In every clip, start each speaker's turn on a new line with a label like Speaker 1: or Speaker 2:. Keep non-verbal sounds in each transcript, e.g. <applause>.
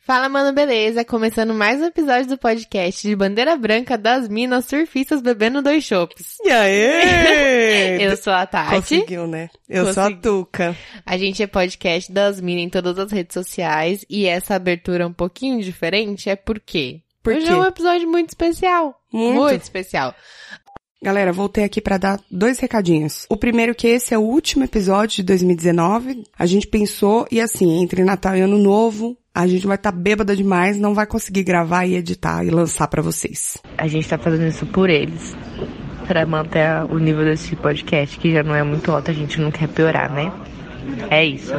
Speaker 1: Fala, mano, beleza? Começando mais um episódio do podcast de Bandeira Branca das Minas Surfistas Bebendo Dois Chopps.
Speaker 2: E
Speaker 1: <laughs>
Speaker 2: aí?
Speaker 1: Eu sou a Tati.
Speaker 2: Conseguiu, né? Eu sou
Speaker 1: Consegui.
Speaker 2: a Tuca.
Speaker 1: A gente é podcast das Minas em todas as redes sociais e essa abertura um pouquinho diferente é por quê?
Speaker 2: Por
Speaker 1: Hoje
Speaker 2: quê?
Speaker 1: é um episódio muito especial.
Speaker 2: Muito.
Speaker 1: especial.
Speaker 2: Galera, voltei aqui pra dar dois recadinhos. O primeiro que esse é o último episódio de 2019. A gente pensou e assim, entre Natal e Ano Novo, a gente vai estar tá bêbada demais, não vai conseguir gravar e editar e lançar pra vocês.
Speaker 3: A gente tá fazendo isso por eles. Pra manter a- o nível desse podcast, que já não é muito alto, a gente não quer piorar, né? É isso.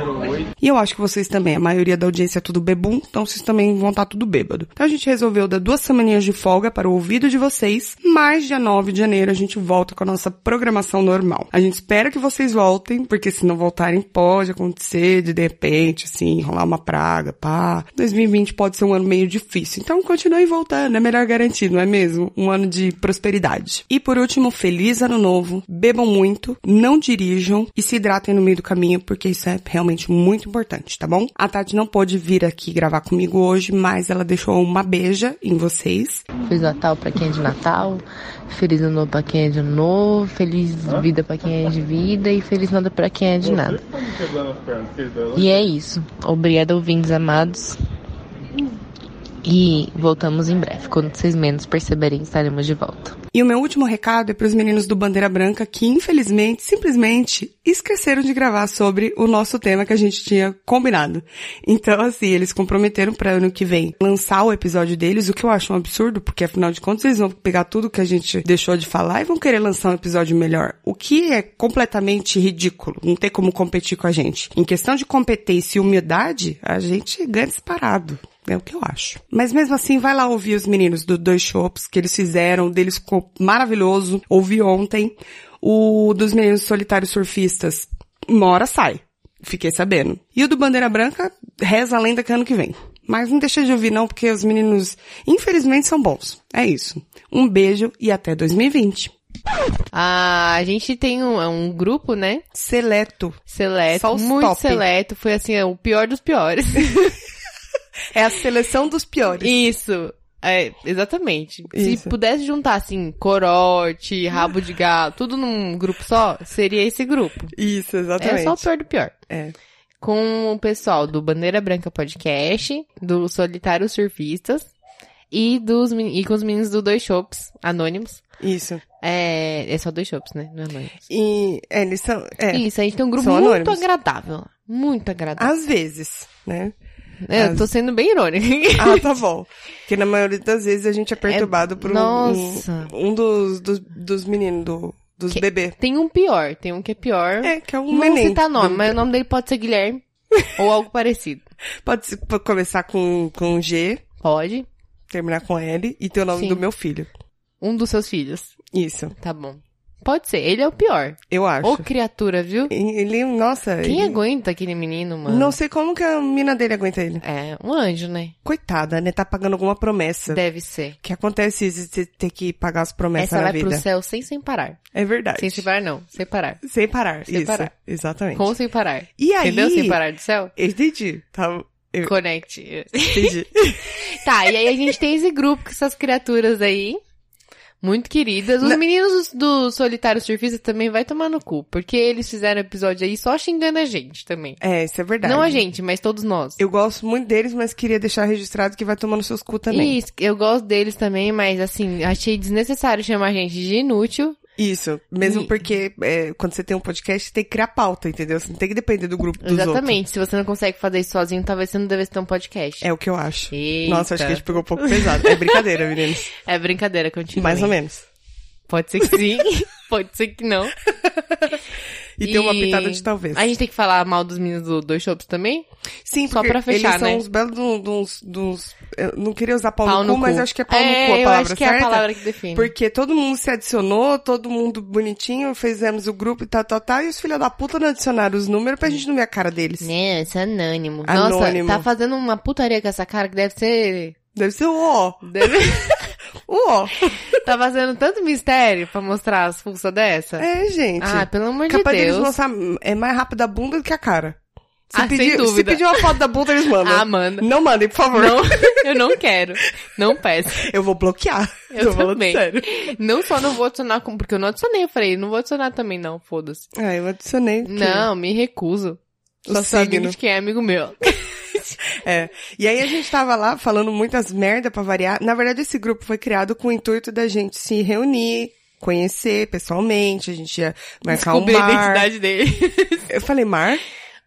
Speaker 2: E eu acho que vocês também, a maioria da audiência é tudo bebum, então vocês também vão estar tudo bêbado. Então a gente resolveu dar duas semaninhas de folga para o ouvido de vocês, mas dia 9 de janeiro a gente volta com a nossa programação normal. A gente espera que vocês voltem, porque se não voltarem pode acontecer de de repente, assim, rolar uma praga, pá. 2020 pode ser um ano meio difícil, então continuem voltando, é melhor garantir, não é mesmo? Um ano de prosperidade. E por último, feliz ano novo, bebam muito, não dirijam e se hidratem no meio do caminho, porque isso é realmente muito importante, tá bom? A Tati não pôde vir aqui gravar comigo hoje, mas ela deixou uma beija em vocês.
Speaker 3: Feliz Natal pra quem é de Natal, feliz ano novo pra quem é de ano novo, feliz vida pra quem é de vida e feliz nada pra quem é de nada. E é isso. Obrigada, ouvintes amados. E voltamos em breve. Quando vocês menos perceberem, estaremos de volta.
Speaker 2: E o meu último recado é para os meninos do Bandeira Branca que, infelizmente, simplesmente esqueceram de gravar sobre o nosso tema que a gente tinha combinado. Então, assim, eles comprometeram para ano que vem lançar o episódio deles, o que eu acho um absurdo, porque afinal de contas eles vão pegar tudo que a gente deixou de falar e vão querer lançar um episódio melhor, o que é completamente ridículo. Não tem como competir com a gente. Em questão de competência e humildade, a gente ganha disparado. É o que eu acho. Mas mesmo assim, vai lá ouvir os meninos do Dois Shops que eles fizeram, o deles ficou maravilhoso. Ouvi ontem. O dos meninos solitários surfistas, uma hora sai. Fiquei sabendo. E o do Bandeira Branca, reza a lenda que é ano que vem. Mas não deixa de ouvir não, porque os meninos, infelizmente, são bons. É isso. Um beijo e até 2020.
Speaker 1: Ah, a gente tem um, um grupo, né?
Speaker 2: Seleto.
Speaker 1: Seleto,
Speaker 2: Só os
Speaker 1: muito
Speaker 2: top.
Speaker 1: seleto. Foi assim, o pior dos piores.
Speaker 2: É a seleção dos piores.
Speaker 1: Isso. É, exatamente. Se
Speaker 2: Isso.
Speaker 1: pudesse juntar, assim, corote, rabo de gato, tudo num grupo só, seria esse grupo.
Speaker 2: Isso,
Speaker 1: É só o pior do pior.
Speaker 2: É.
Speaker 1: Com o pessoal do Bandeira Branca Podcast, do Solitário Surfistas e, dos, men- e com os meninos do Dois Shops, anônimos.
Speaker 2: Isso.
Speaker 1: É, é só Dois Shops, né? Não é anônimos.
Speaker 2: E é, eles são... É,
Speaker 1: Isso, a gente tem um grupo
Speaker 2: são
Speaker 1: muito
Speaker 2: anônimos. Ah,
Speaker 1: agradável. Muito agradável.
Speaker 2: às vezes, né?
Speaker 1: Eu tô sendo bem irônica.
Speaker 2: Ah, tá bom. Porque na maioria das vezes a gente é perturbado por um,
Speaker 1: Nossa.
Speaker 2: um, um dos, dos, dos meninos, do, dos
Speaker 1: Que-
Speaker 2: bebê.
Speaker 1: Tem um pior, tem um que é pior.
Speaker 2: É, que é um
Speaker 1: Não vou
Speaker 2: neném.
Speaker 1: citar nome, mas o nome dele pode ser
Speaker 2: <laughs>
Speaker 1: Guilherme ou algo parecido.
Speaker 2: Pode se- pode começar com, com G,
Speaker 1: Pode.
Speaker 2: terminar com L e ter o nome
Speaker 1: Sim.
Speaker 2: do meu filho.
Speaker 1: Um dos seus filhos.
Speaker 2: Isso,
Speaker 1: Tá bom. Pode ser. Ele é o pior.
Speaker 2: eu acho.
Speaker 1: Ô, criatura, viu?
Speaker 2: E- Ele, nossa...
Speaker 1: Quem
Speaker 2: ele-
Speaker 1: aguenta aquele menino, mano?
Speaker 2: Não sei como que a mina dele aguenta ele.
Speaker 1: É, um anjo, né?
Speaker 2: Coitada, né? Tá pagando alguma promessa.
Speaker 1: Deve ser.
Speaker 2: O que acontece isso de você ter que pagar as promessas
Speaker 1: Essa
Speaker 2: na
Speaker 1: vai
Speaker 2: vida.
Speaker 1: pro céu sem separar.
Speaker 2: É verdade.
Speaker 1: Sem separar, não. Separar.
Speaker 2: Sem parar.
Speaker 1: Sem
Speaker 2: isso.
Speaker 1: parar.
Speaker 2: Exatamente.
Speaker 1: Com separar.
Speaker 2: E aí...
Speaker 1: Entendeu? Sem parar do céu?
Speaker 2: Entendi. Tá... Eu
Speaker 1: Conecte.
Speaker 2: entendi.
Speaker 1: tá, e aí a gente tem esse grupo com essas criaturas aí. Muito queridas. Os
Speaker 2: Não.
Speaker 1: meninos do do Solitário Surfista também vai tomar no cu. Porque eles fizeram episódio aí só xingando a gente também.
Speaker 2: É, isso é verdade.
Speaker 1: Não a gente, mas todos nós.
Speaker 2: Eu gosto muito deles, mas queria deixar registrado que vai tomando seus cu também.
Speaker 1: Isso, eu gosto deles também, mas assim, achei desnecessário chamar a gente de inútil.
Speaker 2: Isso. Mesmo
Speaker 1: E-
Speaker 2: porque é, quando você tem um podcast, você tem que criar pauta, entendeu? Você não tem que depender do grupo dos outros.
Speaker 1: Exatamente. Se você não consegue fazer isso sozinho, talvez você não devesse ter um podcast.
Speaker 2: É o que eu acho.
Speaker 1: Eita.
Speaker 2: Nossa, acho que a gente pegou um pouco pesado. É
Speaker 1: <laughs>
Speaker 2: brincadeira, meninos.
Speaker 1: É brincadeira, continua.
Speaker 2: Mais ou menos.
Speaker 1: Pode ser que sim, <laughs> pode ser que não.
Speaker 2: E, tem uma pitada de talvez.
Speaker 1: A gente tem que falar mal dos meninos do Dois Shops também?
Speaker 2: Sim,
Speaker 1: só
Speaker 2: porque
Speaker 1: pra fechar,
Speaker 2: eles são
Speaker 1: né?
Speaker 2: uns belos de um- de uns, de uns- Eu não queria usar pau,
Speaker 1: Pau
Speaker 2: no,
Speaker 1: no
Speaker 2: cu, mas
Speaker 1: cu.
Speaker 2: acho que é pau
Speaker 1: É,
Speaker 2: no cu a
Speaker 1: eu
Speaker 2: palavra
Speaker 1: acho que é a
Speaker 2: certa.
Speaker 1: palavra que define.
Speaker 2: Porque todo mundo se adicionou, todo mundo bonitinho, fizemos o grupo e tal, tal, tal. E os filhos da puta não adicionaram os números pra gente não ver a cara deles.
Speaker 1: Né, esse é anônimo.
Speaker 2: Anônimo.
Speaker 1: Nossa, tá fazendo uma putaria com essa cara que deve ser...
Speaker 2: Deve ser o ó.
Speaker 1: deve- <laughs>
Speaker 2: O ó.
Speaker 1: tá fazendo tanto mistério pra mostrar as fuças dessa.
Speaker 2: É, gente.
Speaker 1: ah, pelo amor de
Speaker 2: Capaz deles
Speaker 1: Deus.
Speaker 2: mostrar é mais rápido a bunda do que a cara. Se,
Speaker 1: Ah, sem
Speaker 2: pedir, se
Speaker 1: dúvida.
Speaker 2: pedir uma foto da bunda, eles mandam.
Speaker 1: Ah, manda.
Speaker 2: Não mandem, por favor.
Speaker 1: Não, eu não quero. Não peço.
Speaker 2: Eu vou bloquear.
Speaker 1: Eu
Speaker 2: Tô falando
Speaker 1: também.
Speaker 2: sério.
Speaker 1: Não só não vou adicionar, como- porque eu não adicionei. Eu falei, não vou adicionar também não, foda-se.
Speaker 2: Ah, eu adicionei. que-
Speaker 1: Não, me recuso.
Speaker 2: O
Speaker 1: Só sou amigo
Speaker 2: signo.
Speaker 1: de quem é amigo meu. <laughs>
Speaker 2: É. E aí a gente tava lá falando muitas merda pra variar. Na verdade, esse grupo foi criado com o intuito da gente se reunir, conhecer pessoalmente, a gente ia marcar
Speaker 1: Descobri
Speaker 2: um
Speaker 1: a
Speaker 2: bar.
Speaker 1: identidade dele.
Speaker 2: Eu falei mar?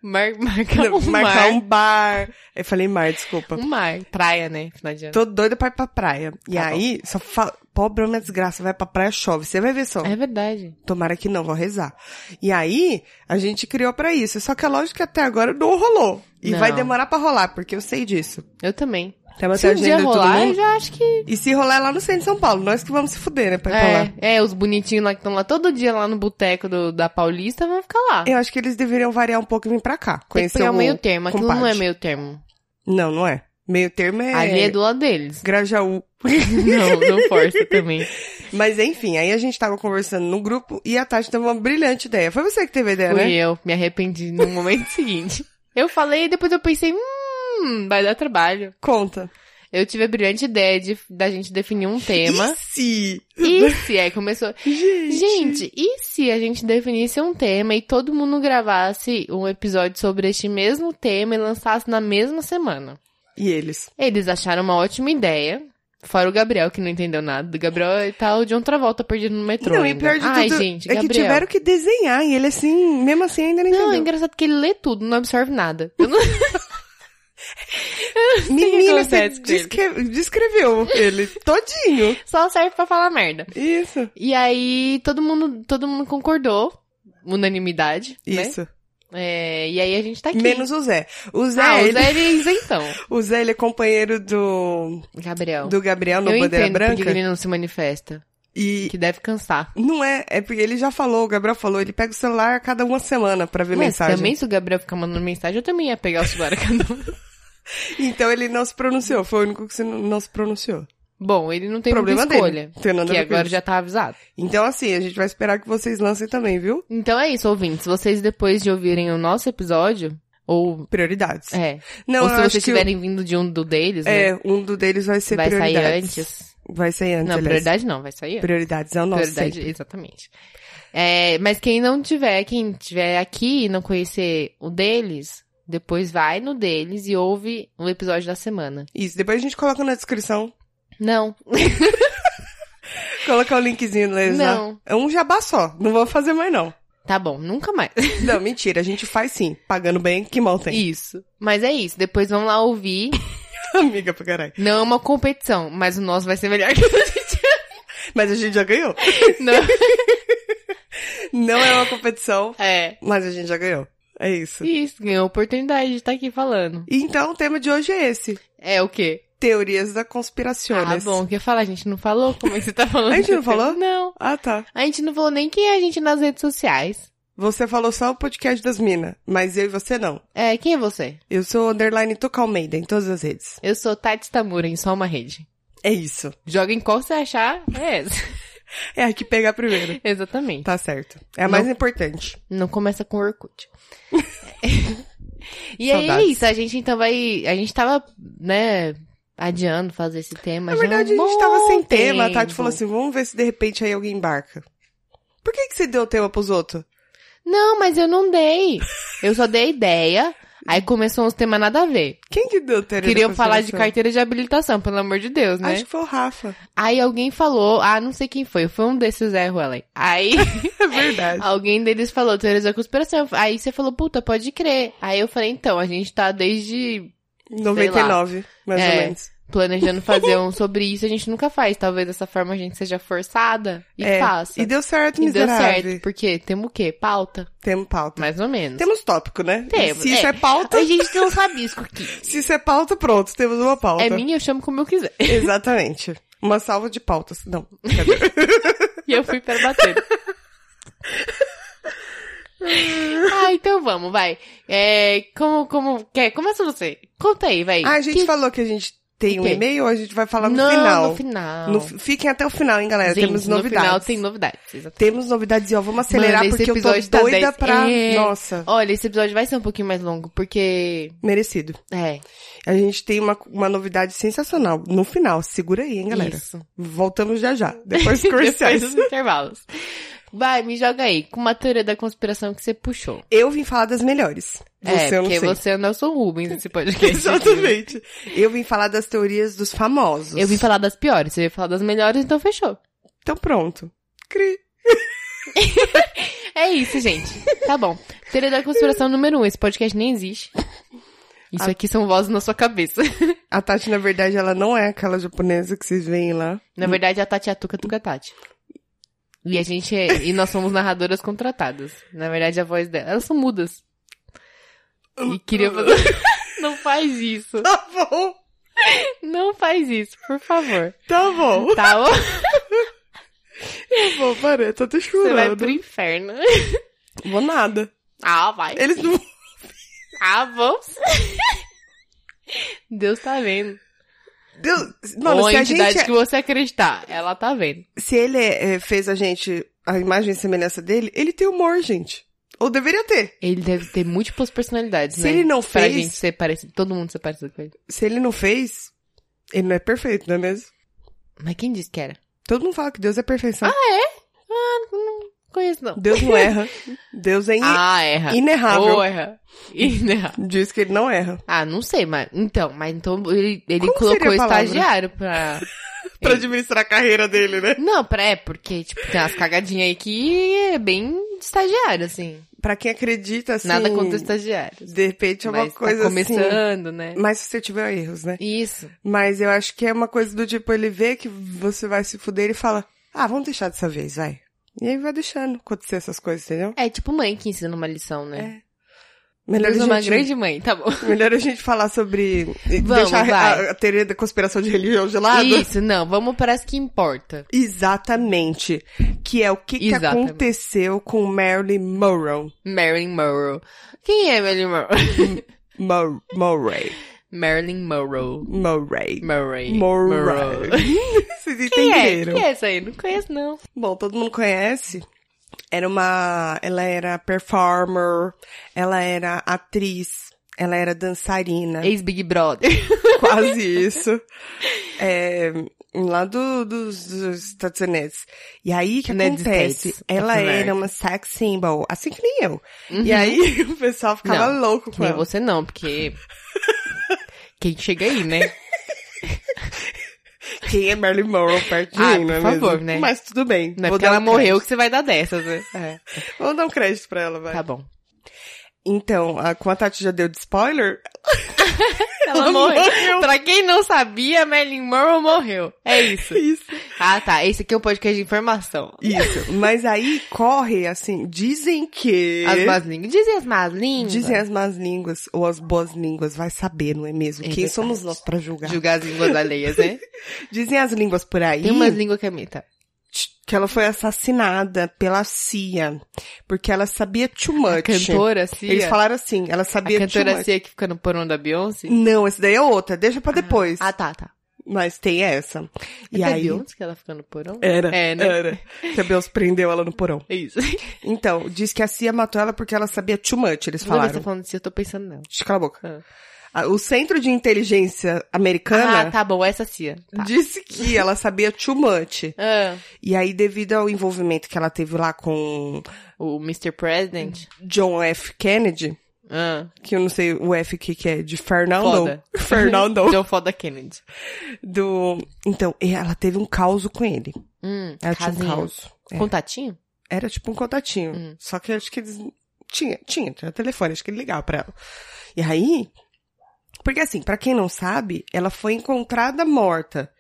Speaker 1: Mar, <laughs> marcar
Speaker 2: Não,
Speaker 1: um
Speaker 2: marcar
Speaker 1: mar.
Speaker 2: um bar. Eu falei mar, desculpa.
Speaker 1: Um mar. Praia, né? Final de ano.
Speaker 2: Tô doida pra ir pra praia. E
Speaker 1: Tá
Speaker 2: aí, só fala, pobre homem é desgraça, vai pra praia, chove. Você vai ver só.
Speaker 1: É verdade.
Speaker 2: Tomara que não, vou rezar. E aí, a gente criou pra isso. Só que é lógico que até agora não rolou. E
Speaker 1: Não.
Speaker 2: vai demorar pra rolar, porque eu sei disso.
Speaker 1: Eu também.
Speaker 2: Tava
Speaker 1: Se
Speaker 2: até
Speaker 1: um dia
Speaker 2: agenda de todo
Speaker 1: rolar, eu
Speaker 2: mundo.
Speaker 1: já acho que...
Speaker 2: E se rolar é lá no centro de São Paulo, nós que vamos se fuder, né, pra ir pra lá.
Speaker 1: É, é, os bonitinhos lá que estão lá todo dia lá no boteco do- da Paulista vão ficar lá.
Speaker 2: Eu acho que eles deveriam variar um pouco e vir pra cá.
Speaker 1: Tem que
Speaker 2: Conhecer
Speaker 1: pegar
Speaker 2: o
Speaker 1: o meio termo. Aquilo não é
Speaker 2: compadre.
Speaker 1: meio termo.
Speaker 2: Não, não é. Meio termo é...
Speaker 1: Ali é do lado deles. <laughs>
Speaker 2: Grajaú.
Speaker 1: Não, não força
Speaker 2: <laughs>
Speaker 1: também.
Speaker 2: Mas enfim, aí a gente tava conversando no grupo e a Tati teve uma brilhante ideia. Foi você que teve a ideia,
Speaker 1: Fui
Speaker 2: né?
Speaker 1: eu, me arrependi no momento <laughs> seguinte. Eu falei e depois eu pensei, hum, vai dar trabalho.
Speaker 2: Conta.
Speaker 1: Eu tive a brilhante ideia de, da gente definir um tema.
Speaker 2: <laughs> E se...
Speaker 1: E se? Aí começou.
Speaker 2: Gente.
Speaker 1: Gente, e se a gente definisse um tema e todo mundo gravasse um episódio sobre este mesmo tema e lançasse na mesma semana?
Speaker 2: E eles?
Speaker 1: Eles acharam uma ótima ideia. Fora o Gabriel, que não entendeu nada. O Gabriel tá o de outra volta perdido no metrô.
Speaker 2: Não, e
Speaker 1: ainda.
Speaker 2: pior de
Speaker 1: Ai,
Speaker 2: tudo
Speaker 1: gente,
Speaker 2: é
Speaker 1: Gabriel.
Speaker 2: que tiveram que desenhar e ele assim, mesmo assim ainda não,
Speaker 1: Não, é
Speaker 2: entendeu.
Speaker 1: engraçado que ele lê tudo, não absorve nada. <laughs> Eu não...
Speaker 2: Menina, você
Speaker 1: acontece com ele.
Speaker 2: descre- descreveu ele
Speaker 1: <laughs>
Speaker 2: todinho.
Speaker 1: Só serve pra falar merda.
Speaker 2: Isso.
Speaker 1: E aí, todo mundo, todo mundo concordou. Unanimidade. Né?
Speaker 2: Isso.
Speaker 1: É, e aí a gente tá aqui.
Speaker 2: Menos o Zé. O Zé,
Speaker 1: ah, o
Speaker 2: ele,
Speaker 1: Zé ele é isentão.
Speaker 2: o Zé, ele é companheiro do,
Speaker 1: Gabriel.
Speaker 2: do Gabriel no
Speaker 1: eu
Speaker 2: Bandeira
Speaker 1: entendo porque
Speaker 2: Branca.
Speaker 1: que ele não se manifesta.
Speaker 2: E
Speaker 1: Que deve cansar.
Speaker 2: não é, é porque ele já falou, o Gabriel falou, ele pega o celular a cada uma semana pra ver
Speaker 1: Mas
Speaker 2: mensagem.
Speaker 1: também se o Gabriel ficar mandando mensagem, eu também ia pegar o celular a cada um.
Speaker 2: Então ele não se pronunciou, foi o único que se- não se pronunciou.
Speaker 1: <laughs> Bom, ele não tem
Speaker 2: Problema
Speaker 1: muita escolha.
Speaker 2: dele. Tem nada a
Speaker 1: Que
Speaker 2: ver com
Speaker 1: agora
Speaker 2: isso.
Speaker 1: já tá avisado.
Speaker 2: Então assim, a gente vai esperar que vocês lancem também, viu?
Speaker 1: Então é isso, ouvintes. Vocês, depois de ouvirem o nosso episódio, ou.
Speaker 2: Prioridades.
Speaker 1: É.
Speaker 2: Não,
Speaker 1: ou
Speaker 2: eu
Speaker 1: se
Speaker 2: acho
Speaker 1: vocês
Speaker 2: que o-
Speaker 1: estiverem vindo de um do deles, né?
Speaker 2: É, um do deles vai ser
Speaker 1: vai sair
Speaker 2: prioridades.
Speaker 1: antes.
Speaker 2: Vai sair antes.
Speaker 1: Não,
Speaker 2: aliás.
Speaker 1: prioridade não, vai sair antes.
Speaker 2: Prioridades é o nosso.
Speaker 1: Prioridade,
Speaker 2: sempre.
Speaker 1: exatamente. É, mas quem não tiver, quem tiver aqui e não conhecer o deles, depois vai no deles e ouve o episódio da semana.
Speaker 2: Isso, depois a gente coloca na descrição.
Speaker 1: Não,
Speaker 2: Colocar o linkzinho deles lá.
Speaker 1: não.
Speaker 2: É um jabá só, não vou fazer mais não.
Speaker 1: Tá bom, nunca mais. <laughs>
Speaker 2: Não, mentira, a gente faz sim. Pagando bem, que mal tem. <laughs>
Speaker 1: Isso. Mas é isso, depois vão lá ouvir.
Speaker 2: Amiga pra caralho.
Speaker 1: Não é uma competição, mas o nosso vai ser melhor que o
Speaker 2: <laughs>
Speaker 1: do
Speaker 2: Mas a gente já ganhou.
Speaker 1: gente. Não,
Speaker 2: Não é uma competição,
Speaker 1: é.
Speaker 2: mas a gente já ganhou. É isso.
Speaker 1: Isso, ganhou a oportunidade de estar aqui falando.
Speaker 2: Então, o tema de hoje é esse.
Speaker 1: É o quê?
Speaker 2: Teorias da
Speaker 1: Ah,
Speaker 2: conspirações.
Speaker 1: bom, o que eu ia falar? A gente não falou? Como é que você tá falando?
Speaker 2: A gente não falou?
Speaker 1: Não.
Speaker 2: Ah, tá.
Speaker 1: A gente não falou nem quem é a gente nas redes sociais.
Speaker 2: Você falou só o podcast das minas, mas eu e você não.
Speaker 1: É, quem é você?
Speaker 2: Eu sou underline Tuca Almeida em todas as redes.
Speaker 1: Eu sou Tati Tamura em Só Uma Rede.
Speaker 2: É isso.
Speaker 1: Joga em qual você achar, é essa. <laughs>
Speaker 2: É a que pegar primeiro.
Speaker 1: Exatamente.
Speaker 2: Tá certo. É a mais
Speaker 1: Não.
Speaker 2: importante.
Speaker 1: Não começa com Orkut. <laughs> e aí é
Speaker 2: Saudades.
Speaker 1: isso, a gente então vai... A gente tava, né, adiando fazer esse tema. já há
Speaker 2: Na
Speaker 1: um
Speaker 2: verdade, a gente
Speaker 1: bom
Speaker 2: tava sem tema. A
Speaker 1: tempo.
Speaker 2: Tati falou assim: vamos ver se de repente aí alguém embarca. Por que, que você deu tema pros outros?
Speaker 1: Não, mas eu não dei. Eu só dei ideia, aí começou uns temas nada a ver.
Speaker 2: Quem que deu teoria da
Speaker 1: Queriam falar de
Speaker 2: conspiração?
Speaker 1: carteira de habilitação, pelo amor de Deus, né?
Speaker 2: Acho que foi o Rafa.
Speaker 1: Aí alguém falou, ah, não sei quem foi, foi um desses Zé Ruelen.
Speaker 2: <laughs>
Speaker 1: Aí
Speaker 2: É <laughs> verdade.
Speaker 1: alguém deles falou, teorias da conspiração. Aí você falou, puta, pode crer. Aí eu falei, então, a gente tá desde
Speaker 2: 99, mais
Speaker 1: É.
Speaker 2: ou menos.
Speaker 1: planejando
Speaker 2: <laughs>
Speaker 1: fazer um sobre isso, a gente nunca faz. Talvez dessa forma a gente seja forçada e
Speaker 2: É.
Speaker 1: faça.
Speaker 2: E deu certo,
Speaker 1: E deu
Speaker 2: miserável.
Speaker 1: certo, porque temos o quê? Pauta?
Speaker 2: Temos pauta.
Speaker 1: Mais ou menos.
Speaker 2: Temos tópico, né?
Speaker 1: Temos,
Speaker 2: Se isso
Speaker 1: é.
Speaker 2: é pauta,
Speaker 1: A gente tem um sabisco aqui.
Speaker 2: se isso é pauta, pronto, temos uma pauta.
Speaker 1: É minha, eu chamo como eu quiser.
Speaker 2: <laughs>
Speaker 1: <laughs>
Speaker 2: Exatamente. Uma salva de pautas. Não. brincadeira.
Speaker 1: E eu fui para
Speaker 2: <laughs>
Speaker 1: bater. ah, então vamos, vai. É, como, como, quer? Começa você. Conta aí, vai.
Speaker 2: Ah, a gente
Speaker 1: Que-
Speaker 2: falou que a gente Tem
Speaker 1: O
Speaker 2: um
Speaker 1: quê?
Speaker 2: e-mail ou a gente vai falar no
Speaker 1: não,
Speaker 2: final?
Speaker 1: no final.
Speaker 2: No- fiquem até o final, hein, galera?
Speaker 1: Gente,
Speaker 2: Temos
Speaker 1: No
Speaker 2: novidades.
Speaker 1: final tem novidades. exatamente.
Speaker 2: Temos novidades e ó, vamos acelerar
Speaker 1: Mano, esse
Speaker 2: porque eu tô
Speaker 1: episódio tá
Speaker 2: doida
Speaker 1: 10.
Speaker 2: pra.
Speaker 1: É.
Speaker 2: Nossa,
Speaker 1: Olha, esse episódio vai ser um pouquinho mais longo, porque.
Speaker 2: merecido.
Speaker 1: É.
Speaker 2: A gente tem uma, uma novidade sensacional no final. Segura aí, hein, galera?
Speaker 1: Isso.
Speaker 2: Voltamos
Speaker 1: <laughs>
Speaker 2: já já. Depois dos
Speaker 1: Depois
Speaker 2: comerciais.
Speaker 1: dos intervalos. Vai, me joga aí. Com uma teoria da conspiração que você puxou.
Speaker 2: Eu vim falar das melhores.
Speaker 1: é,
Speaker 2: Você eu não
Speaker 1: porque
Speaker 2: sei. <laughs>
Speaker 1: você é o Nelson Rubens nesse podcast.
Speaker 2: Exatamente. Eu vim falar das teorias dos famosos.
Speaker 1: Eu vim falar das piores, você veio falar das melhores, então fechou.
Speaker 2: Então pronto. Cri.
Speaker 1: É isso, gente. Tá bom. Teoria da conspiração número um. Esse podcast nem existe. Isso aqui são vozes na sua cabeça.
Speaker 2: A Tati, na verdade, ela não é aquela japonesa que vocês veem lá. <laughs>
Speaker 1: Na verdade, a Tati é a Tuca Tuca Tati. E a gente é- e nós somos narradoras contratadas. Na verdade, a voz dela. Elas são mudas. E queria fazer. <laughs> Não faz isso.
Speaker 2: Tá bom.
Speaker 1: Não faz isso, por favor.
Speaker 2: Tá bom.
Speaker 1: Tá? bom?
Speaker 2: Tá bom, para. Eu tô até
Speaker 1: Você vai
Speaker 2: chorando.
Speaker 1: pro inferno. <laughs>
Speaker 2: Vou nada.
Speaker 1: Ah, vai.
Speaker 2: Eles não...
Speaker 1: Ah, vamos. <laughs> Deus tá vendo.
Speaker 2: Deus... Mano,
Speaker 1: Ou
Speaker 2: se
Speaker 1: a
Speaker 2: a
Speaker 1: entidade
Speaker 2: gente... é-
Speaker 1: que você acreditar, ela tá vendo.
Speaker 2: Se ele é, é, fez a gente... A imagem e semelhança dele, ele tem humor, gente. Ou deveria ter.
Speaker 1: Ele deve ter múltiplas personalidades,
Speaker 2: Se
Speaker 1: né?
Speaker 2: ele não
Speaker 1: Pra
Speaker 2: fez-
Speaker 1: gente ser parecido, todo mundo ser parecido com ele.
Speaker 2: Se ele não fez, ele não é perfeito, não é mesmo?
Speaker 1: Mas quem disse que era?
Speaker 2: Todo mundo fala que Deus é perfeição.
Speaker 1: Ah, Conheço não.
Speaker 2: Deus não erra. Deus é in-
Speaker 1: é. Ah, erra.
Speaker 2: inerrável.
Speaker 1: Ou erra. Inerra.
Speaker 2: Diz que ele não erra.
Speaker 1: Ah, não sei, mas... Então, mas então ele, ele
Speaker 2: Como
Speaker 1: colocou
Speaker 2: seria a palavra?
Speaker 1: estagiário pra...
Speaker 2: Pra administrar a carreira dele, né?
Speaker 1: Não, pra... É, porque, tipo, tem umas cagadinhas aí que é bem de estagiário, assim.
Speaker 2: Pra quem acredita, assim...
Speaker 1: Nada contra estagiários.
Speaker 2: De repente é uma
Speaker 1: mas
Speaker 2: coisa
Speaker 1: tá começando, né?
Speaker 2: assim... Mais suscetível a erros, né?
Speaker 1: Isso.
Speaker 2: Mas eu acho que é uma coisa do tipo, ele vê que você vai se fuder e fala, ah, vamos deixar dessa vez, vai. E aí vai deixando acontecer essas coisas, entendeu?
Speaker 1: É tipo mãe que ensina uma lição, né?
Speaker 2: Melhor a,
Speaker 1: Deus é uma
Speaker 2: É. gente,
Speaker 1: grande mãe, tá bom.
Speaker 2: <laughs> melhor a gente falar sobre... deixar
Speaker 1: vai.
Speaker 2: a, a teoria da conspiração de religião de lado.
Speaker 1: Isso, não, vamos para as que importa.
Speaker 2: Exatamente. Que é o que, que
Speaker 1: Exatamente.
Speaker 2: aconteceu com Marilyn Monroe.
Speaker 1: Marilyn Monroe. Quem é Marilyn Monroe? <laughs>
Speaker 2: Mo- Murray.
Speaker 1: Marilyn Monroe.
Speaker 2: Murray.
Speaker 1: Murray.
Speaker 2: Murray. <laughs> Vocês
Speaker 1: Quem é?
Speaker 2: entenderam?
Speaker 1: Quem é essa aí? Não conheço, não.
Speaker 2: Bom, todo mundo conhece. Era uma. Ela era performer, ela era atriz, ela era
Speaker 1: <laughs>
Speaker 2: dançarina.
Speaker 1: Ex-Big <laughs> Brother.
Speaker 2: Quase isso. É, lá do, dos, dos Estados Unidos. E aí, o que
Speaker 1: United
Speaker 2: acontece?
Speaker 1: States,
Speaker 2: Ela
Speaker 1: North
Speaker 2: era
Speaker 1: America.
Speaker 2: uma sex symbol, assim que nem eu. E aí, <laughs> o pessoal ficava
Speaker 1: Uhum. Não,
Speaker 2: louco
Speaker 1: Que
Speaker 2: com
Speaker 1: nem
Speaker 2: ela.
Speaker 1: você não,
Speaker 2: <laughs>
Speaker 1: porque... Quem chega aí, né?
Speaker 2: Quem é Marilyn Monroe perto de
Speaker 1: Ah,
Speaker 2: mim, não é
Speaker 1: por favor,
Speaker 2: mesmo?
Speaker 1: né?
Speaker 2: Mas tudo bem.
Speaker 1: Não é
Speaker 2: vou
Speaker 1: porque
Speaker 2: dar
Speaker 1: ela
Speaker 2: um
Speaker 1: morreu
Speaker 2: crédito.
Speaker 1: que você vai dar dessas, né?
Speaker 2: É. Vamos dar um crédito pra ela, vai.
Speaker 1: Tá bom.
Speaker 2: Então, a, como a Tati já deu de spoiler,
Speaker 1: Ela morreu. Pra quem não sabia, Marilyn Monroe morreu. É
Speaker 2: <laughs>
Speaker 1: isso. <laughs>
Speaker 2: Isso.
Speaker 1: Ah, tá. Esse aqui é um podcast de informação.
Speaker 2: Isso. Mas aí corre, assim, dizem que.
Speaker 1: As más línguas. Dizem as más línguas.
Speaker 2: Dizem as más línguas, ou as boas línguas, vai saber, não é mesmo?
Speaker 1: É
Speaker 2: Quem
Speaker 1: verdade.
Speaker 2: somos nós pra julgar?
Speaker 1: Julgar as línguas alheias,
Speaker 2: <laughs>
Speaker 1: né?
Speaker 2: Dizem as línguas por aí
Speaker 1: Tem umas línguas que é
Speaker 2: <laughs>
Speaker 1: meta.
Speaker 2: que ela foi assassinada pela CIA, porque ela sabia too
Speaker 1: A
Speaker 2: much.
Speaker 1: cantora, Cia.
Speaker 2: Eles falaram assim, ela
Speaker 1: a
Speaker 2: sabia too
Speaker 1: cantora
Speaker 2: much.
Speaker 1: Cia que fica no porão da Beyoncé.
Speaker 2: Não, essa daí é outra, deixa pra depois.
Speaker 1: Ah, tá, tá.
Speaker 2: Mas tem essa.
Speaker 1: E
Speaker 2: E
Speaker 1: a
Speaker 2: aí...
Speaker 1: Beyoncé que ela fica no porão?
Speaker 2: Era,
Speaker 1: É, né?
Speaker 2: era. Que a Beyoncé prendeu ela no porão.
Speaker 1: É isso.
Speaker 2: Então, diz que a CIA matou ela porque ela sabia too much,
Speaker 1: Toda vez
Speaker 2: eles
Speaker 1: que
Speaker 2: falaram.
Speaker 1: você tá falando Cia, eu tô pensando nela.
Speaker 2: Shh, Cala a boca.
Speaker 1: Ah.
Speaker 2: Ah, O Centro de Inteligência Americana
Speaker 1: Ah, tá bom, essa Cia. Tá.
Speaker 2: disse que ela sabia too much.
Speaker 1: Ah,
Speaker 2: E aí, devido ao envolvimento que ela teve lá com
Speaker 1: o Mr. President.
Speaker 2: John F. Kennedy,
Speaker 1: Ah,
Speaker 2: que eu não sei o F que, que é de Fernando.
Speaker 1: foda.
Speaker 2: Fernando.
Speaker 1: <laughs> John Foda Kennedy.
Speaker 2: do... Então, e ela teve um caos com ele.
Speaker 1: Hum,
Speaker 2: Ela tinha um
Speaker 1: casinha.
Speaker 2: caos. É.
Speaker 1: Contatinho?
Speaker 2: Era tipo um contatinho.
Speaker 1: Hum.
Speaker 2: Só que acho que eles. Tinha, tinha, tinha telefone, acho que ele ligava pra ela. E aí. Porque assim, pra quem não sabe, ela foi encontrada morta.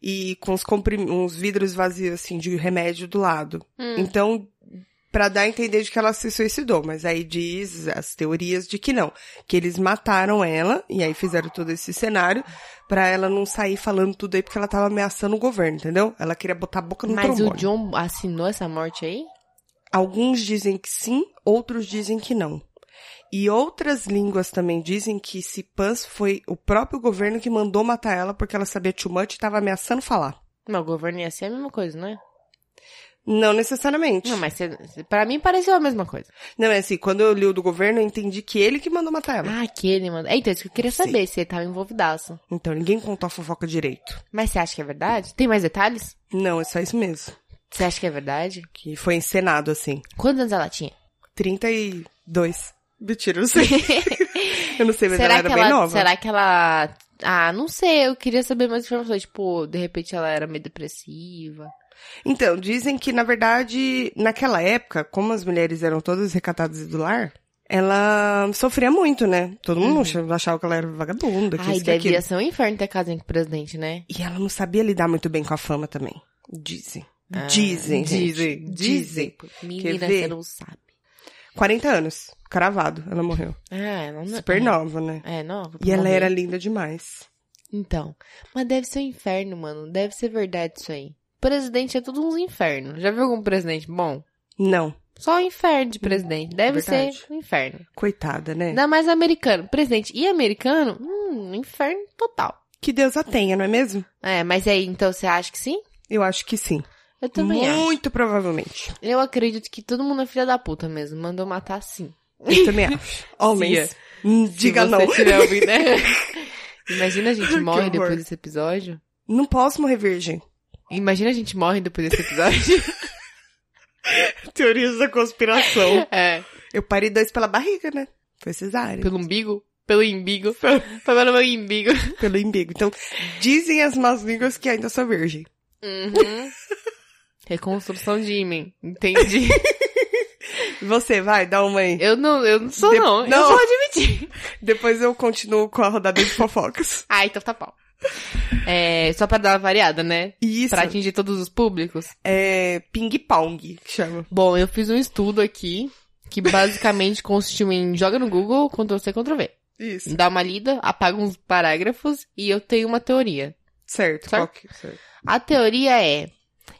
Speaker 2: E com os comprim... uns vidros vazios, assim, de remédio do lado.
Speaker 1: Hum.
Speaker 2: Então, pra dar a entender de que ela se suicidou. Mas aí diz as teorias de que não. Que eles mataram ela, e aí fizeram todo esse cenário, pra ela não sair falando tudo aí, porque ela tava ameaçando o governo, entendeu? Ela queria botar a boca no
Speaker 1: Mas o
Speaker 2: trombone.
Speaker 1: John assinou essa morte aí?
Speaker 2: Alguns dizem que sim, outros dizem que não. E outras línguas também dizem que Sipans foi o próprio governo que mandou matar ela porque ela sabia too much e estava ameaçando falar.
Speaker 1: Mas o governo ia ser a mesma coisa, não é?
Speaker 2: Não necessariamente.
Speaker 1: Não,
Speaker 2: Não,
Speaker 1: mas cê, pra mim pareceu a mesma coisa.
Speaker 2: é assim, quando eu li o do governo, eu entendi que ele que mandou matar ela.
Speaker 1: Ah, aquele, mano. É, então, isso que eu queria
Speaker 2: Sim.
Speaker 1: saber, se ele tava envolvidaço.
Speaker 2: Então ninguém contou a fofoca direito.
Speaker 1: Mas você acha que é verdade? Tem mais detalhes?
Speaker 2: Não, é só isso mesmo.
Speaker 1: Você acha que é verdade?
Speaker 2: Que foi encenado, assim.
Speaker 1: Quantos anos ela tinha?
Speaker 2: 32. Mentira, eu não sei. <laughs> eu não sei, mas ela era
Speaker 1: que
Speaker 2: bem
Speaker 1: ela,
Speaker 2: nova.
Speaker 1: será que ela... Ah, não sei, eu queria saber mais informações. Tipo, de repente ela era meio depressiva.
Speaker 2: Então, dizem que, na verdade, naquela época, como as mulheres eram todas recatadas do lar, ela sofria muito, né? Todo mundo achava- achava que ela era vagabunda, que
Speaker 1: Uhum. Ai,
Speaker 2: isso, que aquilo.
Speaker 1: devia ser um inferno ter casado com o presidente, né?
Speaker 2: E ela não sabia lidar muito bem com a fama também. Dizem. Dizem, gente.
Speaker 1: Ah, Dizem.
Speaker 2: Dizem.
Speaker 1: Menina,
Speaker 2: ver?
Speaker 1: você não sabe.
Speaker 2: 40 anos, cravado, ela morreu.
Speaker 1: Ah, ela não...
Speaker 2: Super
Speaker 1: é,
Speaker 2: nova, né?
Speaker 1: É, nova.
Speaker 2: E ela
Speaker 1: morrer.
Speaker 2: era linda demais.
Speaker 1: Então, mas deve ser um inferno, mano. Deve ser verdade isso aí. Presidente é tudo uns inferno. Já viu algum presidente bom?
Speaker 2: Não,
Speaker 1: Só um inferno de presidente. Deve
Speaker 2: Verdade.
Speaker 1: ser um inferno.
Speaker 2: coitada, né?
Speaker 1: Ainda mais americano. Presidente e americano, hum, inferno total.
Speaker 2: Que Deus a tenha, não é mesmo?
Speaker 1: É, mas aí, então você acha que sim?
Speaker 2: Eu acho que sim.
Speaker 1: Eu também acho.
Speaker 2: muito provavelmente.
Speaker 1: Eu acredito que todo mundo é filha da puta mesmo. Mandou matar sim.
Speaker 2: Eu também
Speaker 1: <laughs>
Speaker 2: acho. Homens, hum, diga
Speaker 1: é. Se
Speaker 2: não.
Speaker 1: você tiver ouvindo, né? Imagina a gente
Speaker 2: Que
Speaker 1: morre
Speaker 2: horror.
Speaker 1: depois desse episódio.
Speaker 2: <laughs> Não posso morrer virgem.
Speaker 1: Imagina a gente morre depois desse
Speaker 2: <laughs>
Speaker 1: episódio.
Speaker 2: Teorias da conspiração.
Speaker 1: é.
Speaker 2: Eu parei dois pela barriga, né? Foi cesárea.
Speaker 1: Pelo umbigo? Pelo imbigo? Pelo meu imbigo.
Speaker 2: Pelo embigo. Então, dizem as más línguas que ainda sou virgem.
Speaker 1: Uhum. Reconstrução de imen. Entendi.
Speaker 2: Você vai, dá uma aí.
Speaker 1: Eu não, eu não sou,
Speaker 2: De-
Speaker 1: não. Eu
Speaker 2: não.
Speaker 1: vou admitir.
Speaker 2: <laughs> Depois eu continuo com a rodada de fofocas.
Speaker 1: Ah, então tá bom. É, só pra dar uma variada, né?
Speaker 2: Isso.
Speaker 1: Pra atingir todos os públicos.
Speaker 2: É ping-pong, que chama.
Speaker 1: Bom, eu fiz um estudo aqui que basicamente <laughs> consistiu em joga no Google, Ctrl C, Ctrl V.
Speaker 2: Isso.
Speaker 1: Dá uma lida, apaga uns parágrafos e eu tenho uma teoria.
Speaker 2: Certo.
Speaker 1: Certo.
Speaker 2: qual que- certo.
Speaker 1: A teoria é,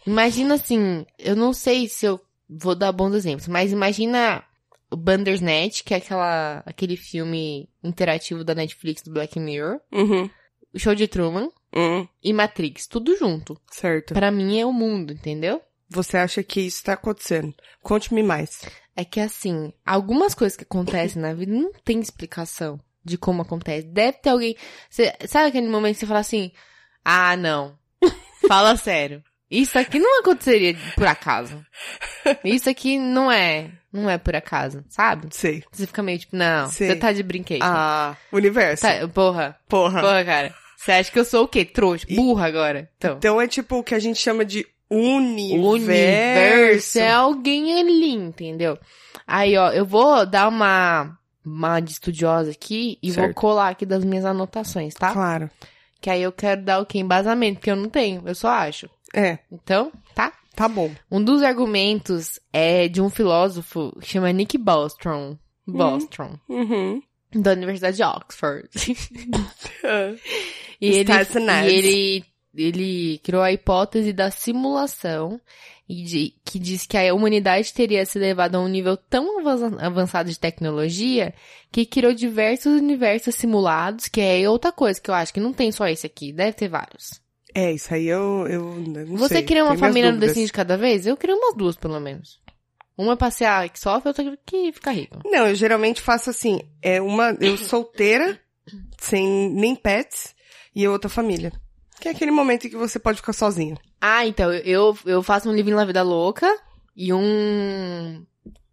Speaker 1: imagina assim, eu não sei se eu vou dar bons exemplos, mas imagina o Bandersnatch, que é aquela, aquele filme interativo da Netflix do Black Mirror,
Speaker 2: Uhum.
Speaker 1: o Show de Truman
Speaker 2: Uhum.
Speaker 1: e Matrix, tudo junto.
Speaker 2: Certo.
Speaker 1: Pra mim é o mundo, entendeu?
Speaker 2: Você acha que isso tá acontecendo? Conte-me mais.
Speaker 1: É que assim, algumas coisas que acontecem na vida não tem explicação de como acontece. Deve ter alguém. Cê- sabe aquele momento que você fala assim: ah, não. Fala <laughs> sério. Isso aqui não aconteceria por acaso. Isso aqui não é. Não é por acaso, sabe?
Speaker 2: Sei.
Speaker 1: Você fica meio tipo, não,
Speaker 2: Sei.
Speaker 1: você tá de brinquedo.
Speaker 2: Ah, universo.
Speaker 1: Tá, porra,
Speaker 2: Porra.
Speaker 1: porra, cara. Você acha que eu sou o quê? Trouxa? Burra agora. Então.
Speaker 2: Então é tipo o que a gente chama de
Speaker 1: O
Speaker 2: universo.
Speaker 1: universo é alguém ali, entendeu? Aí, ó, eu vou dar uma, uma de estudiosa aqui e
Speaker 2: Certo.
Speaker 1: vou colar aqui das minhas anotações, tá?
Speaker 2: Claro.
Speaker 1: Que aí eu quero dar o que? Embasamento, porque eu não tenho, eu só acho.
Speaker 2: É,
Speaker 1: Então, tá?
Speaker 2: tá bom.
Speaker 1: Um dos argumentos é de um filósofo que chama Nick Bostrom. Bostrom.
Speaker 2: Uhum.
Speaker 1: Da Universidade de Oxford. <laughs>
Speaker 2: É,
Speaker 1: E ele,
Speaker 2: Está assinado.
Speaker 1: e ele, ele criou a hipótese da simulação, e de- que diz que a humanidade teria se levado a um nível tão avan- avançado de tecnologia que criou diversos universos simulados, que é outra coisa que eu acho que não tem só esse aqui, deve ter vários.
Speaker 2: É, isso aí eu, eu não
Speaker 1: Você
Speaker 2: sei.
Speaker 1: cria uma
Speaker 2: tenho minhas
Speaker 1: família no The
Speaker 2: dúvidas.
Speaker 1: Sims de cada vez? Eu crio umas duas, pelo menos. Uma passear que sofre, outra que fica rica.
Speaker 2: Não, eu geralmente faço assim, é uma, eu solteira, sem nem pets, e eu outra família. Que é aquele momento em que você pode ficar sozinho.
Speaker 1: Ah, então, eu, eu faço um livro na vida louca e um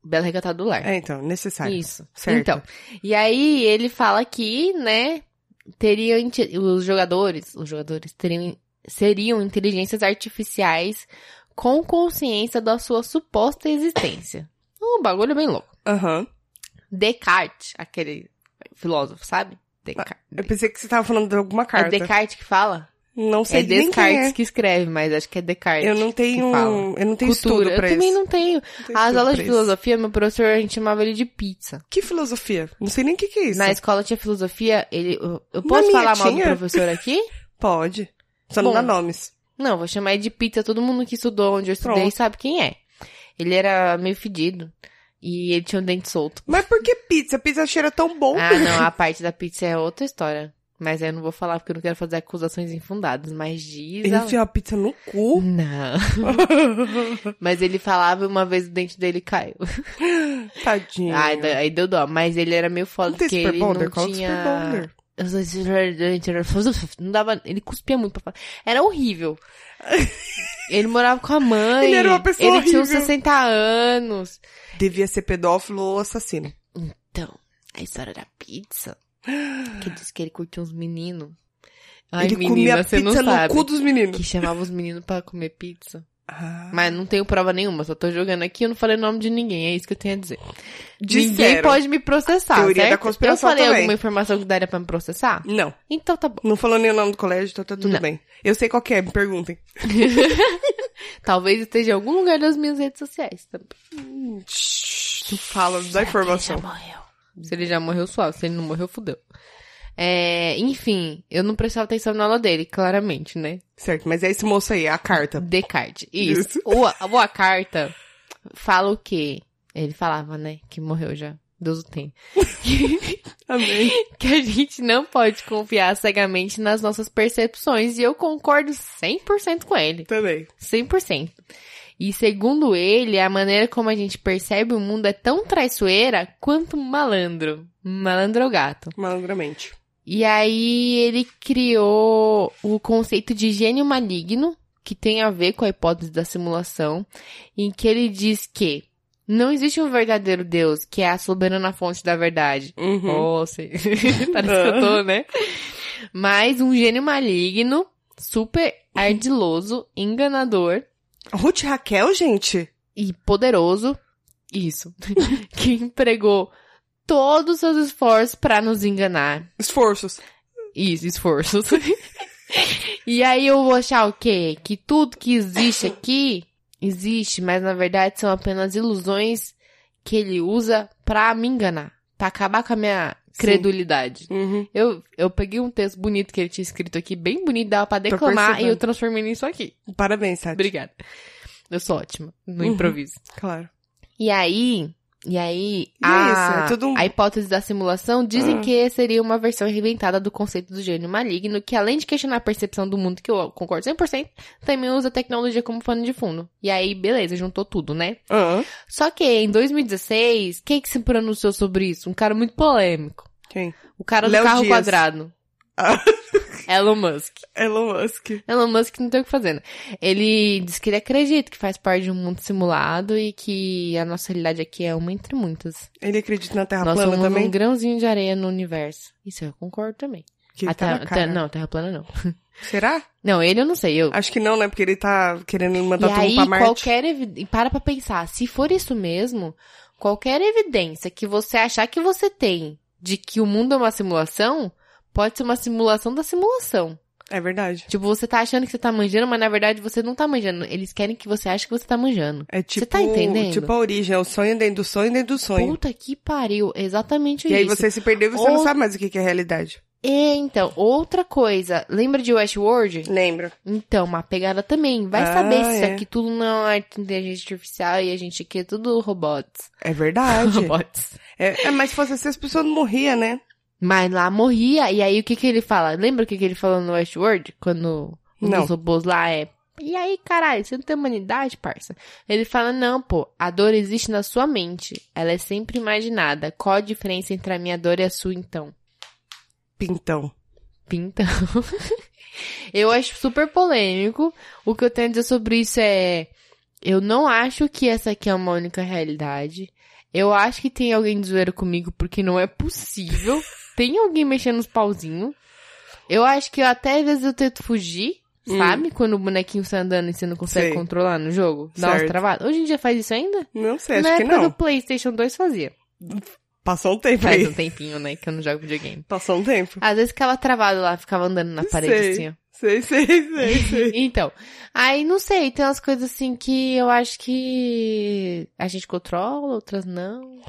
Speaker 1: Bela Recatada do Lar.
Speaker 2: É, então, necessário.
Speaker 1: Isso.
Speaker 2: Certo.
Speaker 1: Então, e aí ele fala que, né, teriam inte- os jogadores, os jogadores teriam seriam inteligências artificiais com consciência da sua suposta existência. <laughs> Um bagulho bem louco.
Speaker 2: Aham.
Speaker 1: Descartes, aquele filósofo, sabe? Descartes.
Speaker 2: Ah, Eu pensei que você tava falando de alguma
Speaker 1: É
Speaker 2: carta.
Speaker 1: Descartes que fala?
Speaker 2: Não sei
Speaker 1: é
Speaker 2: nem quem
Speaker 1: Descartes
Speaker 2: é.
Speaker 1: que escreve, mas acho que é Descartes.
Speaker 2: Eu não tenho,
Speaker 1: que fala.
Speaker 2: eu não
Speaker 1: Cultura.
Speaker 2: tenho estudo pra
Speaker 1: Eu
Speaker 2: isso.
Speaker 1: também não tenho.
Speaker 2: Não tenho
Speaker 1: As
Speaker 2: estudo
Speaker 1: aulas
Speaker 2: pra
Speaker 1: de
Speaker 2: isso.
Speaker 1: filosofia, meu professor, a gente chamava ele de pizza.
Speaker 2: Que filosofia? Não sei nem o que que é isso.
Speaker 1: Na escola tinha filosofia, ele. Eu, eu
Speaker 2: Na
Speaker 1: posso
Speaker 2: minha
Speaker 1: falar mal do
Speaker 2: tinha.
Speaker 1: professor aqui?
Speaker 2: <laughs> Pode. Só não
Speaker 1: Bom,
Speaker 2: dá nomes.
Speaker 1: Não, vou chamar ele de pizza. Todo mundo que estudou onde eu estudei
Speaker 2: Pronto.
Speaker 1: sabe quem é. Ele era meio fedido. E ele tinha um dente solto.
Speaker 2: Mas por que pizza? Pizza cheira tão bom.
Speaker 1: Ah, não, a parte da pizza é outra história. Mas aí eu não vou falar porque eu não quero fazer acusações infundadas. Mas diz.
Speaker 2: Ele
Speaker 1: a-
Speaker 2: enfiou a pizza no
Speaker 1: <laughs>
Speaker 2: cu.
Speaker 1: Não. Mas ele falava e uma vez o dente dele caiu.
Speaker 2: Tadinho.
Speaker 1: Ai, né? da- aí deu dó. Mas ele era meio foda
Speaker 2: não tem
Speaker 1: porque
Speaker 2: super
Speaker 1: ele
Speaker 2: bonder?
Speaker 1: não
Speaker 2: Qual é o super
Speaker 1: tinha.
Speaker 2: bonder?
Speaker 1: Não dava. Ele cuspia muito pra falar. Era
Speaker 2: <laughs>
Speaker 1: horrível. Ele morava com a mãe.
Speaker 2: Ele era uma pessoa
Speaker 1: Ele tinha uns
Speaker 2: horrível.
Speaker 1: 60 anos.
Speaker 2: Devia ser pedófilo ou assassino.
Speaker 1: Então, a história da pizza. Que diz que ele curtia uns meninos. Ai,
Speaker 2: ele
Speaker 1: menina,
Speaker 2: comia
Speaker 1: você não
Speaker 2: pizza no
Speaker 1: sabe.
Speaker 2: cu dos meninos.
Speaker 1: Que chamava os meninos pra comer pizza.
Speaker 2: Ah,
Speaker 1: Mas não tenho prova nenhuma, só tô jogando aqui, eu não falei o nome de ninguém, é isso que eu tenho a dizer. Ninguém
Speaker 2: Disseram.
Speaker 1: pode me processar,
Speaker 2: Teoria da
Speaker 1: certo?
Speaker 2: conspiração
Speaker 1: eu falei
Speaker 2: também.
Speaker 1: alguma informação que daria pra me processar?
Speaker 2: Não.
Speaker 1: Então tá bom.
Speaker 2: Não falou nem o nome do colégio, então tá tudo
Speaker 1: Não.
Speaker 2: bem. Eu sei qual que é, me perguntem.
Speaker 1: Talvez esteja em algum lugar das minhas redes sociais. também.
Speaker 2: Shhh, Não fala, não dá informação.
Speaker 1: Ele já morreu. Se ele já morreu, suave. Se ele não morreu, fudeu. É, enfim, eu não prestava atenção na aula dele, claramente, né?
Speaker 2: Certo, mas é esse moço aí, a carta.
Speaker 1: Descartes. Isso.
Speaker 2: Tá Isso.
Speaker 1: O, o a carta fala o quê? Ele falava, né? Que morreu já. Deus o tem.
Speaker 2: Amém.
Speaker 1: que a gente não pode confiar cegamente nas nossas percepções e eu concordo 100% com ele.
Speaker 2: <laughs> Também.
Speaker 1: 100%. E segundo ele, a maneira como a gente percebe o mundo é tão traiçoeira quanto um malandro. Um Malandro é o gato.
Speaker 2: Malandramente.
Speaker 1: E aí ele criou o conceito de gênio maligno, que tem a ver com a hipótese da simulação, em que ele diz que não existe um verdadeiro Deus, que é a soberana fonte da verdade.
Speaker 2: Uhum.
Speaker 1: Oh, <laughs> sei. Parece que eu tô, né? Mas um gênio maligno, super ardiloso, enganador Oh.
Speaker 2: Ruth e Raquel, gente?
Speaker 1: e poderoso. Isso. <laughs> que empregou todos os seus esforços pra nos enganar.
Speaker 2: Esforços.
Speaker 1: Isso, esforços. <laughs> e aí eu vou achar o quê? Que tudo que existe aqui existe, mas na verdade são apenas ilusões que ele usa pra me enganar. Pra acabar com a minha
Speaker 2: Sim.
Speaker 1: credulidade.
Speaker 2: Uhum.
Speaker 1: Eu, eu peguei um texto bonito que ele tinha escrito aqui, bem bonito, dava pra declamar, e
Speaker 2: percebendo.
Speaker 1: eu transformei nisso aqui.
Speaker 2: Parabéns, Tati.
Speaker 1: Obrigada. Eu sou ótima no
Speaker 2: Uhum.
Speaker 1: improviso.
Speaker 2: Claro.
Speaker 1: E aí, e aí,
Speaker 2: é
Speaker 1: a,
Speaker 2: isso, é tudo um-
Speaker 1: a hipótese da simulação dizem
Speaker 2: Ah.
Speaker 1: que seria uma versão reinventada do conceito do gênio maligno, que além de questionar a percepção do mundo, que eu concordo 100%, também usa a tecnologia como pano de fundo. E aí, beleza, juntou tudo, né?
Speaker 2: Ah,
Speaker 1: Só que em 2016, quem é que se pronunciou sobre isso? Um cara muito polêmico.
Speaker 2: quem?
Speaker 1: O cara do
Speaker 2: Léo
Speaker 1: carro
Speaker 2: Dias.
Speaker 1: quadrado.
Speaker 2: Ah. <laughs>
Speaker 1: Elon Musk.
Speaker 2: Elon Musk.
Speaker 1: Elon Musk não tem o que fazer, né? Ele diz que ele acredita que faz parte de um mundo simulado e que a nossa realidade aqui é uma entre muitas.
Speaker 2: Ele acredita na Terra
Speaker 1: Nós
Speaker 2: plana
Speaker 1: somos
Speaker 2: também?
Speaker 1: um grãozinho de areia no universo. Isso eu concordo também.
Speaker 2: Que ele
Speaker 1: A
Speaker 2: tá na
Speaker 1: terra-
Speaker 2: cara.
Speaker 1: terra- não, terra plana não.
Speaker 2: Será?
Speaker 1: Não, ele eu não sei, eu...
Speaker 2: Acho que não, né? Porque ele tá querendo mandar
Speaker 1: e
Speaker 2: todo
Speaker 1: aí,
Speaker 2: mundo pra Marte.
Speaker 1: qualquer... evi- e Para pra pensar, se for isso mesmo, qualquer evidência que você achar que você tem de que o mundo é uma simulação, pode ser uma simulação da simulação.
Speaker 2: É verdade.
Speaker 1: Tipo, você tá achando que você tá manjando, mas na verdade você não tá manjando. Eles querem que você ache que você tá manjando.
Speaker 2: É tipo,
Speaker 1: tá entendendo?
Speaker 2: tipo a origem, é o sonho dentro do sonho dentro do sonho.
Speaker 1: Puta que pariu. Exatamente
Speaker 2: e aí
Speaker 1: isso.
Speaker 2: você se perdeu e você não
Speaker 1: Ou-
Speaker 2: sabe mais o que que é realidade.
Speaker 1: E, então, outra coisa. Lembra de Westworld?
Speaker 2: Lembra?
Speaker 1: Então, uma pegada também. Vai
Speaker 2: Ah,
Speaker 1: saber se isso
Speaker 2: é.
Speaker 1: aqui tudo não é inteligência artificial e a gente aqui é tudo robots.
Speaker 2: É
Speaker 1: <laughs>
Speaker 2: verdade.
Speaker 1: robots.
Speaker 2: é, é, mas se fosse assim, as pessoas não morriam, né?
Speaker 1: Mas lá morria. E aí o que que ele fala? Lembra o que que ele falou no Westworld? Quando um
Speaker 2: Não.
Speaker 1: dos robôs lá é. E aí, caralho, você não tem humanidade, parça? Ele fala, não, pô, a dor existe na sua mente. Ela é sempre imaginada. Qual a diferença entre a minha dor e a sua, então?
Speaker 2: Pintão.
Speaker 1: Pintão. <laughs> eu acho super polêmico. O que eu tenho a dizer sobre isso é. Eu não acho que essa aqui é uma única realidade. Eu acho que tem alguém de zoeira comigo, porque não é
Speaker 2: <laughs>
Speaker 1: possível. tem alguém mexendo nos pauzinhos. Eu acho que eu até às vezes eu tento fugir,
Speaker 2: Hum.
Speaker 1: sabe? Quando o bonequinho sai andando e você não consegue
Speaker 2: Sei.
Speaker 1: controlar no jogo. Dá umas
Speaker 2: Certo.
Speaker 1: travadas. Hoje em dia faz isso ainda?
Speaker 2: Não sei, acho
Speaker 1: Na
Speaker 2: que
Speaker 1: época do
Speaker 2: não.
Speaker 1: Playstation 2 fazia.
Speaker 2: Passou um tempo
Speaker 1: Faz
Speaker 2: aí. <laughs>
Speaker 1: um tempinho, né? Que eu não jogo videogame.
Speaker 2: Passou um tempo.
Speaker 1: Às vezes ficava travado lá, ficava andando na parede
Speaker 2: Sei.
Speaker 1: assim, ó.
Speaker 2: Sei, sei, sei, sei.
Speaker 1: <laughs> Então, aí não sei, tem umas coisas assim que eu acho que a gente controla, outras não.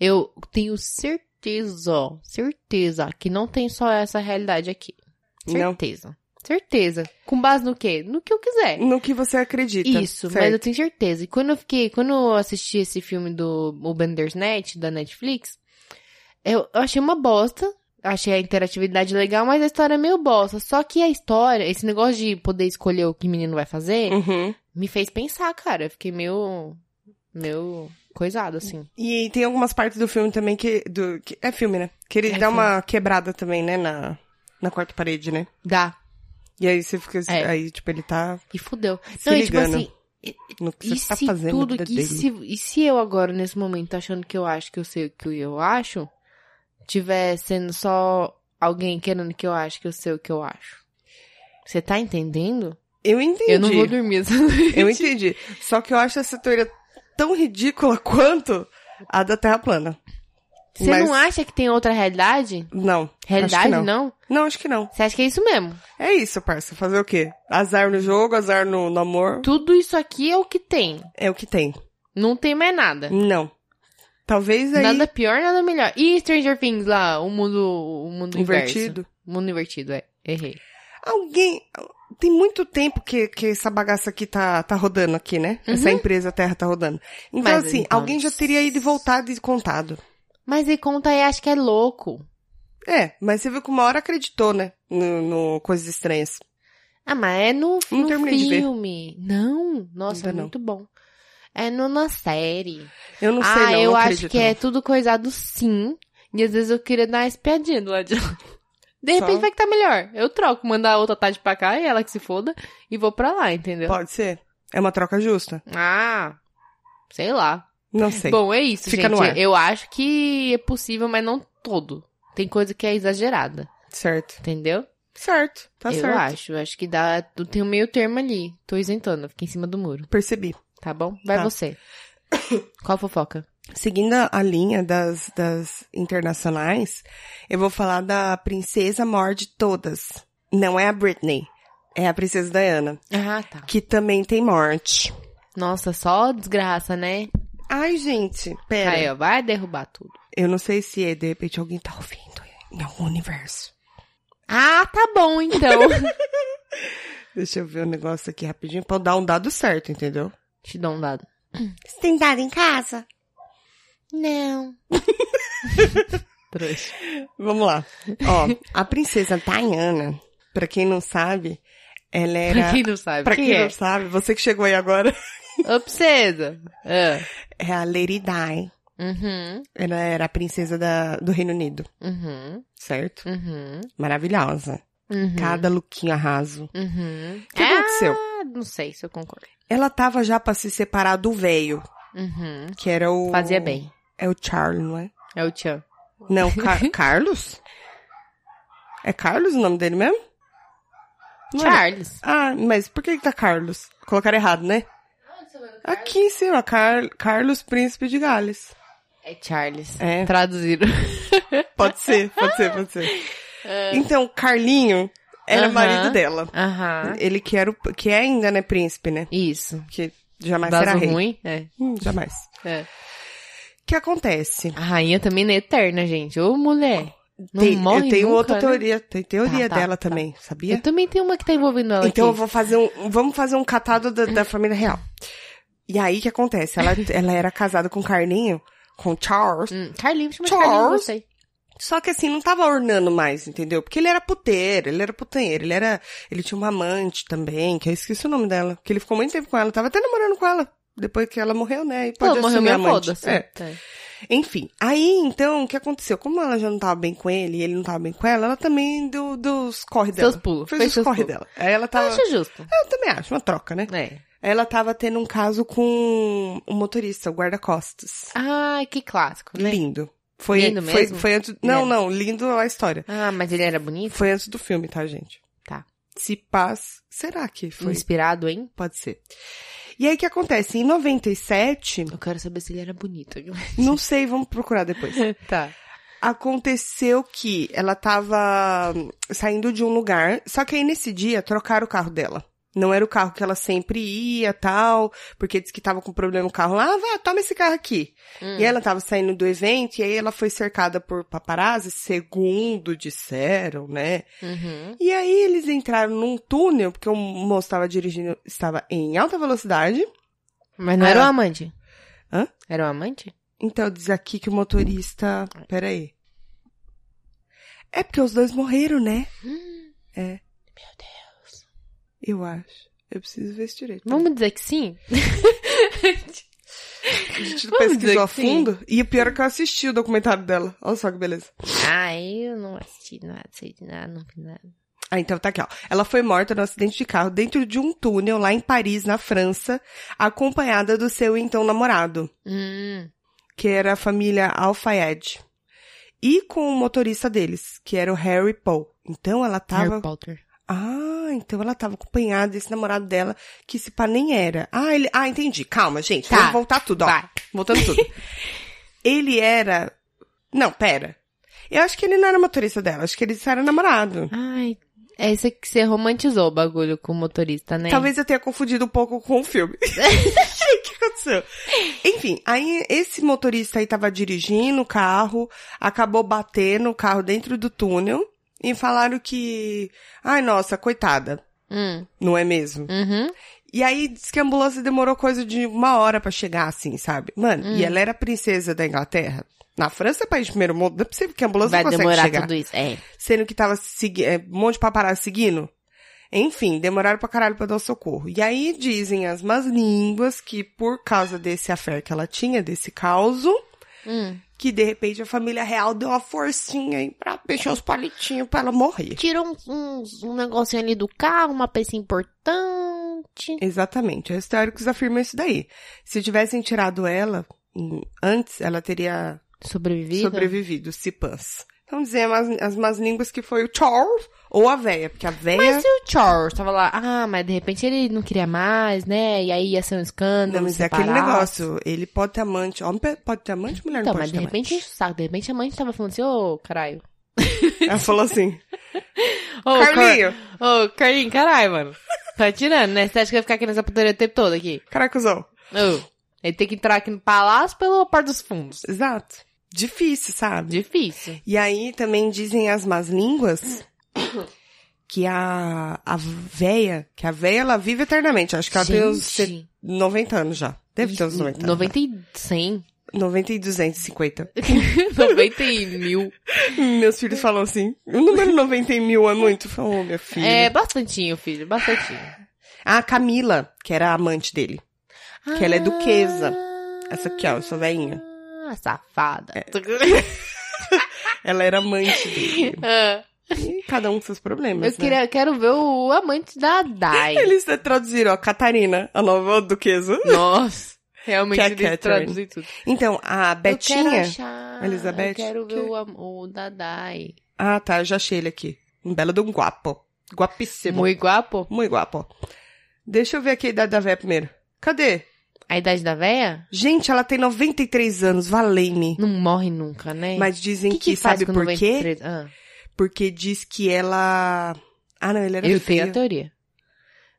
Speaker 1: Eu tenho certeza, certeza, que não tem só essa realidade aqui.
Speaker 2: Não.
Speaker 1: Certeza. Certeza. Com base no quê? No que eu quiser.
Speaker 2: No que você acredita.
Speaker 1: Isso,
Speaker 2: certo?
Speaker 1: mas eu tenho certeza. E quando eu fiquei, quando eu assisti esse filme do o Bandersnatch, da Netflix, eu, eu achei uma bosta. Achei a interatividade legal, mas a história é meio bosta. Só que a história, esse negócio de poder escolher o que o menino vai fazer,
Speaker 2: Uhum.
Speaker 1: me fez pensar, cara. Eu fiquei meio. meio coisado, assim.
Speaker 2: E tem algumas partes do filme também que. Do, que é filme, né? Que ele
Speaker 1: É
Speaker 2: dá uma quebrada também, né? Na, na quarta parede, né?
Speaker 1: Dá.
Speaker 2: E aí você fica.
Speaker 1: É.
Speaker 2: Aí, tipo, ele tá
Speaker 1: E fudeu.
Speaker 2: Se
Speaker 1: Não, e tipo
Speaker 2: ligando.
Speaker 1: assim,
Speaker 2: no que
Speaker 1: e
Speaker 2: você tá
Speaker 1: se
Speaker 2: fazendo na
Speaker 1: tudo
Speaker 2: vida
Speaker 1: que
Speaker 2: dele.
Speaker 1: se, e se eu agora nesse momento tô achando que eu acho que eu sei o que eu acho tiver sendo só alguém querendo que eu acho que eu sei o que eu acho você tá entendendo
Speaker 2: Eu entendi.
Speaker 1: eu não vou dormir <laughs> essa noite.
Speaker 2: Eu entendi. Só que eu acho essa teoria tão ridícula <laughs> quanto a da Terra plana.
Speaker 1: você
Speaker 2: mas-
Speaker 1: não acha que tem outra realidade
Speaker 2: Não. acho
Speaker 1: realidade
Speaker 2: que não.
Speaker 1: não
Speaker 2: Não, acho que não.
Speaker 1: você acha que é isso mesmo
Speaker 2: É isso, parça. Fazer o quê? Azar no jogo, azar no, no amor.
Speaker 1: tudo isso aqui é o que tem
Speaker 2: É o que tem.
Speaker 1: não tem mais nada
Speaker 2: Não. Talvez aí.
Speaker 1: nada pior nada melhor e Stranger Things lá o mundo o mundo inverso.
Speaker 2: invertido.
Speaker 1: O mundo invertido é errei
Speaker 2: Alguém. Tem muito tempo que, que essa bagaça aqui tá, tá rodando aqui, né? Essa empresa Terra tá rodando. Então,
Speaker 1: Uhum. Mas,
Speaker 2: assim,
Speaker 1: então,
Speaker 2: alguém já teria ido e voltado e contado.
Speaker 1: mas e conta aí acho que é louco
Speaker 2: É, mas você viu que uma hora acreditou, né? No, no Coisas Estranhas.
Speaker 1: Ah, mas é no,
Speaker 2: Não
Speaker 1: no
Speaker 2: terminei de ver.
Speaker 1: filme. Não, nossa,
Speaker 2: Ainda
Speaker 1: é
Speaker 2: não.
Speaker 1: muito bom. É no, na série.
Speaker 2: Eu não sei,
Speaker 1: ah,
Speaker 2: não.
Speaker 1: eu
Speaker 2: não
Speaker 1: acho
Speaker 2: acredito,
Speaker 1: que
Speaker 2: não.
Speaker 1: é tudo coisado sim. E às vezes eu queria dar uma espiadinha do lado de lá. De repente
Speaker 2: Só.
Speaker 1: vai que tá melhor. Eu troco, mando a outra tarde pra cá e ela que se foda e vou pra lá, entendeu?
Speaker 2: Pode ser. É uma troca justa.
Speaker 1: Ah, sei lá.
Speaker 2: Não sei.
Speaker 1: Bom, é isso,
Speaker 2: Fica
Speaker 1: gente.
Speaker 2: no ar.
Speaker 1: Eu acho que é possível, mas não todo. Tem coisa que é exagerada,
Speaker 2: certo.
Speaker 1: entendeu?
Speaker 2: Certo. Tá
Speaker 1: eu
Speaker 2: certo.
Speaker 1: acho. Eu acho que dá. Tem um meio termo ali. Tô isentando, fiquei em cima do muro.
Speaker 2: Percebi.
Speaker 1: Tá bom? Vai
Speaker 2: Tá.
Speaker 1: você. <coughs> Qual fofoca?
Speaker 2: Seguindo a- a linha das, das internacionais, eu vou falar da princesa maior de todas. Não é a Britney. É a princesa Diana.
Speaker 1: Ah, tá.
Speaker 2: Que também tem morte.
Speaker 1: Nossa, só desgraça, né?
Speaker 2: Ai, gente, pera.
Speaker 1: Aí, ó, vai derrubar tudo.
Speaker 2: Eu não sei se de repente alguém tá ouvindo em algum universo.
Speaker 1: Ah, tá bom, então. <laughs>
Speaker 2: Deixa eu ver o negócio aqui rapidinho pra eu dar um dado certo, entendeu?
Speaker 1: Te dou um dado.
Speaker 2: Você tem dado em casa?
Speaker 1: Não. <laughs> Trouxa.
Speaker 2: Vamos lá. Ó, a princesa Diana, pra quem não sabe, ela
Speaker 1: Pra
Speaker 2: era.
Speaker 1: quem não sabe,
Speaker 2: Pra
Speaker 1: quem,
Speaker 2: quem
Speaker 1: é?
Speaker 2: não sabe, você que chegou aí agora,
Speaker 1: Ô, princesa. Ah.
Speaker 2: é a Lady Di.
Speaker 1: Uhum,
Speaker 2: Ela era a princesa da, do Reino Unido,
Speaker 1: uhum,
Speaker 2: certo?
Speaker 1: uhum,
Speaker 2: Maravilhosa.
Speaker 1: uhum.
Speaker 2: Cada lookinho arraso.
Speaker 1: Uhum.
Speaker 2: O que aconteceu?
Speaker 1: Ah, não sei se eu concordo.
Speaker 2: Ela tava já pra se separar do véio,
Speaker 1: Uhum.
Speaker 2: que era o.
Speaker 1: Fazia bem.
Speaker 2: É o Charles, não é?
Speaker 1: É o Tchan.
Speaker 2: Não,
Speaker 1: <laughs>
Speaker 2: Car- Carlos? É Carlos o nome dele mesmo?
Speaker 1: é?
Speaker 2: Não era?
Speaker 1: Charles.
Speaker 2: Ah, mas por que que tá Carlos? Colocaram errado, né? Aqui em cima, Car- Carlos Príncipe de Gales.
Speaker 1: É Charles.
Speaker 2: É.
Speaker 1: <laughs> Traduziram.
Speaker 2: Pode ser, pode ser,
Speaker 1: <laughs>
Speaker 2: pode ser. Então, Carlinho era
Speaker 1: É. Aham.
Speaker 2: marido dela.
Speaker 1: Aham.
Speaker 2: Ele que era o, que é ainda, né, príncipe, né?
Speaker 1: Isso.
Speaker 2: Que jamais será
Speaker 1: Vaso
Speaker 2: rei.
Speaker 1: ruim? É.
Speaker 2: Hum, jamais.
Speaker 1: é.
Speaker 2: O que acontece?
Speaker 1: A rainha também não é eterna, gente. Ô, mulher. Não
Speaker 2: Tem-
Speaker 1: morre
Speaker 2: eu tenho
Speaker 1: nunca,
Speaker 2: outra
Speaker 1: né?
Speaker 2: teoria, tem teoria
Speaker 1: Tá, tá,
Speaker 2: dela
Speaker 1: tá.
Speaker 2: também, sabia?
Speaker 1: Eu também tenho uma que tá envolvendo ela
Speaker 2: Então eu
Speaker 1: aqui.
Speaker 2: vou fazer um. Vamos fazer um catado da, da família real. E aí o que acontece? Ela, ela era casada com Carlinho, com Charles.
Speaker 1: Hum, Carlinhos, chama
Speaker 2: Charles.
Speaker 1: Charles. Carlinhos, não sei.
Speaker 2: Só que assim, não tava ornando mais, entendeu? Porque ele era puteiro, ele era putanheiro, ele era. Ele tinha uma amante também, que eu esqueci o nome dela. Que ele ficou muito tempo com ela, tava até namorando com ela. Depois que ela morreu, né? E pode
Speaker 1: Pô, morreu
Speaker 2: assumir a
Speaker 1: meu
Speaker 2: amante.
Speaker 1: foda-se. Tá.
Speaker 2: É. Enfim, aí então, o que aconteceu? Como ela já não tava bem com ele e ele não tava bem com ela, ela também deu, deu os corre dela.
Speaker 1: Seus pulos,
Speaker 2: Fez,
Speaker 1: fez
Speaker 2: os
Speaker 1: seus
Speaker 2: corre
Speaker 1: pulos.
Speaker 2: dela. Tá. Aí ela tava.
Speaker 1: Acho justo.
Speaker 2: Eu também acho, uma troca, né?
Speaker 1: É.
Speaker 2: Ela tava tendo um caso com o motorista, o guarda-costas.
Speaker 1: Ai, que clássico, né?
Speaker 2: Lindo. Foi,
Speaker 1: Lindo
Speaker 2: foi,
Speaker 1: mesmo?
Speaker 2: foi antes. Não, não, lindo a história.
Speaker 1: Ah, mas ele era bonito?
Speaker 2: Foi antes do filme, tá, gente?
Speaker 1: Tá.
Speaker 2: Se paz. Será que foi?
Speaker 1: Inspirado, hein?
Speaker 2: Pode ser. E aí o que acontece?
Speaker 1: <laughs>
Speaker 2: Em 97,
Speaker 1: Eu quero saber se ele era bonito. <laughs>
Speaker 2: não sei, vamos procurar depois.
Speaker 1: tá.
Speaker 2: Aconteceu que ela tava hum, saindo de um lugar, só que aí nesse dia trocaram o carro dela. Não era o carro que ela sempre ia, tal, porque disse que tava com problema no carro lá, ah, vai, toma esse carro aqui.
Speaker 1: Hum.
Speaker 2: E ela tava saindo do evento e aí ela foi cercada por paparazzi, segundo disseram, né?
Speaker 1: Uhum.
Speaker 2: E aí eles entraram num túnel, porque o moço estava dirigindo, estava em alta velocidade.
Speaker 1: Mas não
Speaker 2: Ah.
Speaker 1: era o amante?
Speaker 2: Hã?
Speaker 1: Era o amante?
Speaker 2: Então diz aqui que o motorista, peraí. É porque os dois morreram, né? É.
Speaker 1: Hum. Meu Deus.
Speaker 2: Eu acho. Eu preciso ver isso direito.
Speaker 1: Vamos dizer que
Speaker 2: <laughs>
Speaker 1: sim?
Speaker 2: a gente
Speaker 1: vamos dizer
Speaker 2: pesquisou a
Speaker 1: que sim.
Speaker 2: fundo. E o pior é que eu assisti o documentário dela. Olha só que beleza.
Speaker 1: ah, eu não assisti nada, sei de nada, não vi nada.
Speaker 2: Ah, então tá aqui, ó. Ela foi morta num acidente de carro dentro de um túnel lá em Paris, na França, acompanhada do seu então namorado.
Speaker 1: Hum.
Speaker 2: que era a família Al-Fayed, e com o motorista deles, que era o Harry Paul. Então ela tava.
Speaker 1: Harry Potter.
Speaker 2: Ah, então ela tava acompanhada desse namorado dela, que se pá nem era. Ah, ele. Ah, entendi. Calma, gente.
Speaker 1: Tá.
Speaker 2: Vamos voltar tudo, ó.
Speaker 1: Vai. <laughs>
Speaker 2: Voltando tudo. ele era. Não, pera. Eu acho que ele não era motorista dela, acho que ele só era namorado.
Speaker 1: Ai, é isso que você romantizou o bagulho com o motorista, né?
Speaker 2: Talvez eu tenha confundido um pouco com
Speaker 1: <laughs>
Speaker 2: o filme. <laughs> O que aconteceu? Enfim, aí esse motorista aí tava dirigindo o carro, acabou batendo o carro dentro do túnel e falaram que, ai nossa, coitada,
Speaker 1: Hum.
Speaker 2: não é mesmo?
Speaker 1: Uhum.
Speaker 2: E aí diz que a ambulância demorou coisa de uma hora pra chegar, assim, sabe? Mano,
Speaker 1: Hum.
Speaker 2: e ela era princesa da Inglaterra. Na França é país de primeiro mundo, não é possível que a ambulância
Speaker 1: Vai
Speaker 2: não consegue
Speaker 1: demorar
Speaker 2: chegar
Speaker 1: tudo isso. É.
Speaker 2: sendo que tava segui- é, um monte de paparazzi seguindo. Enfim, demoraram pra caralho pra dar o socorro. E aí dizem as más línguas que por causa desse affair que ela tinha, desse caos,
Speaker 1: Hum.
Speaker 2: que de repente a família real deu uma forcinha aí pra deixar os palitinhos pra ela morrer.
Speaker 1: Tirou um, um, um negocinho ali do carro, uma peça importante.
Speaker 2: Exatamente, É os históricos afirmam isso daí. Se tivessem tirado ela hum, antes, ela teria
Speaker 1: Sobrevivido?
Speaker 2: sobrevivido, se pans. Então dizem as, as más línguas que foi o Charles ou a véia, porque a véia...
Speaker 1: Mas se o Charles tava lá, ah, mas de repente ele não queria mais, né? E aí ia ser um escândalo.
Speaker 2: Não, mas é aquele negócio. Ele pode ter amante. Homem pe- pode ter amante, mulher
Speaker 1: Então,
Speaker 2: não
Speaker 1: mas
Speaker 2: pode
Speaker 1: de
Speaker 2: ter
Speaker 1: repente enche o saco. De repente a mãe tava falando assim, ô, caralho.
Speaker 2: amante. Ela falou assim,
Speaker 1: Ô,
Speaker 2: Carlinho,
Speaker 1: Car... Ô, Carlinho, caralho, mano. Tá tirando, né? Você acha que vai ficar aqui nessa putaria o tempo todo aqui?
Speaker 2: caracuzão.
Speaker 1: Ô, ele tem que entrar aqui no palácio pelo par dos fundos.
Speaker 2: Exato. Difícil, sabe?
Speaker 1: Difícil.
Speaker 2: E aí também dizem as más línguas que a, a véia, que a véia ela vive eternamente. Acho que ela tem uns se-
Speaker 1: Gente.
Speaker 2: 90 anos já. Deve ter uns 90 anos.
Speaker 1: 90 e
Speaker 2: <laughs>
Speaker 1: 100.
Speaker 2: 90
Speaker 1: <laughs>
Speaker 2: e 250.
Speaker 1: 90 e mil.
Speaker 2: Meus filhos falam assim, o número 90 e mil é muito? Eu falo, "Ô, meu
Speaker 1: <laughs>
Speaker 2: filho.
Speaker 1: É, bastantinho, filho, bastantinho.
Speaker 2: A Camila, que era a amante dele. Que ela é duquesa. Essa aqui, ó, É. essa veinha.
Speaker 1: Ah, safada.
Speaker 2: Ela era amante dele.
Speaker 1: <laughs> Ah,
Speaker 2: E cada um com seus problemas.
Speaker 1: eu queria, quero ver o amante da Dai.
Speaker 2: <laughs> Né? Eles traduziram, ó, Catarina, a nova duquesa.
Speaker 1: Nossa, realmente
Speaker 2: Que é a
Speaker 1: eles
Speaker 2: Catherine.
Speaker 1: traduzem tudo.
Speaker 2: Então, a
Speaker 1: eu
Speaker 2: Betinha.
Speaker 1: quero achar,
Speaker 2: Elizabeth,
Speaker 1: Eu quero ver
Speaker 2: que-
Speaker 1: o, am- o da Dai.
Speaker 2: Ah, tá, eu já achei ele aqui. Um belo de um guapo. Guapíssimo.
Speaker 1: Muito guapo.
Speaker 2: Muito guapo. Deixa eu ver aqui a idade da véia primeiro. Cadê?
Speaker 1: A idade da véia?
Speaker 2: Gente, ela tem 93 anos, valei-me.
Speaker 1: Não morre nunca, né?
Speaker 2: Mas dizem
Speaker 1: que,
Speaker 2: que,
Speaker 1: que, faz
Speaker 2: sabe
Speaker 1: com
Speaker 2: por quê?
Speaker 1: 93? Ah,
Speaker 2: Porque diz que ela. Ah, não, ele era
Speaker 1: eu
Speaker 2: feio.
Speaker 1: tenho a teoria.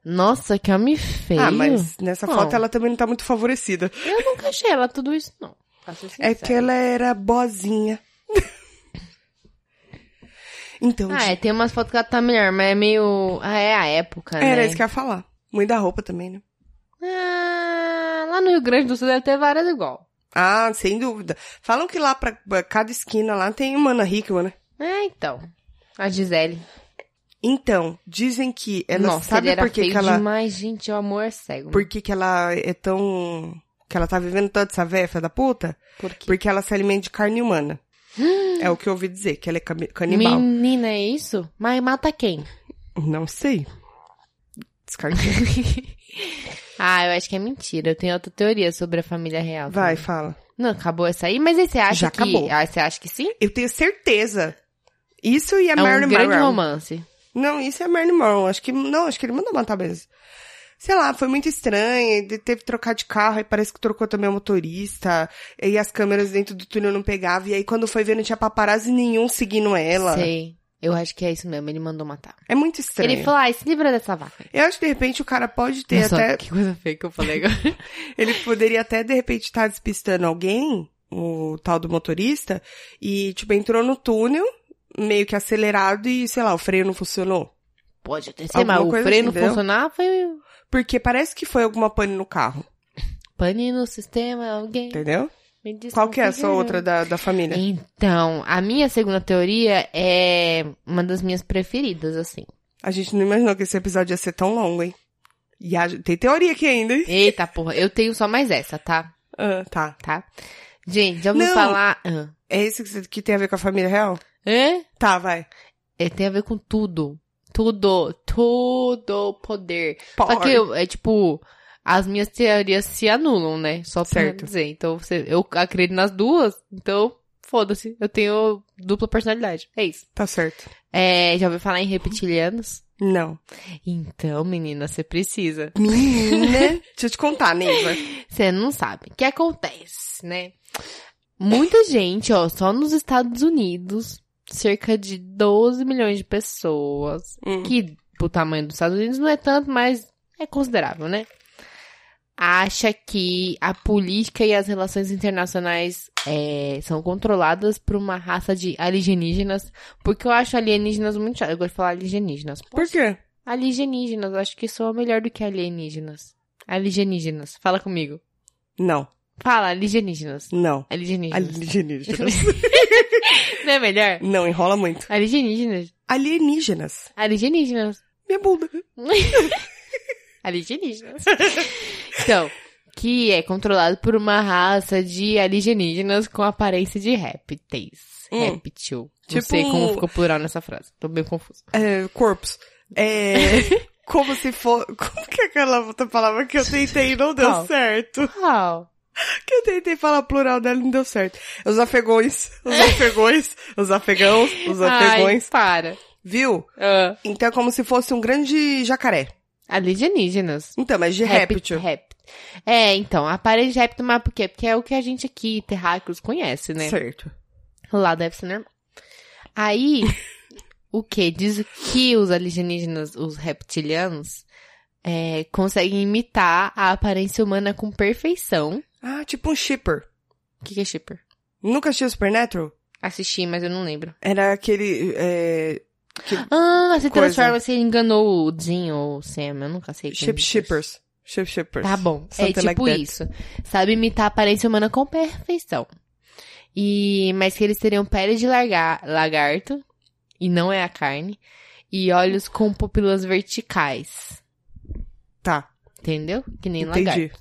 Speaker 1: Nossa, que homem feio.
Speaker 2: Ah, mas nessa
Speaker 1: Não.
Speaker 2: foto ela também não tá muito favorecida.
Speaker 1: Eu nunca achei ela tudo isso, não. Pra ser
Speaker 2: É
Speaker 1: sincera.
Speaker 2: que ela era boazinha. então,
Speaker 1: Ah, é,
Speaker 2: gente,
Speaker 1: tem umas fotos que ela tá melhor, mas é meio... Ah, é a época, né?
Speaker 2: era isso que eu ia falar. Mãe da roupa também, né?
Speaker 1: Ah, lá no Rio Grande do Sul deve ter várias igual.
Speaker 2: Ah, sem dúvida. Falam que lá pra, pra cada esquina lá tem uma Ana Hickman, né?
Speaker 1: É, então. A Gisele.
Speaker 2: Então, dizem que ela
Speaker 1: Nossa, ele
Speaker 2: sabe
Speaker 1: era
Speaker 2: por que,
Speaker 1: feio
Speaker 2: que ela
Speaker 1: demais, gente. O amor é cego.
Speaker 2: por que, que ela é tão que ela tá vivendo tanto essa véia filha da puta?
Speaker 1: né? Por quê?
Speaker 2: Porque ela se alimenta de
Speaker 1: <gasps>
Speaker 2: carne humana. é o que eu ouvi dizer, que ela é cami- canibal.
Speaker 1: Menina, é isso? Mas mata quem?
Speaker 2: Não sei. Descartei.
Speaker 1: <laughs> ah, eu acho que é mentira. Eu tenho outra teoria sobre a família real.
Speaker 2: Vai,
Speaker 1: também.
Speaker 2: fala.
Speaker 1: Não, acabou essa aí? Mas aí você acha
Speaker 2: Já
Speaker 1: que...
Speaker 2: acabou.
Speaker 1: Ah, você acha que sim?
Speaker 2: Eu tenho certeza. Isso e a
Speaker 1: É um
Speaker 2: Marilyn
Speaker 1: grande
Speaker 2: Monroe.
Speaker 1: romance.
Speaker 2: Não, isso é Marilyn Monroe. Acho que não, acho que ele mandou matar mesmo. Sei lá, foi muito estranho. Ele teve que trocar de carro e parece que trocou também o motorista. E as câmeras dentro do túnel não pegavam. E aí quando foi ver não tinha paparazzi nenhum seguindo ela.
Speaker 1: Sei. Eu acho que é isso mesmo, ele mandou matar.
Speaker 2: É muito estranho.
Speaker 1: Ele falou, ai, se livra dessa vaca.
Speaker 2: Eu acho que de repente o cara pode ter
Speaker 1: Nossa,
Speaker 2: até.
Speaker 1: que coisa feia que eu falei agora.
Speaker 2: Ele poderia até de repente estar despistando alguém, o tal do motorista, e tipo, entrou no túnel, meio que acelerado e sei lá, o freio não funcionou.
Speaker 1: <laughs> Pode até ser,
Speaker 2: Alguma
Speaker 1: mas o
Speaker 2: coisa
Speaker 1: freio não
Speaker 2: assim, entendeu?
Speaker 1: funcionava foi um
Speaker 2: Porque parece que foi alguma pane no carro,
Speaker 1: pane no sistema, alguém
Speaker 2: entendeu?
Speaker 1: me disse.
Speaker 2: Qual que é a sua
Speaker 1: que-
Speaker 2: outra da, da família?
Speaker 1: Então, a minha segunda teoria é uma das minhas preferidas, assim.
Speaker 2: A gente não imaginou que esse episódio ia ser tão longo, hein? E a- tem teoria aqui ainda, hein?
Speaker 1: Eita porra, eu tenho só mais essa, tá?
Speaker 2: Ah, tá.
Speaker 1: Tá? Gente, já ouviu
Speaker 2: Não.
Speaker 1: falar... Ah.
Speaker 2: É esse que você- que tem a ver com a família real?
Speaker 1: Hã?
Speaker 2: Tá, vai.
Speaker 1: É, tem a ver com tudo. Tudo, tudo poder. Só que,
Speaker 2: Porra.
Speaker 1: eu- é tipo, as minhas teorias se anulam, né? Só pra
Speaker 2: Certo.
Speaker 1: dizer. Então, você, eu acredito nas duas, então, foda-se. Eu tenho dupla personalidade. É isso.
Speaker 2: Tá certo.
Speaker 1: É, já ouviu falar em reptilianos?
Speaker 2: Não.
Speaker 1: Então, menina, você precisa.
Speaker 2: Menina, <laughs> deixa eu te contar, Neiva.
Speaker 1: Você não sabe. O que acontece, né? Muita gente, ó, só nos Estados Unidos, cerca de 12 milhões de pessoas
Speaker 2: Hum.
Speaker 1: que pro tamanho dos Estados Unidos não é tanto, mas é considerável, né? Acha que a política e as relações internacionais é, são controladas por uma raça de alienígenas, porque eu acho alienígenas muito chato. Eu gosto de falar alienígenas.
Speaker 2: Por quê?
Speaker 1: Alienígenas, eu acho que soa melhor do que alienígenas. Alienígenas, fala comigo.
Speaker 2: Não,
Speaker 1: Fala, alienígenas.
Speaker 2: não.
Speaker 1: Alienígenas.
Speaker 2: Alienígenas.
Speaker 1: <laughs> Não é melhor?
Speaker 2: não, enrola muito.
Speaker 1: Alienígenas.
Speaker 2: Alienígenas.
Speaker 1: Alienígenas.
Speaker 2: Minha bunda.
Speaker 1: alienígenas. então, que é controlado por uma raça de alienígenas com aparência de répteis.
Speaker 2: Hum.
Speaker 1: Réptil. Não
Speaker 2: Tipo-
Speaker 1: sei como ficou plural nessa frase. Tô bem confuso.
Speaker 2: É, corpos. <laughs> É. Como se for. Como que é aquela outra palavra que eu tentei e não deu
Speaker 1: Qual?
Speaker 2: certo?
Speaker 1: Uau.
Speaker 2: Que eu tentei falar plural dela e não deu certo. Os afegões. Os afegões. Os afegãos. Os
Speaker 1: Ai,
Speaker 2: afegões.
Speaker 1: para.
Speaker 2: Viu?
Speaker 1: Ah,
Speaker 2: Então é como se fosse um grande jacaré.
Speaker 1: alienígenas.
Speaker 2: Então, mas de
Speaker 1: Réptil.
Speaker 2: réptil.
Speaker 1: Réptil. É, então, aparência de réptil, mas por quê? Porque é o que a gente aqui, terráqueos, conhece, né?
Speaker 2: Certo.
Speaker 1: Lá deve ser normal. Aí, o que? Diz que os alienígenas, os reptilianos, é, conseguem imitar a aparência humana com perfeição.
Speaker 2: Ah, tipo um shipper.
Speaker 1: O que, que é shipper?
Speaker 2: Nunca assistiu Supernatural?
Speaker 1: Assisti, mas eu não lembro.
Speaker 2: Era aquele. É,
Speaker 1: Ah, se
Speaker 2: Coisa.
Speaker 1: transforma, você enganou o Jim ou o Sam, eu nunca sei. quem
Speaker 2: ship
Speaker 1: diz.
Speaker 2: shippers. Ship shippers.
Speaker 1: Tá bom.
Speaker 2: Something
Speaker 1: é tipo
Speaker 2: like that.
Speaker 1: isso. Sabe imitar a aparência humana com perfeição. E, mas que eles teriam pele de larga- lagarto, e não é a carne, e olhos com pupilas verticais.
Speaker 2: Tá.
Speaker 1: Entendeu? Que nem lagarto.
Speaker 2: Entendi.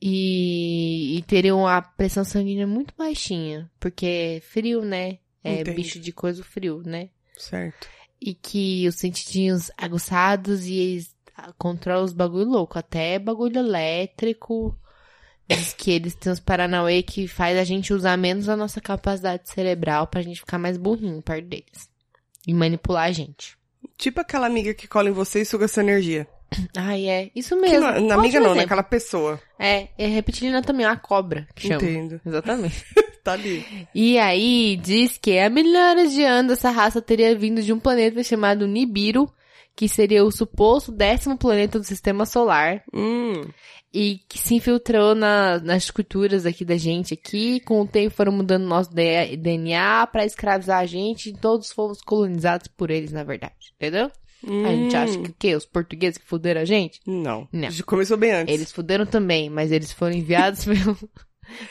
Speaker 1: E, e teriam a pressão sanguínea muito baixinha, porque é frio, né? É
Speaker 2: Entendi.
Speaker 1: bicho de coisa frio, né?
Speaker 2: Certo.
Speaker 1: E que os sentidinhos aguçados e eles ah, controlam os bagulho louco, até bagulho elétrico. Diz que eles têm uns Paranauê que faz a gente usar menos a nossa capacidade cerebral pra gente ficar mais burrinho perto deles. E manipular a gente.
Speaker 2: Tipo aquela amiga que cola em você e suga sua energia.
Speaker 1: Ai, é. Isso
Speaker 2: Que
Speaker 1: mesmo.
Speaker 2: não, na
Speaker 1: Ótimo
Speaker 2: amiga não, né?
Speaker 1: exemplo.
Speaker 2: naquela pessoa.
Speaker 1: É, é reptilina também, a cobra que chama.
Speaker 2: Entendo.
Speaker 1: Exatamente.
Speaker 2: Tá ali.
Speaker 1: E aí diz que é há milhares de anos essa raça teria vindo de um planeta chamado Nibiru, que seria o suposto décimo planeta do sistema solar,
Speaker 2: Hum.
Speaker 1: e que se infiltrou na- nas culturas aqui da gente aqui, com o tempo foram mudando nosso D- DNA pra escravizar a gente, e todos fomos colonizados por eles, na verdade, entendeu? A
Speaker 2: Hum.
Speaker 1: gente acha que o quê? Os portugueses que fuderam a gente?
Speaker 2: Não.
Speaker 1: Não.
Speaker 2: Já Começou bem antes.
Speaker 1: Eles fuderam também, mas eles foram enviados <laughs> pelo.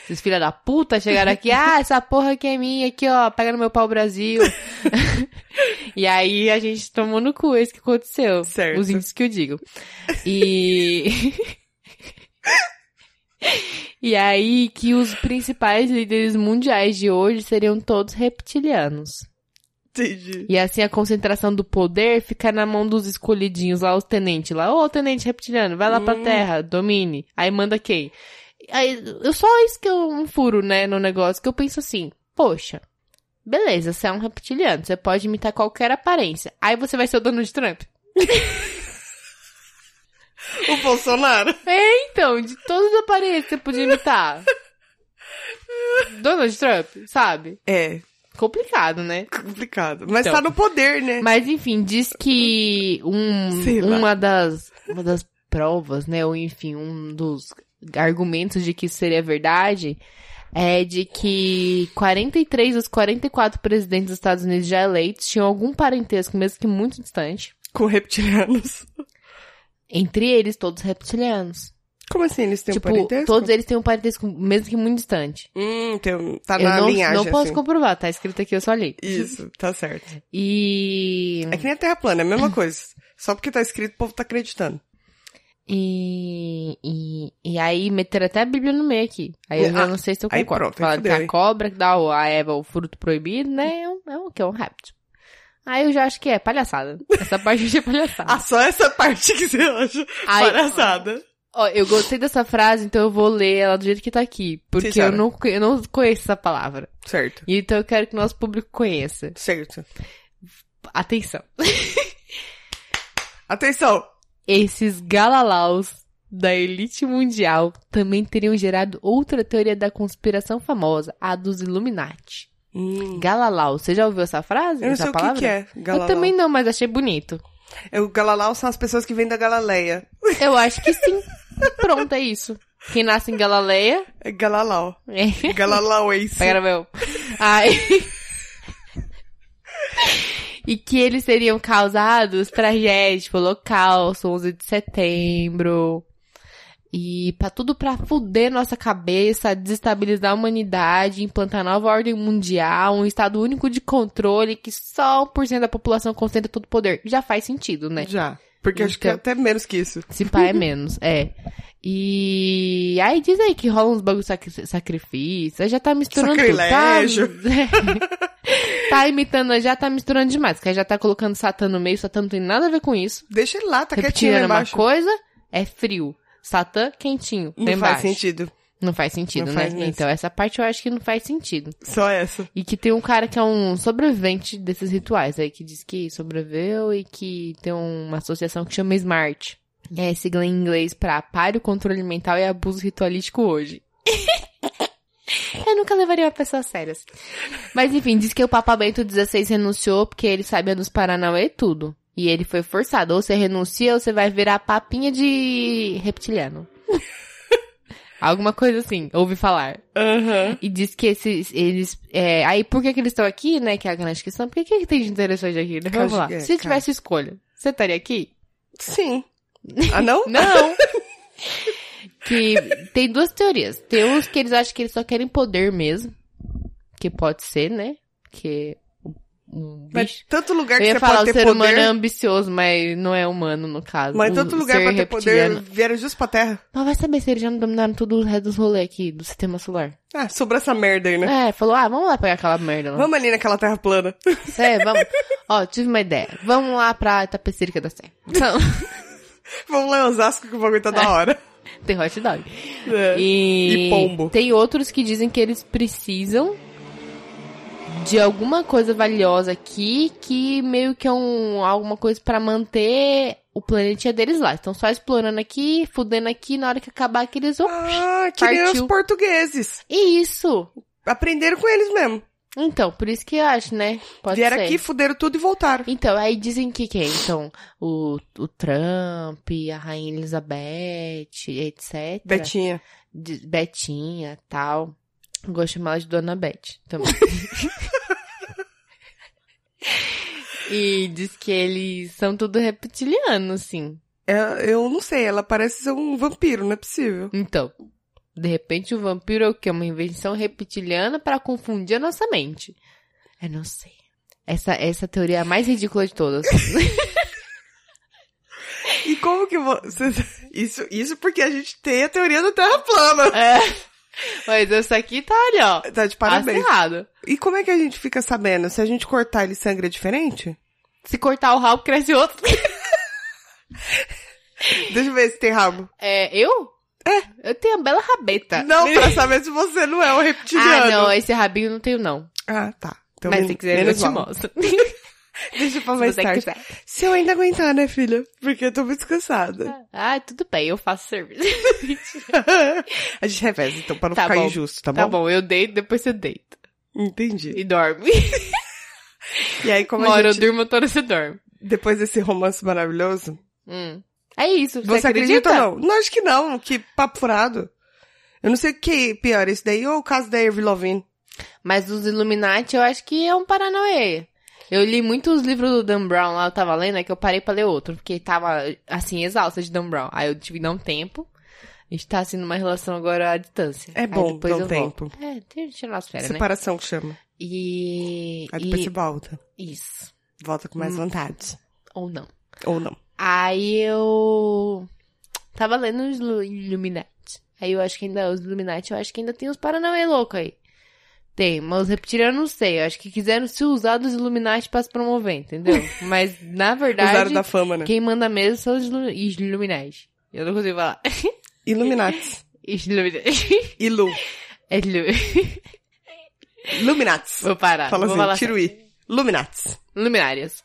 Speaker 1: Esses filha da puta chegaram aqui, ah, essa porra aqui é minha, aqui ó, pega no meu pau Brasil. <laughs> e aí a gente tomou no cu, é isso que aconteceu.
Speaker 2: Certo.
Speaker 1: Os índios que eu digo. E. <laughs> e aí que os principais líderes mundiais de hoje seriam todos reptilianos.
Speaker 2: Entendi.
Speaker 1: E assim a concentração do poder fica na mão dos escolhidinhos lá, os tenentes lá. Ô, tenente reptiliano, vai lá pra
Speaker 2: Hum.
Speaker 1: terra, domine. Aí manda quem? Aí, eu só isso que eu um furo, né, no negócio, que eu penso assim, poxa, beleza, você é um reptiliano, você pode imitar qualquer aparência. Aí você vai ser o Donald Trump.
Speaker 2: O Bolsonaro.
Speaker 1: Então, de todas as aparências que você podia imitar. Donald Trump, sabe?
Speaker 2: É.
Speaker 1: Complicado, né?
Speaker 2: Complicado. Mas
Speaker 1: Então.
Speaker 2: tá no poder, né?
Speaker 1: Mas enfim, diz que
Speaker 2: Sei
Speaker 1: um,
Speaker 2: lá.
Speaker 1: uma, das, uma das provas, né? Ou enfim, um dos argumentos de que isso seria verdade é de que 43 dos 44 presidentes dos Estados Unidos já eleitos tinham algum parentesco, mesmo que muito distante.
Speaker 2: Com reptilianos.
Speaker 1: Entre eles, todos reptilianos.
Speaker 2: Como assim? Eles têm
Speaker 1: tipo,
Speaker 2: um parentesco?
Speaker 1: todos eles têm um parentesco, mesmo que muito distante.
Speaker 2: Hum, tem um- tá
Speaker 1: eu
Speaker 2: na
Speaker 1: não,
Speaker 2: linhagem,
Speaker 1: não posso Hum.
Speaker 2: assim.
Speaker 1: comprovar, tá escrito aqui, eu só li.
Speaker 2: Isso, tá certo.
Speaker 1: E.
Speaker 2: É que nem a Terra plana, é
Speaker 1: <clears throat>
Speaker 2: a mesma coisa. Só porque tá escrito, o povo tá acreditando.
Speaker 1: E, e, e aí meter até a Bíblia no meio aqui. Aí eu já
Speaker 2: Ah,
Speaker 1: não sei se eu
Speaker 2: aí
Speaker 1: concordo.
Speaker 2: pronto, aí
Speaker 1: Falar que
Speaker 2: fudeu,
Speaker 1: a
Speaker 2: hein?
Speaker 1: cobra que dá o- a Eva o fruto proibido, né? É um, é um que é um réptil. Aí eu já acho que é palhaçada. Essa parte eu achei palhaçada.
Speaker 2: <laughs> Ah, só essa parte que você acha
Speaker 1: Aí-
Speaker 2: palhaçada.
Speaker 1: Ó, eu gostei dessa frase, então eu vou ler ela do jeito que tá aqui. Porque eu
Speaker 2: Sincera.
Speaker 1: não, co- eu não conheço essa palavra.
Speaker 2: Certo,
Speaker 1: Então eu quero que o nosso público conheça.
Speaker 2: certo.
Speaker 1: Atenção.
Speaker 2: Atenção!
Speaker 1: Esses galalaus da elite mundial também teriam gerado outra teoria da conspiração famosa, a dos Illuminati. Galalau, você já ouviu essa frase?
Speaker 2: eu não
Speaker 1: essa
Speaker 2: sei o
Speaker 1: Hum, palavra?
Speaker 2: que, que é galalau.
Speaker 1: Eu também não, mas achei bonito.
Speaker 2: É, O galalau são as pessoas que vêm da Galileia.
Speaker 1: Eu acho que
Speaker 2: <laughs>
Speaker 1: sim. Pronto, é isso. Quem nasce em Galileia <laughs>
Speaker 2: É galalau.
Speaker 1: é.
Speaker 2: Galalauense.
Speaker 1: Pega meu. <laughs> Ai. E que eles seriam causados tragédias, tipo, holocausto, 11 de setembro. E pra tudo pra fuder nossa cabeça, desestabilizar a humanidade, implantar nova ordem mundial, um estado único de controle que só 1% da população concentra todo o poder. Já faz sentido, né?
Speaker 2: Já. Porque acho que é
Speaker 1: Então.
Speaker 2: até menos que isso.
Speaker 1: Se pá é menos, é. E aí diz aí que rola uns bagulho sacri sacrifício, aí já tá misturando <laughs>
Speaker 2: Sacrilégio.
Speaker 1: tudo. Tá, tá imitando, já tá misturando demais, porque aí já tá colocando Satã no meio, Satã não tem nada a ver com isso.
Speaker 2: Deixa ele lá, tá quietinho
Speaker 1: Repetindo
Speaker 2: lá
Speaker 1: era uma
Speaker 2: embaixo.
Speaker 1: coisa, é frio. Satã quentinho,
Speaker 2: Não
Speaker 1: lá
Speaker 2: faz
Speaker 1: embaixo.
Speaker 2: sentido.
Speaker 1: Não faz sentido,
Speaker 2: Não
Speaker 1: né?
Speaker 2: faz mesmo.
Speaker 1: então essa parte eu acho que não faz sentido.
Speaker 2: Só essa.
Speaker 1: E que tem um cara que é um sobrevivente desses rituais aí, que diz que sobreviveu e que tem uma associação que chama SMART. É sigla em inglês pra Pare o Controle Mental e Abuso Ritualístico Hoje. <laughs> Eu nunca levaria uma pessoa a sério. assim. Mas enfim, diz que o Papa Bento XVI renunciou porque ele sabia nos Paranauê tudo. E ele foi forçado. Ou você renuncia ou você vai virar papinha de reptiliano. <laughs> Alguma coisa assim, ouvi falar.
Speaker 2: Aham.
Speaker 1: E diz que esses, eles, é, aí por que que eles estão aqui, né, que é a grande questão, por que que tem de interessante aqui, né? Vamos
Speaker 2: Caju-
Speaker 1: lá,
Speaker 2: é,
Speaker 1: se
Speaker 2: cara.
Speaker 1: tivesse escolha, você estaria aqui? <laughs>
Speaker 2: Sim. Ah, não?
Speaker 1: Não! que <laughs> tem duas teorias, tem uns que eles acham que eles só querem poder mesmo, que pode ser, né, que um
Speaker 2: Mas
Speaker 1: bicho...
Speaker 2: <laughs> tanto lugar
Speaker 1: Eu
Speaker 2: que
Speaker 1: ia
Speaker 2: você
Speaker 1: falar, o
Speaker 2: pode ter
Speaker 1: ser
Speaker 2: poder...
Speaker 1: humano é ambicioso, mas não é humano, no caso.
Speaker 2: Mas
Speaker 1: O
Speaker 2: tanto lugar
Speaker 1: ser
Speaker 2: pra ter
Speaker 1: reptiliano-
Speaker 2: poder vieram justo pra terra.
Speaker 1: Mas vai saber se eles já não dominaram tudo o resto dos rolês aqui, do sistema solar.
Speaker 2: Ah, sobrou essa merda aí, né?
Speaker 1: É, falou, ah, vamos lá pegar aquela merda lá.
Speaker 2: Vamos ali naquela terra plana. <laughs>
Speaker 1: Sé, vamos. Ó, tive uma ideia. Vamos lá pra Itapecerica da Sé. Então,
Speaker 2: Vamos lá em Osasco que o bagulho tá da hora.
Speaker 1: <laughs> tem hot dog.
Speaker 2: É.
Speaker 1: E,
Speaker 2: E pombo.
Speaker 1: Tem outros que dizem que eles precisam de alguma coisa valiosa aqui, que meio que é um, alguma coisa pra manter o planetinha deles lá. Estão só explorando aqui, fudendo aqui, na hora que acabar que eles vão...
Speaker 2: <laughs> Ah, que nem os
Speaker 1: Partiu.
Speaker 2: portugueses.
Speaker 1: E isso!
Speaker 2: Aprenderam com eles mesmo.
Speaker 1: Então, por isso que eu acho, né? Pode
Speaker 2: Vieram
Speaker 1: ser.
Speaker 2: aqui, fuderam tudo e voltaram.
Speaker 1: Então, aí dizem que quem? Então, o, o Trump, a Rainha Elizabeth, etc.
Speaker 2: Betinha.
Speaker 1: De- Betinha, tal. Eu Gosto de chamar ela de Dona Beth também. e diz que eles são tudo reptiliano, assim.
Speaker 2: É, eu não sei, ela parece ser um vampiro, não é possível.
Speaker 1: Então, de repente o vampiro é o quê? Uma invenção reptiliana pra confundir a nossa mente. Eu não sei. Essa, essa teoria é a mais ridícula de todas.
Speaker 2: E como que você... <laughs> Isso, isso porque a gente tem a teoria da terra plana.
Speaker 1: É. Mas essa aqui tá ali, ó.
Speaker 2: Tá de parabéns.
Speaker 1: Acirrado.
Speaker 2: E como é que a gente fica sabendo? Se a gente cortar ele sangra diferente?
Speaker 1: Se cortar o rabo, cresce outro.
Speaker 2: Deixa eu ver se tem rabo.
Speaker 1: É, eu? É. Eu tenho a bela rabeta.
Speaker 2: Não, pra saber se você não é um reptiliano.
Speaker 1: Ah, não, esse rabinho eu não tenho, não.
Speaker 2: Ah, tá. Então,
Speaker 1: Mas
Speaker 2: men-
Speaker 1: se quiser, eu
Speaker 2: menos
Speaker 1: te
Speaker 2: mal. <laughs>
Speaker 1: mostro.
Speaker 2: Deixa pra
Speaker 1: Se
Speaker 2: mais
Speaker 1: você
Speaker 2: tarde.
Speaker 1: quiser.
Speaker 2: Se eu ainda aguentar, né, filha? Porque eu tô muito cansada.
Speaker 1: Ah, tudo bem, eu faço serviço.
Speaker 2: a gente reveza, então, pra não
Speaker 1: Tá
Speaker 2: ficar
Speaker 1: bom.
Speaker 2: injusto, <laughs> tá bom?
Speaker 1: Tá bom, eu deito, depois você deita.
Speaker 2: Entendi.
Speaker 1: E dorme.
Speaker 2: E aí, como
Speaker 1: Uma hora
Speaker 2: a
Speaker 1: eu
Speaker 2: gente,
Speaker 1: durmo, outra hora você dorme.
Speaker 2: depois desse romance maravilhoso,
Speaker 1: Hum. É isso.
Speaker 2: você, acredita? ou não? Não, acho que não. Que papo furado. Eu não sei o que é pior, isso daí ou o caso da Avril Lavigne.
Speaker 1: Mas os Illuminati eu acho que é um paranoia. Eu li muitos livros do Dan Brown lá, eu tava lendo, é que eu parei pra ler outro, porque tava, assim, exausta de Dan Brown. Aí eu tive que dar um tempo. A gente tá, assim, numa relação agora à distância.
Speaker 2: É
Speaker 1: Aí
Speaker 2: bom
Speaker 1: depois
Speaker 2: dar um
Speaker 1: eu volto.
Speaker 2: tempo.
Speaker 1: É, tem que tirar as férias, né?
Speaker 2: Separação que chama.
Speaker 1: E...
Speaker 2: Aí depois
Speaker 1: e... Hum.
Speaker 2: você volta.
Speaker 1: Isso.
Speaker 2: Volta com mais vontade.
Speaker 1: Ou não.
Speaker 2: Ou não.
Speaker 1: Aí eu... Tava lendo os Ilu- Illuminati. Aí eu acho que ainda, os Illuminati, eu acho que ainda tem uns Paranauê louco aí. Tem, mas os reptilianos não sei. Eu acho que quiseram se usar dos Illuminati pra se promover, entendeu?
Speaker 2: <laughs>
Speaker 1: Mas, na
Speaker 2: Usaram
Speaker 1: verdade,
Speaker 2: da fama, né?
Speaker 1: quem manda mesmo são os Ilu- os Illuminati. Eu não consigo falar. <laughs>
Speaker 2: Illuminati.
Speaker 1: Os Illuminati. <laughs>
Speaker 2: Ilu.
Speaker 1: É Illu-
Speaker 2: Illuminati.
Speaker 1: Vou parar.
Speaker 2: Fala
Speaker 1: Ah, Vou
Speaker 2: assim,
Speaker 1: falar assim.
Speaker 2: tira o I. Illuminati.
Speaker 1: Luminárias.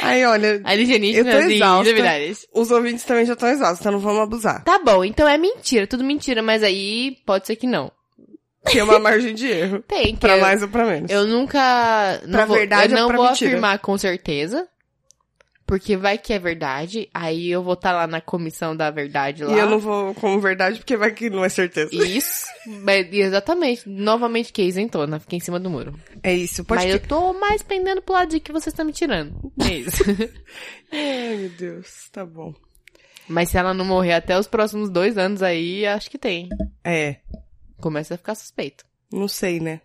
Speaker 2: Aí, olha, eu tô
Speaker 1: Alienígenas e
Speaker 2: exausta.
Speaker 1: Luminárias.
Speaker 2: Os ouvintes também já estão exaustos, então não vamos abusar.
Speaker 1: Tá bom, então é mentira, tudo mentira, mas aí pode ser que não.
Speaker 2: Tem uma margem de
Speaker 1: <laughs>
Speaker 2: erro.
Speaker 1: Tem, que
Speaker 2: Pra
Speaker 1: eu-
Speaker 2: mais ou pra menos.
Speaker 1: Eu nunca. Não
Speaker 2: Pra
Speaker 1: vou,
Speaker 2: verdade
Speaker 1: eu
Speaker 2: ou
Speaker 1: não
Speaker 2: pra
Speaker 1: vou
Speaker 2: mentira?
Speaker 1: afirmar com certeza. Porque vai que é verdade. Aí eu vou estar lá na comissão da verdade lá.
Speaker 2: E eu não vou com verdade, porque vai que não é certeza.
Speaker 1: Isso. mas- Exatamente. Novamente que isentona. Fiquei em cima do muro.
Speaker 2: É isso, pode
Speaker 1: mas
Speaker 2: ter...
Speaker 1: eu tô mais pendendo pro lado de que vocês estão me tirando. É isso. <laughs>
Speaker 2: Ai, meu Deus, tá bom.
Speaker 1: mas se ela não morrer até os próximos dois anos aí, acho que tem.
Speaker 2: É,
Speaker 1: Começa a ficar suspeito.
Speaker 2: não sei, né?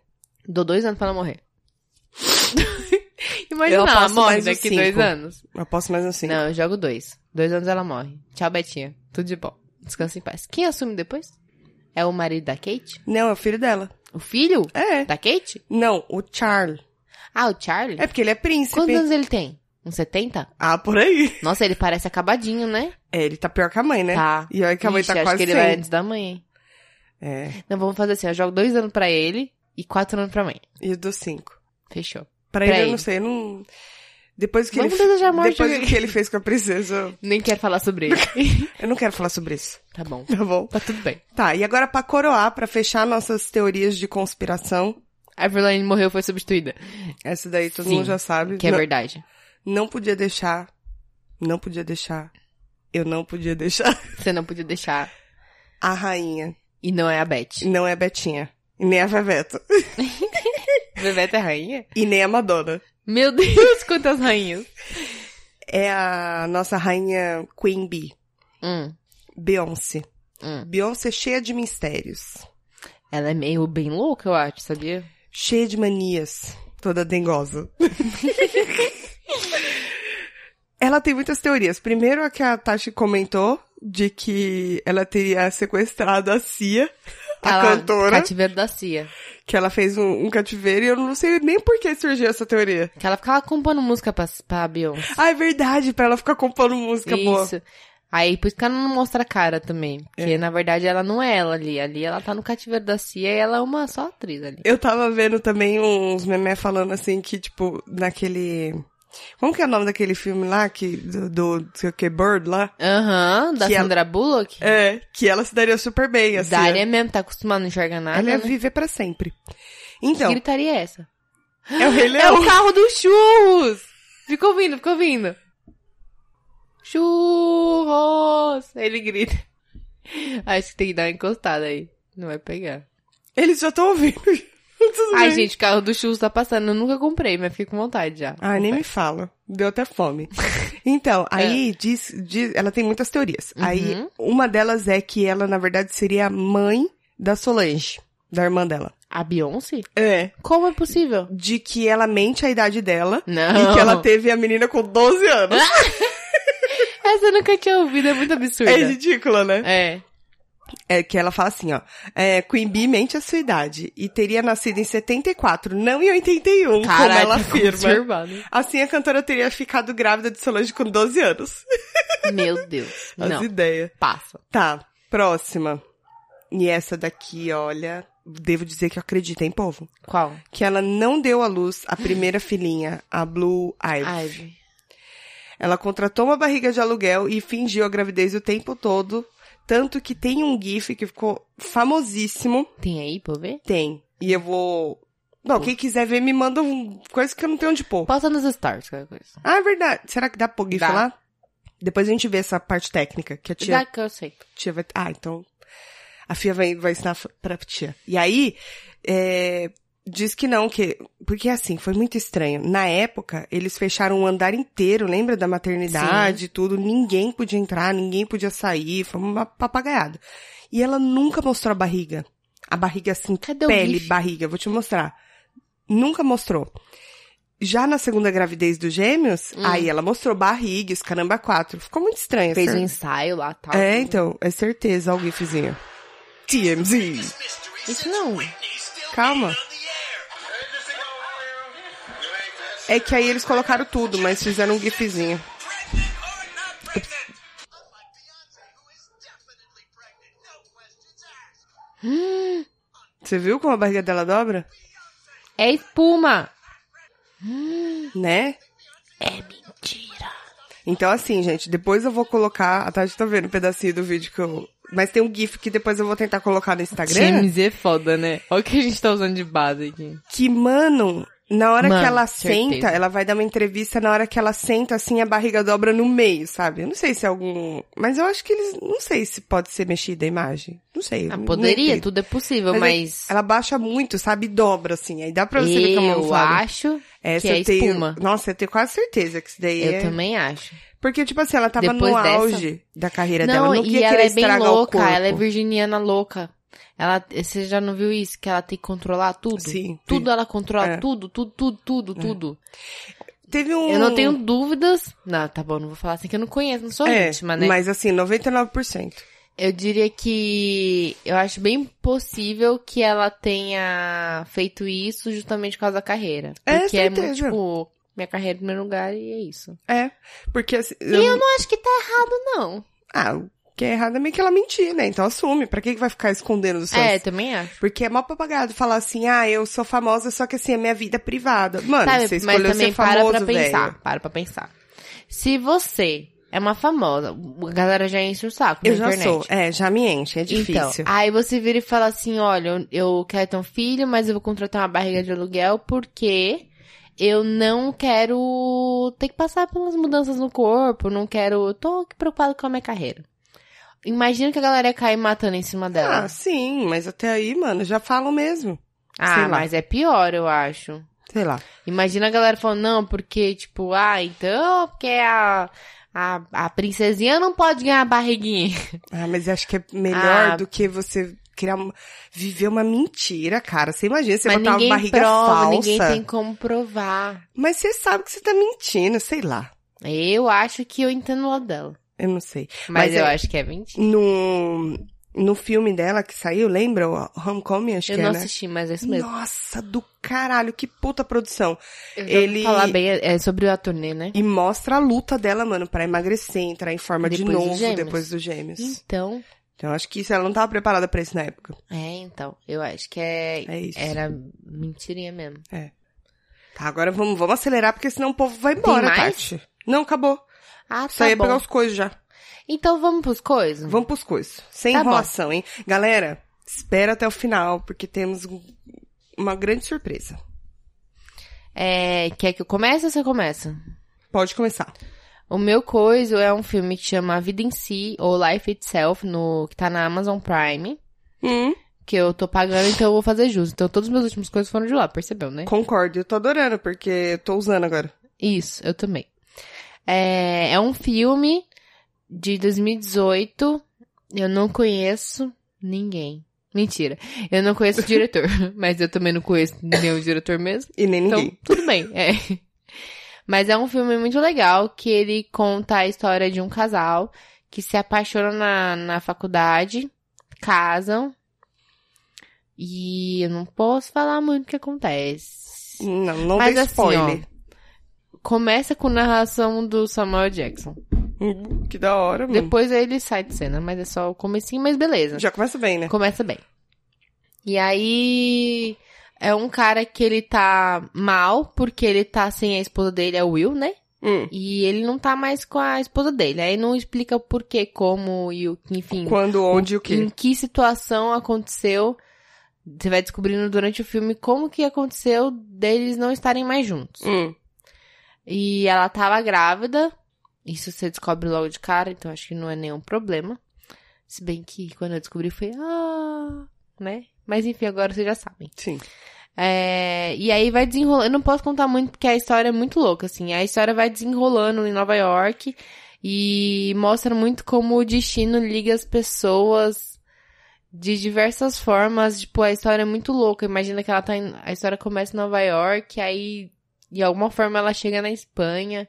Speaker 1: Dou dois anos pra ela morrer. <laughs> Imagina,
Speaker 2: Eu
Speaker 1: ela
Speaker 2: aposto
Speaker 1: morre
Speaker 2: mais uns
Speaker 1: daqui dois
Speaker 2: cinco.
Speaker 1: anos.
Speaker 2: Eu posso mais assim.
Speaker 1: Não, eu jogo dois. Dois anos ela morre. Tchau, Betinha. Tudo de bom. Descansa em paz. Quem assume depois? É o marido da Kate?
Speaker 2: Não, é o filho dela.
Speaker 1: O filho
Speaker 2: É.
Speaker 1: da Kate?
Speaker 2: Não, o Charles.
Speaker 1: Ah, o Charlie?
Speaker 2: É porque ele é príncipe.
Speaker 1: Quantos anos ele tem? Uns 70?
Speaker 2: Ah, por aí.
Speaker 1: Nossa, ele parece acabadinho, né?
Speaker 2: É, ele tá pior que a mãe, né?
Speaker 1: Tá.
Speaker 2: E olha que a mãe
Speaker 1: Ixi,
Speaker 2: tá
Speaker 1: acho
Speaker 2: quase
Speaker 1: que ele
Speaker 2: sem.
Speaker 1: vai antes da mãe.
Speaker 2: É,
Speaker 1: Não, vamos fazer assim. Eu jogo dois anos pra ele e quatro anos pra mãe.
Speaker 2: e eu dou cinco.
Speaker 1: Fechou.
Speaker 2: Pra,
Speaker 1: Pra
Speaker 2: ele, eu
Speaker 1: ele.
Speaker 2: não sei, eu não... Depois que
Speaker 1: Vamos
Speaker 2: ele...
Speaker 1: desejar a morte né?
Speaker 2: Depois do
Speaker 1: dele.
Speaker 2: que ele fez com a princesa, eu-
Speaker 1: Nem quero falar sobre
Speaker 2: <laughs>
Speaker 1: ele.
Speaker 2: eu não quero falar sobre isso,
Speaker 1: tá bom.
Speaker 2: tá bom?
Speaker 1: Tá tudo bem.
Speaker 2: Tá, e agora pra coroar, pra fechar nossas teorias de conspiração,
Speaker 1: A Verlaine morreu foi substituída.
Speaker 2: essa daí todo
Speaker 1: Sim,
Speaker 2: mundo já sabe.
Speaker 1: Que é
Speaker 2: não,
Speaker 1: verdade.
Speaker 2: não podia deixar, não podia deixar, eu não podia deixar. <laughs>
Speaker 1: Você não podia deixar.
Speaker 2: A rainha
Speaker 1: E não é a Beth.
Speaker 2: não é a Betinha, e nem a Veveta,
Speaker 1: Bebeta é rainha?
Speaker 2: <laughs> e nem a Madonna.
Speaker 1: Meu Deus, quantas rainhas.
Speaker 2: É a nossa rainha Queen Bee,
Speaker 1: Hum,
Speaker 2: Beyoncé.
Speaker 1: hum.
Speaker 2: Beyoncé cheia de mistérios,
Speaker 1: Ela é meio bem louca, eu acho, sabia?
Speaker 2: cheia de manias,
Speaker 1: <laughs>
Speaker 2: toda dengosa. Ela tem muitas teorias. Primeiro, a que a Tati comentou, de que ela teria sequestrado a Cia, a
Speaker 1: Ela-
Speaker 2: cantora,
Speaker 1: Cativeiro da Cia.
Speaker 2: que ela fez um, um cativeiro, e eu não sei nem por que surgiu essa teoria.
Speaker 1: Que ela ficava compondo música pra, pra Beyoncé.
Speaker 2: Ah, é verdade, pra ela ficar compondo música boa. É.
Speaker 1: Isso. Aí, por isso que ela não mostra a cara também. Porque, na verdade, ela não é ela ali. Ali ela tá no cativeiro da Cia e ela é uma só atriz ali.
Speaker 2: Eu tava vendo também uns memé falando assim que, tipo, naquele... Como que é o nome daquele filme lá, que, do, do não sei o que, Bird lá?
Speaker 1: Aham, da
Speaker 2: Que ela-
Speaker 1: Sandra Bullock.
Speaker 2: É, que ela se daria super bem, assim.
Speaker 1: Daria mesmo, tá acostumada a não enxergar nada,
Speaker 2: Ela é ia
Speaker 1: né?
Speaker 2: viver pra sempre.
Speaker 1: Que
Speaker 2: Então,
Speaker 1: gritaria é essa?
Speaker 2: é o Rei
Speaker 1: É o
Speaker 2: <laughs> Leão.
Speaker 1: carro dos churros! Fica ouvindo, fica ouvindo. Churros! Ele grita. Acho que tem que dar uma encostada aí. Não vai pegar.
Speaker 2: Eles já estão ouvindo. Tudo
Speaker 1: Ai,
Speaker 2: bem.
Speaker 1: gente, o carro dos churros tá passando. Eu nunca comprei, mas fiquei com vontade já.
Speaker 2: Ai, nem me fala. Deu até fome.
Speaker 1: <laughs>
Speaker 2: Então, aí diz, diz. Ela tem muitas teorias. Aí,
Speaker 1: É. Uhum.
Speaker 2: uma delas é que ela, na verdade, seria a mãe da Solange, da irmã dela.
Speaker 1: A Beyoncé?
Speaker 2: É.
Speaker 1: Como é possível?
Speaker 2: De que ela mente a idade dela
Speaker 1: Não.
Speaker 2: e que ela teve a menina com 12 anos.
Speaker 1: Essa eu nunca tinha ouvido, é muito absurda.
Speaker 2: É ridícula, né?
Speaker 1: É.
Speaker 2: É que ela fala assim, ó. É, Queen Bee mente a sua idade e teria nascido em 74, não em 81, como
Speaker 1: Caralho,
Speaker 2: ela
Speaker 1: tá
Speaker 2: afirma.
Speaker 1: conturbado.
Speaker 2: Assim, a cantora teria ficado grávida de Solange com 12 anos.
Speaker 1: Meu
Speaker 2: <laughs>
Speaker 1: Deus.
Speaker 2: As
Speaker 1: Não,
Speaker 2: ideias.
Speaker 1: passa.
Speaker 2: Tá, próxima. E essa daqui, olha, devo dizer que eu acredito, hein, povo?
Speaker 1: Qual?
Speaker 2: Que ela não deu à luz a primeira filhinha, a Blue Ivy.
Speaker 1: Ivy.
Speaker 2: Ela contratou uma barriga de aluguel e fingiu a gravidez o tempo todo. Tanto que tem um gif que ficou famosíssimo.
Speaker 1: Tem aí pra eu ver?
Speaker 2: Tem. E eu vou. Não, quem quiser ver, me manda um... coisa que eu não tenho onde pôr.
Speaker 1: Posta nos stories, qualquer coisa.
Speaker 2: Ah, é verdade. Será que dá pro GIF
Speaker 1: Dá.
Speaker 2: lá? Depois a gente vê essa parte técnica que a tia
Speaker 1: Dá que eu sei.
Speaker 2: tia vai. Ah, então. A Fia vai, vai ensinar f- pra tia. E aí, é, diz que não, que. Porque assim, foi muito estranho. Na época, eles fecharam um andar inteiro, lembra da maternidade e tudo? Ninguém podia entrar, ninguém podia sair, foi uma papagaiada. E ela nunca mostrou a barriga. A barriga assim,
Speaker 1: Cadê o
Speaker 2: pele,
Speaker 1: bife?
Speaker 2: barriga, vou te mostrar. Nunca mostrou. Já na segunda gravidez dos gêmeos,
Speaker 1: Hum.
Speaker 2: aí ela mostrou barriga, e os caramba quatro. Ficou muito estranho. assim.
Speaker 1: Fez
Speaker 2: essa-
Speaker 1: um ensaio lá tal.
Speaker 2: é, então, é certeza, o gifzinho. TMZ. então.
Speaker 1: Isso não.
Speaker 2: Calma. É que aí eles colocaram tudo, mas fizeram um gifzinho. Você viu como a barriga dela dobra?
Speaker 1: É espuma.
Speaker 2: Né?
Speaker 1: É mentira.
Speaker 2: Então, assim, gente, depois eu vou colocar. A Tati tá vendo um pedacinho do vídeo que eu. Mas tem um GIF que depois eu vou tentar colocar no Instagram.
Speaker 1: James é foda, né? Olha o que a gente tá usando de base aqui.
Speaker 2: Que, mano, na hora
Speaker 1: Mano,
Speaker 2: que ela
Speaker 1: certeza.
Speaker 2: senta, ela vai dar uma entrevista, na hora que ela senta, assim, a barriga dobra no meio, sabe? Eu não sei se é algum. Mas eu acho que eles. Não sei se pode ser mexida a imagem. Não sei. eu
Speaker 1: Ah,
Speaker 2: não
Speaker 1: poderia,
Speaker 2: entendo.
Speaker 1: tudo é possível,
Speaker 2: Mas aí
Speaker 1: mas...
Speaker 2: Ela baixa muito, sabe? E dobra, assim. Aí dá pra você ver que é uma
Speaker 1: Eu
Speaker 2: almofada.
Speaker 1: acho
Speaker 2: Essa
Speaker 1: que é
Speaker 2: eu tenho.
Speaker 1: espuma.
Speaker 2: Nossa, eu tenho quase certeza que isso daí
Speaker 1: Eu
Speaker 2: é.
Speaker 1: também acho.
Speaker 2: Porque, tipo assim, ela tava
Speaker 1: Depois
Speaker 2: no
Speaker 1: dessa-
Speaker 2: auge da carreira dela.
Speaker 1: Não,
Speaker 2: Não
Speaker 1: e
Speaker 2: queria
Speaker 1: ela
Speaker 2: querer
Speaker 1: é bem
Speaker 2: estragar o
Speaker 1: louca,
Speaker 2: corpo.
Speaker 1: ela é virginiana louca. Ela, você já não viu isso? Que ela tem que controlar tudo?
Speaker 2: Sim,
Speaker 1: Tudo ela controla,
Speaker 2: É.
Speaker 1: tudo, tudo, tudo, tudo, tudo.
Speaker 2: Teve um.
Speaker 1: Eu não tenho dúvidas. Não, tá bom, não vou falar assim que eu não conheço, não sou
Speaker 2: é,
Speaker 1: íntima, né?
Speaker 2: Mas assim, 99%.
Speaker 1: Eu diria que eu acho bem possível que ela tenha feito isso justamente por causa da carreira.
Speaker 2: É,
Speaker 1: Porque é muito,
Speaker 2: certeza.
Speaker 1: tipo, minha carreira em primeiro lugar e é isso.
Speaker 2: É. Porque assim.
Speaker 1: E eu não acho que tá errado, não.
Speaker 2: Ah, o que é errado é meio que ela mentir, né? Então assume. Pra que que vai ficar escondendo os seus?
Speaker 1: É, também acho.
Speaker 2: Porque é mó papagado falar assim, ah, eu sou famosa, só que assim, é minha vida é privada. Mano, você
Speaker 1: Sabe, mas
Speaker 2: escolheu
Speaker 1: também
Speaker 2: ser famoso,
Speaker 1: para pra pensar.
Speaker 2: velho.
Speaker 1: Para pra pensar. Se você é uma famosa, a galera já enche o saco
Speaker 2: Eu
Speaker 1: na
Speaker 2: já
Speaker 1: internet.
Speaker 2: sou. É, já me enche, é difícil.
Speaker 1: Então, aí você vira e fala assim, olha, eu- eu quero ter um filho, mas eu vou contratar uma barriga de aluguel porque eu não quero ter que passar pelas mudanças no corpo, não quero, eu tô preocupada com a minha carreira. Imagina que a galera ia cair matando em cima
Speaker 2: ah,
Speaker 1: dela.
Speaker 2: sim, mas até aí, mano, já falam mesmo.
Speaker 1: Ah,
Speaker 2: sei lá.
Speaker 1: mas é pior, eu acho.
Speaker 2: Sei lá.
Speaker 1: Imagina a galera falando, não, porque, tipo, ah, então, porque a, a, a princesinha não pode ganhar barriguinha.
Speaker 2: Ah, mas acho que é melhor
Speaker 1: Ah.
Speaker 2: do que você criar uma... viver uma mentira, cara. Você imagina você
Speaker 1: Mas
Speaker 2: botar uma
Speaker 1: ninguém
Speaker 2: barriga
Speaker 1: prova,
Speaker 2: falsa.
Speaker 1: ninguém tem como provar.
Speaker 2: Mas você sabe que você tá mentindo, sei lá.
Speaker 1: Eu acho que eu entendo o lado dela.
Speaker 2: Eu não sei.
Speaker 1: Mas,
Speaker 2: Mas
Speaker 1: eu
Speaker 2: é-
Speaker 1: acho que é mentira.
Speaker 2: No, no filme dela que saiu, lembra? O Homecoming, acho
Speaker 1: Eu
Speaker 2: que é,
Speaker 1: não
Speaker 2: né?
Speaker 1: assisti, mas é isso mesmo.
Speaker 2: Nossa, do caralho, que puta produção.
Speaker 1: Eu já ouvi
Speaker 2: Ele...
Speaker 1: falar bem é, é sobre a turnê, né?
Speaker 2: E mostra a luta dela, mano, pra emagrecer, entrar em forma de
Speaker 1: Depois dos
Speaker 2: novo
Speaker 1: gêmeos.
Speaker 2: depois dos gêmeos.
Speaker 1: Então,
Speaker 2: Então, acho que isso, ela não tava preparada pra isso na época.
Speaker 1: é, então. Eu acho que é,
Speaker 2: É isso.
Speaker 1: era mentirinha mesmo.
Speaker 2: Tá, agora vamos, vamos acelerar, porque senão o povo vai embora,
Speaker 1: mais?
Speaker 2: Tati. Não, acabou.
Speaker 1: Ah,
Speaker 2: Só
Speaker 1: tá
Speaker 2: ia pegar
Speaker 1: bom.
Speaker 2: os coisas já.
Speaker 1: Então vamos pros coisas?
Speaker 2: é Vamos pros coisas. Sem
Speaker 1: Tá bom.
Speaker 2: enrolação, hein? Galera, espera até o final, porque temos um- uma grande surpresa.
Speaker 1: É, quer que eu comece ou você começa?
Speaker 2: Pode começar.
Speaker 1: O meu coiso é um filme que chama A Vida em Si, ou Life Itself, no, que tá na Amazon Prime,
Speaker 2: Hum,
Speaker 1: que eu tô pagando, então eu vou fazer justo. Então todos os meus últimos coisas foram de lá, percebeu, né?
Speaker 2: concordo. Eu tô adorando, porque eu tô usando agora.
Speaker 1: Isso, eu também. É, é um filme de 2018. Eu não conheço ninguém. Mentira. Eu não conheço o diretor, <laughs> mas eu também não conheço nenhum diretor mesmo.
Speaker 2: E nem
Speaker 1: Então,
Speaker 2: ninguém.
Speaker 1: tudo bem. é. Mas é um filme muito legal que ele conta a história de um casal que se apaixona na, na faculdade, casam. E eu não posso falar muito o que acontece.
Speaker 2: Não, não
Speaker 1: Mas
Speaker 2: dê
Speaker 1: assim,
Speaker 2: spoiler.
Speaker 1: Começa com narração do Samuel Jackson.
Speaker 2: Hum, que da hora, mano.
Speaker 1: Depois aí ele sai de cena, mas é só o comecinho, mas beleza.
Speaker 2: Já começa bem, né?
Speaker 1: Começa bem. E aí é um cara que ele tá mal porque ele tá sem a esposa dele, é o Will, né?
Speaker 2: Hum.
Speaker 1: E ele não tá mais com a esposa dele. Aí não explica o porquê, como e o enfim,
Speaker 2: Quando, onde e o quê?
Speaker 1: em que situação aconteceu Você vai descobrindo durante o filme como que aconteceu deles não estarem mais juntos.
Speaker 2: Hum.
Speaker 1: E ela tava grávida. Isso você descobre logo de cara, então acho que não é nenhum problema. Se bem que quando eu descobri foi, ah, né? Mas enfim, agora vocês já sabem.
Speaker 2: Sim.
Speaker 1: É, e aí vai desenrolando. Eu não posso contar muito porque a história é muito louca, assim. A história vai desenrolando em Nova York e mostra muito como o destino liga as pessoas de diversas formas. Tipo, a história é muito louca. Imagina que ela tá em, a história começa em Nova York, aí de alguma forma ela chega na Espanha.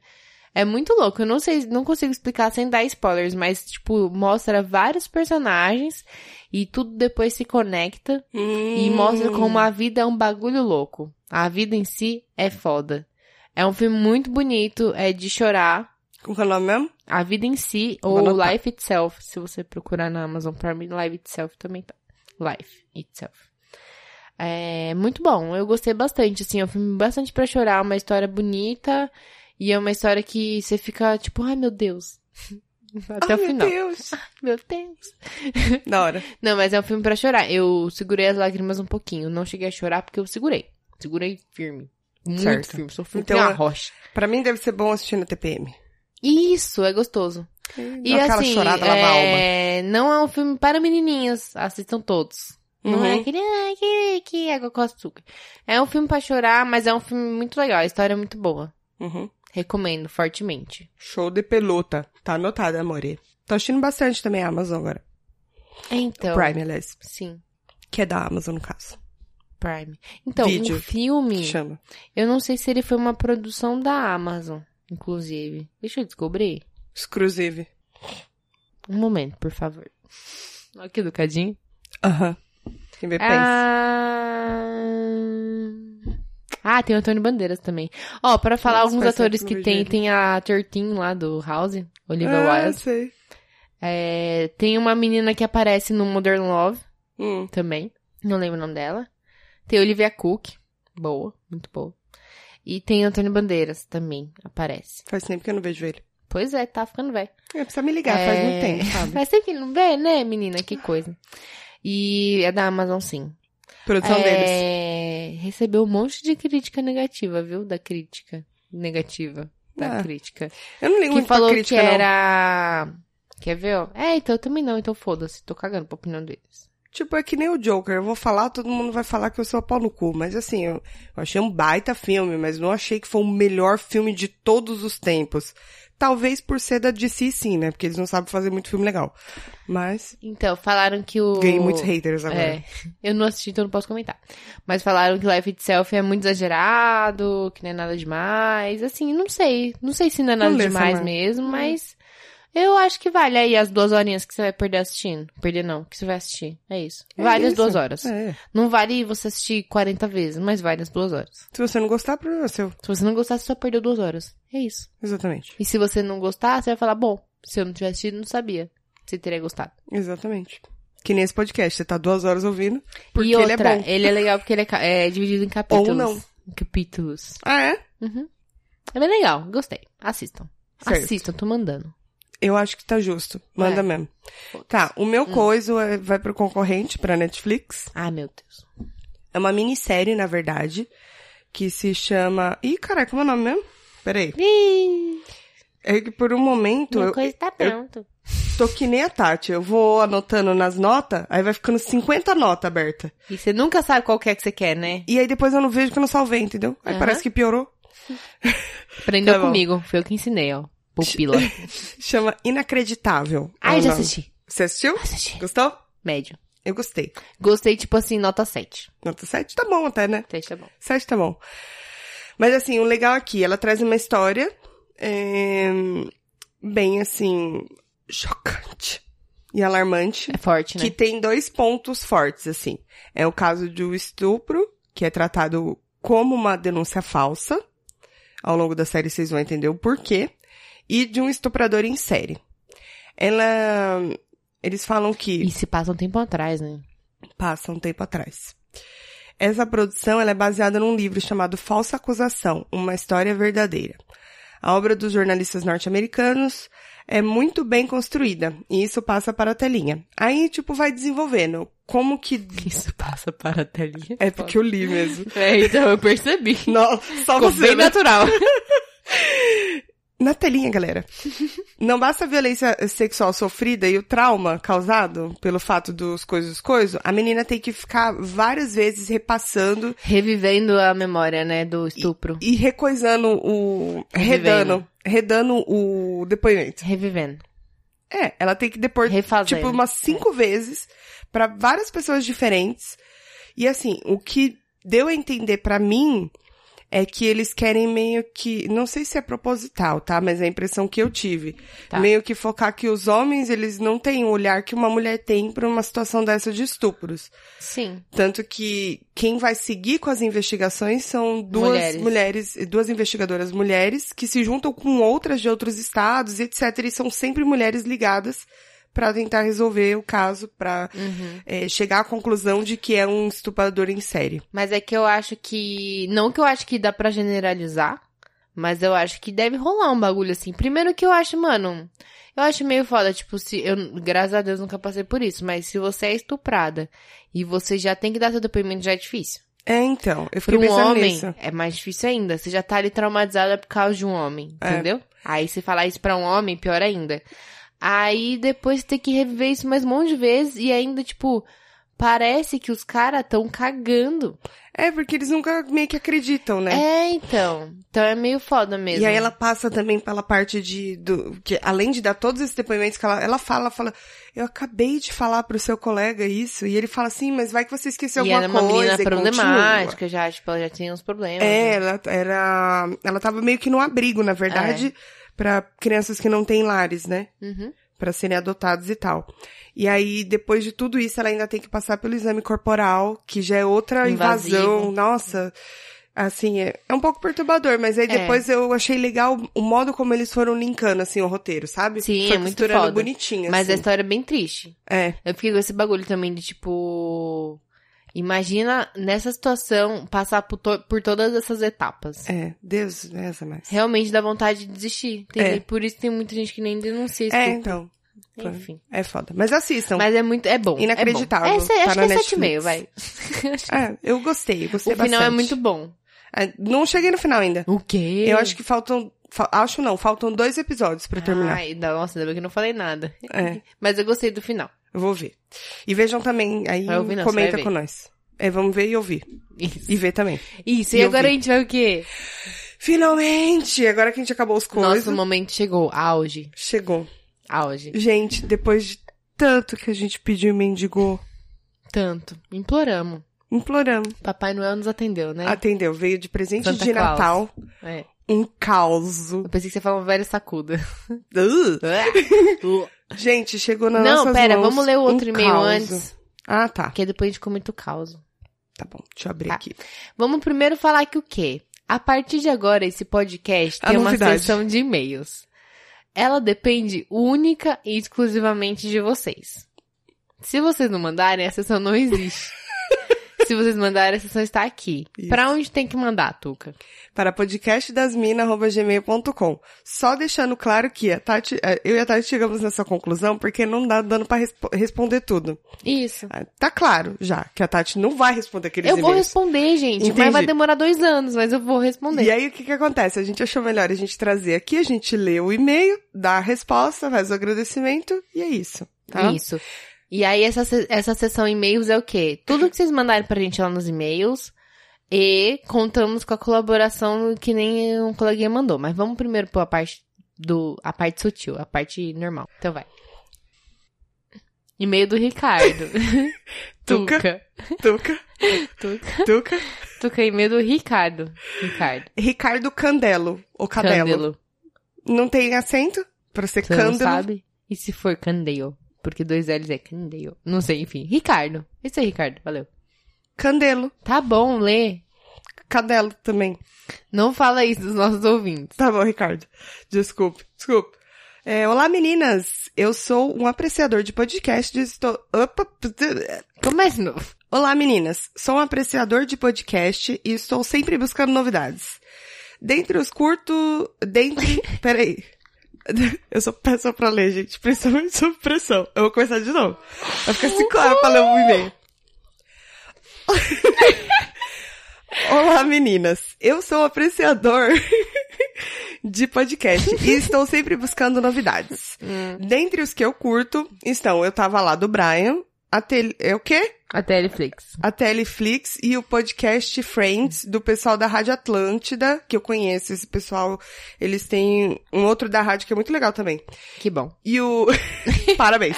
Speaker 1: É muito louco. Eu não sei, não consigo explicar sem dar spoilers, mas tipo, mostra vários personagens e tudo depois se conecta. E
Speaker 2: Hum,
Speaker 1: mostra como a vida é um bagulho louco. A vida em si é foda. É um filme muito bonito, é de chorar.
Speaker 2: Como que é o nome mesmo?
Speaker 1: A vida em si,
Speaker 2: Vou
Speaker 1: ou
Speaker 2: anotar.
Speaker 1: Life Itself, se você procurar na Amazon Prime, Life Itself também tá. Life Itself. É muito bom, eu gostei bastante, assim, é um filme bastante pra chorar, uma história bonita, e é uma história que você fica tipo, ai meu Deus, <laughs> até
Speaker 2: Ai,
Speaker 1: o final.
Speaker 2: Meu
Speaker 1: <laughs>
Speaker 2: Deus.
Speaker 1: Meu Deus.
Speaker 2: da hora.
Speaker 1: Não, mas é um filme pra chorar. Eu segurei as lágrimas um pouquinho. Não cheguei a chorar porque eu segurei. Segurei firme. Muito
Speaker 2: Certo.
Speaker 1: firme. Sou firme
Speaker 2: Então,
Speaker 1: então, uma
Speaker 2: é-
Speaker 1: rocha.
Speaker 2: Pra mim deve ser bom assistir na TPM.
Speaker 1: Isso, é gostoso. E
Speaker 2: Dá aquela
Speaker 1: assim,
Speaker 2: chorada lá na alma.
Speaker 1: é... não é um filme para menininhas. Assistam todos. Não é
Speaker 2: Uhum.
Speaker 1: aquele, ai, que, que água com açúcar. É um filme pra chorar, mas é um filme muito legal. A história é muito boa.
Speaker 2: Uhum.
Speaker 1: Recomendo fortemente.
Speaker 2: Show de pelota. Tá anotado, amore. Tô assistindo bastante também a Amazon agora.
Speaker 1: Então,
Speaker 2: Prime, aliás.
Speaker 1: sim,
Speaker 2: Que é da Amazon, no caso.
Speaker 1: Prime. Então,
Speaker 2: Vídeo.
Speaker 1: um filme...
Speaker 2: Chama.
Speaker 1: Eu não sei se ele foi uma produção da Amazon, inclusive. Deixa eu descobrir.
Speaker 2: Exclusive.
Speaker 1: Um momento, por favor. Olha que educadinho.
Speaker 2: Aham. Quem vê, pensa.
Speaker 1: Ah... ah, tem o Antônio Bandeiras também. Ó, pra falar
Speaker 2: Nossa,
Speaker 1: alguns
Speaker 2: parece
Speaker 1: atores
Speaker 2: um
Speaker 1: que
Speaker 2: filme
Speaker 1: tem,
Speaker 2: dele.
Speaker 1: tem a Tertin lá do House, Olivia
Speaker 2: ah,
Speaker 1: Wilde.
Speaker 2: sei.
Speaker 1: É, tem uma menina que aparece no Modern Love
Speaker 2: Hum.
Speaker 1: também. Não lembro o nome dela. Tem a Olivia Cook. Boa, muito boa. E tem Antônio Bandeiras também, aparece.
Speaker 2: Faz tempo que eu não vejo ele.
Speaker 1: Pois é, tá ficando velho.
Speaker 2: É, precisa me ligar, faz muito tempo, sabe?
Speaker 1: Mas sempre que ele não vê, né, menina? Que coisa. E é da Amazon, sim.
Speaker 2: Produção deles.
Speaker 1: É, Recebeu um monte de crítica negativa, viu? Da crítica. Negativa. Da
Speaker 2: Ah,
Speaker 1: crítica.
Speaker 2: Eu não ligo
Speaker 1: Tá Que
Speaker 2: muito pra
Speaker 1: falou
Speaker 2: crítica,
Speaker 1: que
Speaker 2: não.
Speaker 1: era. Quer ver, ó? É, então eu também não, então foda-se, tô cagando pra opinião deles.
Speaker 2: Tipo, é que nem o Joker. Eu vou falar, todo mundo vai falar que eu sou pau no cu. Mas assim, eu, eu achei um baita filme, mas não achei que foi o melhor filme de todos os tempos. Talvez por ser da DC, sim, né? Porque eles não sabem fazer muito filme legal. Mas
Speaker 1: Então, falaram que o.
Speaker 2: ganhei muitos haters agora.
Speaker 1: É, eu não assisti, então não posso comentar. Mas falaram que Life Itself é muito exagerado, que não é nada demais. Assim, não sei. Não sei se não é nada
Speaker 2: Não lê,
Speaker 1: demais
Speaker 2: Samara.
Speaker 1: mesmo, mas eu acho que vale aí as duas horinhas que você vai perder assistindo. Perder não, que você vai assistir. É isso.
Speaker 2: É
Speaker 1: Vale as
Speaker 2: isso.
Speaker 1: duas horas.
Speaker 2: É.
Speaker 1: Não vale você assistir 40 vezes, mas vale as duas horas.
Speaker 2: Se você não gostar, é problema seu.
Speaker 1: Se você não gostar, você só perdeu duas horas. É isso.
Speaker 2: Exatamente.
Speaker 1: E se você não gostar, você vai falar, bom, se eu não tivesse assistido, não sabia se teria gostado.
Speaker 2: Exatamente. Que nem esse podcast. Você tá duas horas ouvindo, porque
Speaker 1: e outra,
Speaker 2: ele é bom.
Speaker 1: legal porque ele é, ca- é dividido em capítulos.
Speaker 2: não.
Speaker 1: Em capítulos.
Speaker 2: Ah, é?
Speaker 1: Uhum. É bem legal, gostei. Assistam.
Speaker 2: Certo.
Speaker 1: Assistam, tô mandando.
Speaker 2: Eu acho que tá justo. Manda
Speaker 1: É. Hum.
Speaker 2: mesmo. Tá, o meu coiso é- vai pro concorrente, pra Netflix.
Speaker 1: Ah, meu Deus.
Speaker 2: É uma minissérie, na verdade, que se chama. Ih, caraca, como é o nome mesmo? Peraí.
Speaker 1: Ih,
Speaker 2: É que por um momento
Speaker 1: minha
Speaker 2: eu
Speaker 1: coisa tá pronta.
Speaker 2: tô que nem a Tati. Eu vou anotando nas notas, aí vai ficando 50 notas abertas.
Speaker 1: E você nunca sabe qual que é que você quer, né?
Speaker 2: E aí depois eu não vejo que eu não salvei, entendeu? Aí
Speaker 1: Aham.
Speaker 2: parece que piorou.
Speaker 1: Aprendeu
Speaker 2: Tá bom.
Speaker 1: comigo, foi eu que ensinei, ó. <laughs> Pupila.
Speaker 2: Chama Inacreditável.
Speaker 1: ah,
Speaker 2: É
Speaker 1: eu
Speaker 2: o
Speaker 1: já
Speaker 2: nome.
Speaker 1: assisti.
Speaker 2: Você assistiu?
Speaker 1: Assisti.
Speaker 2: Gostou?
Speaker 1: Médio.
Speaker 2: Eu gostei.
Speaker 1: Gostei, tipo assim, nota 7.
Speaker 2: Nota 7 tá bom até, né?
Speaker 1: 7 tá bom.
Speaker 2: Sete tá bom. Mas assim, o legal aqui, ela traz uma história é, bem assim chocante e alarmante
Speaker 1: É forte, né?
Speaker 2: que tem dois pontos fortes assim. É o caso de um estupro que é tratado como uma denúncia falsa. Ao longo da série vocês vão entender o porquê e de um estuprador em série. Ela, eles falam que
Speaker 1: E se passa um tempo atrás, né?
Speaker 2: passa um tempo atrás. Essa produção ela é baseada num livro chamado Falsa Acusação, uma história verdadeira. A obra dos jornalistas norte-americanos é muito bem construída e isso passa para a telinha. Aí, tipo, vai desenvolvendo como que.
Speaker 1: <laughs> Isso passa para tá a telinha.
Speaker 2: É porque eu li mesmo.
Speaker 1: É, então eu <laughs> percebi.
Speaker 2: Não, só
Speaker 1: Ficou
Speaker 2: você.
Speaker 1: bem
Speaker 2: né?
Speaker 1: natural.
Speaker 2: <laughs> Na telinha, galera. Não basta a violência sexual sofrida e o trauma causado pelo fato dos coisas coisas, a menina tem que ficar várias vezes repassando
Speaker 1: Revivendo a memória, né, do estupro.
Speaker 2: e recoisando o. redando. Redando o depoimento.
Speaker 1: Revivendo.
Speaker 2: É, ela tem que depor,
Speaker 1: Refazendo.
Speaker 2: tipo, umas cinco vezes pra várias pessoas diferentes. E assim, o que deu a entender pra mim é que eles querem meio que, não sei se é proposital, tá? Mas é a impressão que eu tive.
Speaker 1: Tá.
Speaker 2: Meio que focar que os homens, eles não têm o olhar que uma mulher tem pra uma situação dessa de estupros.
Speaker 1: Sim.
Speaker 2: Tanto que quem vai seguir com as investigações são duas
Speaker 1: Mulheres.
Speaker 2: mulheres, duas investigadoras mulheres que se juntam com outras de outros estados, etc. E são sempre mulheres ligadas para tentar resolver o caso, para
Speaker 1: Uhum.
Speaker 2: chegar à conclusão de que é um estuprador em série.
Speaker 1: Mas é que eu acho que. Não que eu acho que dá pra generalizar, mas eu acho que deve rolar um bagulho assim. Primeiro que eu acho, mano. Eu acho meio foda, tipo, se. Eu, graças a Deus nunca passei por isso, mas se você é estuprada e você já tem que dar seu depoimento, já é difícil.
Speaker 2: É, então,
Speaker 1: Pra
Speaker 2: eu fiquei
Speaker 1: um
Speaker 2: pensando
Speaker 1: homem
Speaker 2: nisso.
Speaker 1: é mais difícil ainda. Você já tá ali traumatizada por causa de um homem,
Speaker 2: É.
Speaker 1: entendeu? Aí você falar isso pra um homem, pior ainda. Aí depois você tem que reviver isso mais um monte de vezes e ainda, tipo, parece que os caras tão cagando.
Speaker 2: É, porque eles nunca meio que acreditam, né?
Speaker 1: É, então. Então é meio foda mesmo.
Speaker 2: E aí ela passa também pela parte de do que além de dar todos esses depoimentos que ela ela fala, ela fala, eu acabei de falar pro seu colega isso e ele fala assim, mas vai que você esqueceu
Speaker 1: E
Speaker 2: alguma
Speaker 1: era uma
Speaker 2: coisa.
Speaker 1: menina
Speaker 2: e continua."
Speaker 1: problemática, já, tipo, ela já tinha uns problemas. né?
Speaker 2: É, ela era ela tava meio que num abrigo, na verdade,
Speaker 1: É.
Speaker 2: pra crianças que não têm lares, né?
Speaker 1: Uhum.
Speaker 2: Pra serem adotados e tal. E aí, depois de tudo isso, ela ainda tem que passar pelo exame corporal, que já é outra
Speaker 1: Invasivo.
Speaker 2: invasão. Nossa, assim, é, é um pouco perturbador, mas aí
Speaker 1: É.
Speaker 2: depois eu achei legal o modo como eles foram linkando, assim, o roteiro, sabe?
Speaker 1: Sim,
Speaker 2: Foi
Speaker 1: é muito
Speaker 2: costurando
Speaker 1: foda.
Speaker 2: bonitinho,
Speaker 1: Mas a
Speaker 2: assim.
Speaker 1: história é bem triste.
Speaker 2: É,
Speaker 1: Eu fiquei com esse bagulho também de tipo. Imagina nessa situação passar por, to- por todas essas etapas.
Speaker 2: é. Deus, essa mais.
Speaker 1: Realmente dá vontade de desistir. Tem-
Speaker 2: É.
Speaker 1: Por isso tem muita gente que nem denuncia isso.
Speaker 2: É, então,
Speaker 1: Enfim.
Speaker 2: é foda. Mas assistam.
Speaker 1: Mas é muito. É bom.
Speaker 2: Inacreditável.
Speaker 1: É bom. É, se-
Speaker 2: Tá
Speaker 1: acho
Speaker 2: na
Speaker 1: que é sete e meio,
Speaker 2: Netflix.
Speaker 1: vai.
Speaker 2: É, eu gostei, gostei
Speaker 1: o final
Speaker 2: bastante.
Speaker 1: é muito bom.
Speaker 2: É, Não cheguei no final ainda.
Speaker 1: O quê?
Speaker 2: Eu acho que faltam. fa- Acho não, faltam dois episódios pra terminar.
Speaker 1: Ai, não, nossa, ainda bem que eu não falei nada.
Speaker 2: É.
Speaker 1: <laughs> Mas eu gostei do final.
Speaker 2: Eu vou ver. E vejam também, aí
Speaker 1: Vai ouvir, não, você vai
Speaker 2: comenta
Speaker 1: ver.
Speaker 2: com nós. É, vamos ver e ouvir.
Speaker 1: Isso.
Speaker 2: E ver também.
Speaker 1: Isso, e
Speaker 2: E eu
Speaker 1: agora
Speaker 2: vi.
Speaker 1: a gente vai o quê?
Speaker 2: Finalmente! Agora que a gente acabou os coisas.
Speaker 1: Nosso momento chegou. Auge.
Speaker 2: Chegou.
Speaker 1: Auge.
Speaker 2: Gente, depois de tanto que a gente pediu e mendigou,
Speaker 1: Tanto. Imploramos.
Speaker 2: imploramos.
Speaker 1: Papai Noel nos atendeu, né?
Speaker 2: Atendeu. Veio de presente
Speaker 1: Santa
Speaker 2: de
Speaker 1: Claus.
Speaker 2: Natal.
Speaker 1: É.
Speaker 2: Um caos.
Speaker 1: Eu pensei que você falava velha <laughs> sacuda.
Speaker 2: Uh! Gente, chegou na nossa. um
Speaker 1: Não, pera, vamos ler o outro e-mail antes.
Speaker 2: Ah, tá.
Speaker 1: Porque depois a gente comenta o caos.
Speaker 2: Tá bom. Deixa eu abrir
Speaker 1: Tá.
Speaker 2: aqui.
Speaker 1: Vamos primeiro falar que o quê? A partir de agora, esse podcast
Speaker 2: A
Speaker 1: tem uma
Speaker 2: novidade.
Speaker 1: sessão de e-mails. Ela depende única e exclusivamente de vocês. Se vocês não mandarem, a sessão não
Speaker 2: <laughs>
Speaker 1: existe. Se vocês mandarem, a sessão está aqui.
Speaker 2: Isso.
Speaker 1: Pra onde tem que mandar, Tuca?
Speaker 2: para podcastdasmina.gmail.com. Só deixando claro que a Tati, eh, eu e a Tati chegamos nessa conclusão porque não dá dando para responder tudo.
Speaker 1: Isso.
Speaker 2: Ah, Tá claro já que a Tati não vai responder aqueles
Speaker 1: Eu vou
Speaker 2: e-mails.
Speaker 1: responder, gente. Mas
Speaker 2: Entendi.
Speaker 1: vai demorar dois anos, mas eu vou responder.
Speaker 2: E aí o que que acontece? A gente achou melhor a gente trazer aqui, a gente lê o e-mail, dá a resposta, faz o agradecimento e é isso, tá?
Speaker 1: Isso. E aí, essa, se- essa sessão e-mails é o quê? Tudo que vocês mandarem pra gente lá nos e-mails. E contamos com a colaboração que nem um coleguinha mandou. Mas vamos primeiro pôr a parte do. a parte sutil, a parte normal. Então vai. E-mail do Ricardo.
Speaker 2: <laughs> Tuca.
Speaker 1: Tuca.
Speaker 2: Tuca,
Speaker 1: Tuca.
Speaker 2: Tuca. <laughs>
Speaker 1: Tuca, e-mail do Ricardo. Ricardo.
Speaker 2: Ricardo Candelo, ou Cadelo.
Speaker 1: Candelo.
Speaker 2: Não tem acento para ser
Speaker 1: Você não
Speaker 2: Candelo.
Speaker 1: sabe? E se for Candeio? Porque dois L's é Candeio. Não sei, enfim. Ricardo. Esse é Ricardo. Valeu.
Speaker 2: Candelo,
Speaker 1: Tá bom, lê.
Speaker 2: Cadelo também.
Speaker 1: Não fala isso dos nossos ouvintes.
Speaker 2: Tá bom, Ricardo. Desculpe, desculpe. É, olá, meninas. Eu sou um apreciador de podcasts e estou... Opa, ptz-
Speaker 1: Comece de novo.
Speaker 2: Olá, meninas. Sou um apreciador de podcast e estou sempre buscando novidades. Dentre os curto... Dentre... Peraí. Eu sou péssima pra ler, gente. Principalmente sob pressão. assim, Eu vou começar de novo. Vai ficar cinco horas pra ler um e-mail. Olá, meninas. Eu sou um apreciador <laughs> de podcast e estou sempre buscando novidades.
Speaker 1: Hum.
Speaker 2: Dentre os que eu curto estão Eu Tava Lá do Brian, a tele... é o quê?
Speaker 1: A Teleflix.
Speaker 2: A Teleflix e o podcast Friends do pessoal da Rádio Atlântida, que eu conheço esse pessoal. Eles têm um outro da rádio que é muito legal também.
Speaker 1: Que bom.
Speaker 2: E o. <laughs> Parabéns.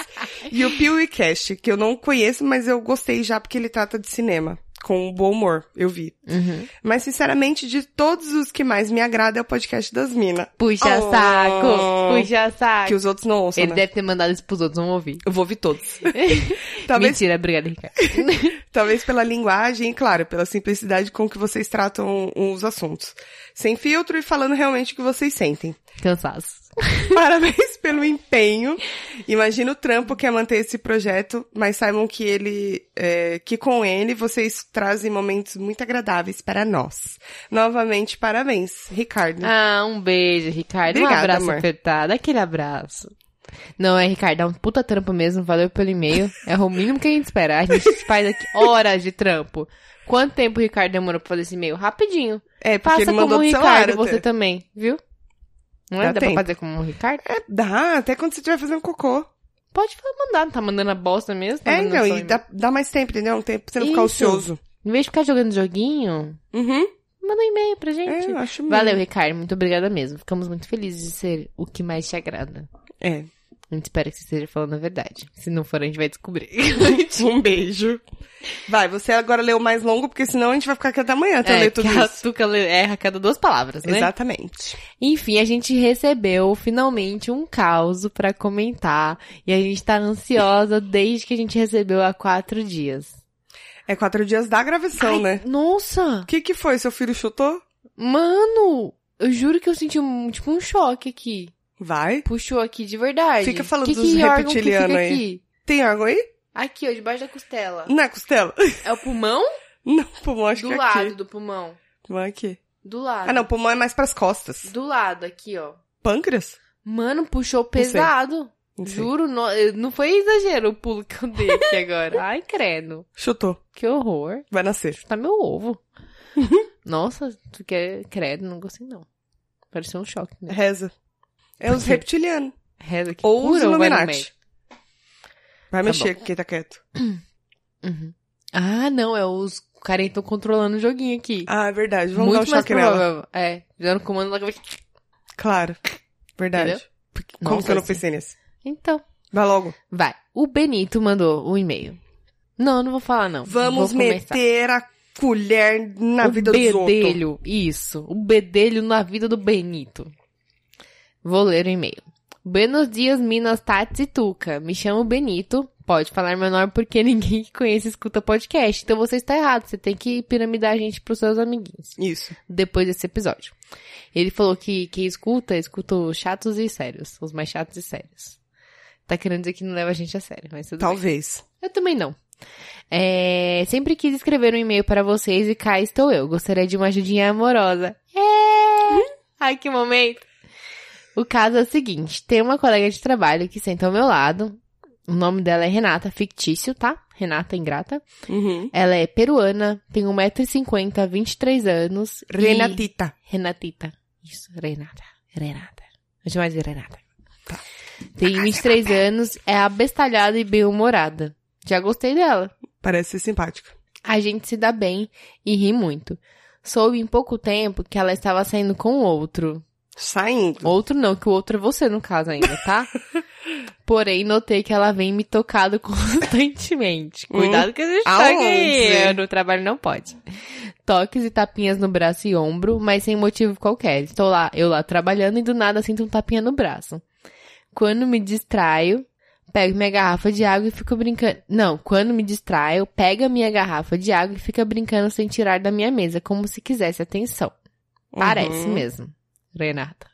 Speaker 2: E o PewCast, que eu não conheço, mas eu gostei já porque ele trata de cinema. Com um bom humor, eu vi.
Speaker 1: Uhum.
Speaker 2: Mas, sinceramente, de todos os que mais me agrada é o podcast das minas.
Speaker 1: Puxa
Speaker 2: Oh.
Speaker 1: saco, puxa saco.
Speaker 2: Que os outros não ouçam,
Speaker 1: Ele
Speaker 2: né?
Speaker 1: deve ter mandado isso pros outros, vamos ouvir.
Speaker 2: Eu vou
Speaker 1: <laughs>
Speaker 2: ouvir todos. Talvez
Speaker 1: Mentira, obrigada, Ricardo.
Speaker 2: Talvez pela linguagem e, claro, pela simplicidade com que vocês tratam os assuntos. Sem filtro e falando realmente o que vocês sentem.
Speaker 1: Cansaço.
Speaker 2: <laughs> Parabéns pelo empenho. Imagina o trampo que é manter esse projeto, mas saibam que ele, é, que com ele vocês trazem momentos muito agradáveis para nós. Novamente, parabéns, Ricardo.
Speaker 1: Ah, um beijo, Ricardo. um
Speaker 2: Obrigada,
Speaker 1: abraço
Speaker 2: amor.
Speaker 1: apertado, aquele abraço. Não, é, Ricardo, é um puta trampo mesmo, valeu pelo e-mail. É o mínimo que a gente espera. A gente faz aqui horas de trampo. Quanto tempo o Ricardo demorou pra fazer esse e-mail? Rapidinho.
Speaker 2: é, porque
Speaker 1: Faça
Speaker 2: ele
Speaker 1: como
Speaker 2: mandou
Speaker 1: o
Speaker 2: do
Speaker 1: Ricardo,
Speaker 2: celular.
Speaker 1: você
Speaker 2: até.
Speaker 1: também, viu? Não é?
Speaker 2: Dá
Speaker 1: Dá
Speaker 2: tempo.
Speaker 1: pra fazer como o Ricardo?
Speaker 2: É, dá, até quando você estiver fazendo cocô.
Speaker 1: Tá Pode mandar, não tá mandando a bosta mesmo? Tá
Speaker 2: é,
Speaker 1: mandando
Speaker 2: então,
Speaker 1: só
Speaker 2: e
Speaker 1: e-mail.
Speaker 2: dá, dá mais tempo, entendeu? Um tempo pra você não ficar
Speaker 1: Isso.
Speaker 2: ocioso.
Speaker 1: Em vez de ficar jogando joguinho,
Speaker 2: Uhum.
Speaker 1: manda um e-mail pra
Speaker 2: É,
Speaker 1: gente.
Speaker 2: eu acho mesmo.
Speaker 1: Valeu, Ricardo. Muito obrigada mesmo. Ficamos muito felizes de ser o que mais te agrada.
Speaker 2: É. <laughs>
Speaker 1: A gente espera que você esteja falando a verdade. Se não for, a gente vai
Speaker 2: <laughs>
Speaker 1: descobrir.
Speaker 2: Um beijo. Vai, você agora leu o mais longo, porque senão a gente vai ficar aqui até amanhã até eu
Speaker 1: é,
Speaker 2: ler tudo
Speaker 1: que a
Speaker 2: isso.
Speaker 1: Tuca le- erra a cada duas palavras, né?
Speaker 2: Exatamente.
Speaker 1: Enfim, a gente recebeu finalmente um caos pra comentar. E a gente tá ansiosa desde que a gente recebeu há quatro dias.
Speaker 2: É quatro dias da gravação, né?
Speaker 1: Nossa!
Speaker 2: O que que foi? Seu filho chutou?
Speaker 1: Mano! Eu juro que eu senti um, tipo um choque aqui.
Speaker 2: Vai.
Speaker 1: Puxou aqui de verdade.
Speaker 2: Fica falando
Speaker 1: que
Speaker 2: dos
Speaker 1: que órgão que
Speaker 2: reptiliano
Speaker 1: fica
Speaker 2: aí.
Speaker 1: Aqui?
Speaker 2: Tem água aí?
Speaker 1: Aqui, ó, debaixo da costela.
Speaker 2: Não é costela? <laughs>
Speaker 1: É o pulmão?
Speaker 2: Não, pulmão acho
Speaker 1: do
Speaker 2: que é
Speaker 1: lado tá.
Speaker 2: aqui.
Speaker 1: do pulmão.
Speaker 2: Pulmão é aqui.
Speaker 1: Do lado.
Speaker 2: Ah, não, pulmão é mais pras costas.
Speaker 1: Do lado, aqui, ó.
Speaker 2: Pâncreas?
Speaker 1: Mano, puxou
Speaker 2: sei.
Speaker 1: pesado.
Speaker 2: Não sei.
Speaker 1: Juro, não, eu- não foi exagero o pulo que eu dei
Speaker 2: <laughs>
Speaker 1: aqui agora. Ai, credo.
Speaker 2: Chutou.
Speaker 1: Que horror.
Speaker 2: Vai nascer.
Speaker 1: Tá meu ovo.
Speaker 2: <laughs>
Speaker 1: Nossa, tu quer credo, não gostei não. Pareceu um choque, né?
Speaker 2: Reza. É os
Speaker 1: quê?
Speaker 2: reptilianos.
Speaker 1: Reza que
Speaker 2: Ou os
Speaker 1: cura ou vai no meio?
Speaker 2: Illuminati.
Speaker 1: Tá
Speaker 2: Vai mexer com quem tá quieto.
Speaker 1: Uhum. Ah, não, é os caras estão controlando o joguinho aqui.
Speaker 2: Ah, é verdade. Vamos
Speaker 1: Muito
Speaker 2: dar um
Speaker 1: mais
Speaker 2: choque nela.
Speaker 1: provável. É, dando comando ela vai...
Speaker 2: Claro. Verdade.
Speaker 1: Entendeu?
Speaker 2: Porque- Como
Speaker 1: Nossa,
Speaker 2: que eu não
Speaker 1: assim.
Speaker 2: pensei nisso?
Speaker 1: Então,
Speaker 2: Vai logo.
Speaker 1: Vai. O Benito mandou um e-mail. Não, não vou falar, não.
Speaker 2: Vamos
Speaker 1: Vou começar.
Speaker 2: meter a colher na
Speaker 1: o
Speaker 2: vida dos outros.
Speaker 1: bedelho, isso. O bedelho na vida do Benito. Vou ler o e-mail. Buenos dias, Minas, Tati e Tuca. Me chamo Benito. Pode falar meu nome porque <laughs> ninguém que conhece escuta podcast. Então você está errado. Você tem que piramidar a gente pros seus amiguinhos.
Speaker 2: Isso.
Speaker 1: Depois desse episódio. Ele falou que quem escuta, escuta os chatos e sérios. Os mais chatos e sérios. Tá querendo dizer que não leva a gente a sério, mas
Speaker 2: Tá.
Speaker 1: tudo bem.
Speaker 2: Talvez.
Speaker 1: Eu também não. É, sempre quis escrever um e-mail para vocês e cá estou eu. Gostaria de uma ajudinha amorosa. É! Ai, que momento! O caso é o seguinte: tem uma colega de trabalho que senta ao meu lado. O nome dela é Renata, fictício, tá? Renata Ingrata.
Speaker 2: Uhum.
Speaker 1: Ela é peruana, tem 1,50m, 23 anos. e-
Speaker 2: Renatita.
Speaker 1: Renatita. Isso, Renata. Renata. Vou chamar de Renata. Tem 23 anos, é abestalhada e bem-humorada. Já gostei dela.
Speaker 2: Parece ser simpática.
Speaker 1: A gente se dá bem e ri muito. Soube em pouco tempo que ela estava saindo com outro.
Speaker 2: Saindo.
Speaker 1: Outro não, que o outro é você no caso ainda, tá? Porém, notei que ela vem me tocado <laughs> constantemente. Cuidado que a gente tá
Speaker 2: aonde?
Speaker 1: aqui. No trabalho não pode. Toques e tapinhas no braço e ombro, mas sem motivo qualquer. Estou lá, eu lá trabalhando e do nada sinto um tapinha no braço. Quando me distraio, pego minha garrafa de água e fico brincando. Não, quando me distraio, pega minha garrafa de água e fica brincando sem tirar da minha mesa, como se quisesse atenção. Parece
Speaker 2: Uhum.
Speaker 1: mesmo, Renata.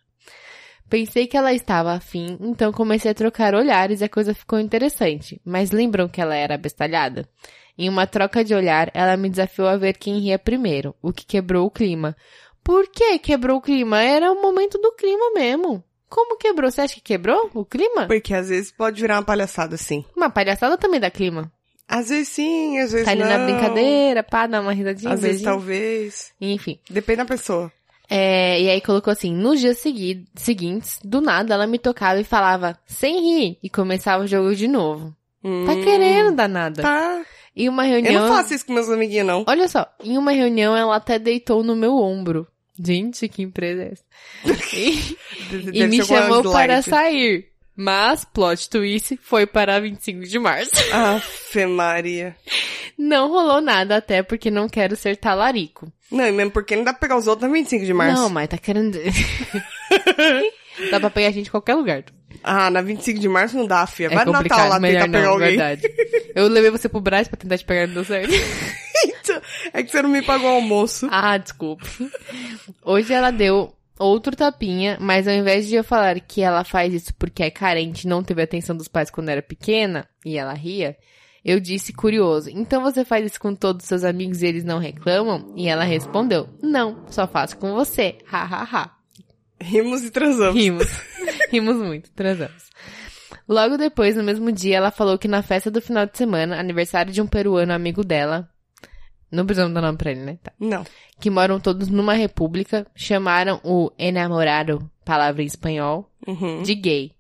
Speaker 1: Pensei que ela estava afim, então comecei a trocar olhares e a coisa ficou interessante. Mas lembram que ela era abestalhada? Em uma troca de olhar, ela me desafiou a ver quem ria primeiro, o que quebrou o clima. Por que quebrou o clima? Era o momento do clima mesmo. Como quebrou? Você acha que quebrou o clima?
Speaker 2: Porque às vezes pode virar uma palhaçada assim.
Speaker 1: Uma palhaçada também dá clima.
Speaker 2: Às vezes sim, às vezes
Speaker 1: Tá ali
Speaker 2: não.
Speaker 1: na brincadeira, pá, dá uma risadinha,
Speaker 2: Às
Speaker 1: um
Speaker 2: vezes
Speaker 1: beijinho.
Speaker 2: talvez.
Speaker 1: Enfim.
Speaker 2: Depende da pessoa.
Speaker 1: É, e aí colocou assim, nos dias segui- seguintes, do nada ela me tocava e falava, sem rir, e começava o jogo de novo. Tá
Speaker 2: Hum,
Speaker 1: querendo danada.
Speaker 2: Tá.
Speaker 1: E uma
Speaker 2: Eu
Speaker 1: reunião...
Speaker 2: não faço isso com meus amiguinhos, não.
Speaker 1: Olha só, em uma reunião ela até deitou no meu ombro. Gente, que empresa é essa? E,
Speaker 2: Deve
Speaker 1: e me
Speaker 2: ser alguma
Speaker 1: chamou para
Speaker 2: slide.
Speaker 1: sair. Mas, plot twist, foi para 25 de março. <laughs>
Speaker 2: Afe Maria.
Speaker 1: Não rolou nada até porque não quero ser talarico.
Speaker 2: Não, e mesmo porque não dá pra pegar os outros na 25 de março.
Speaker 1: Não, mas tá querendo... <laughs> Dá pra pegar a gente em qualquer lugar.
Speaker 2: Ah, na 25 de março não dá, fia.
Speaker 1: É
Speaker 2: Vai no Natal
Speaker 1: complicado,
Speaker 2: lá
Speaker 1: melhor
Speaker 2: tentar pegar
Speaker 1: não,
Speaker 2: alguém.
Speaker 1: verdade. Eu levei você pro Brás pra tentar te pegar e não deu certo.
Speaker 2: <laughs> É que você não me pagou o almoço.
Speaker 1: Ah, desculpa. Hoje ela deu outro tapinha, mas ao invés de eu falar que ela faz isso porque é carente e não teve atenção dos pais quando era pequena, e ela ria, eu disse curioso, então você faz isso com todos os seus amigos e eles não reclamam? E ela respondeu, não, só faço com você, ha ha ha.
Speaker 2: Rimos e transamos.
Speaker 1: Rimos. Rimos muito, transamos. Logo depois, no mesmo dia, ela falou que na festa do final de semana, aniversário de um peruano amigo dela. Não precisamos dar nome pra ele, né? Tá.
Speaker 2: Não.
Speaker 1: Que moram todos numa república, chamaram o enamorado, palavra em espanhol,
Speaker 2: Uhum.
Speaker 1: de gay.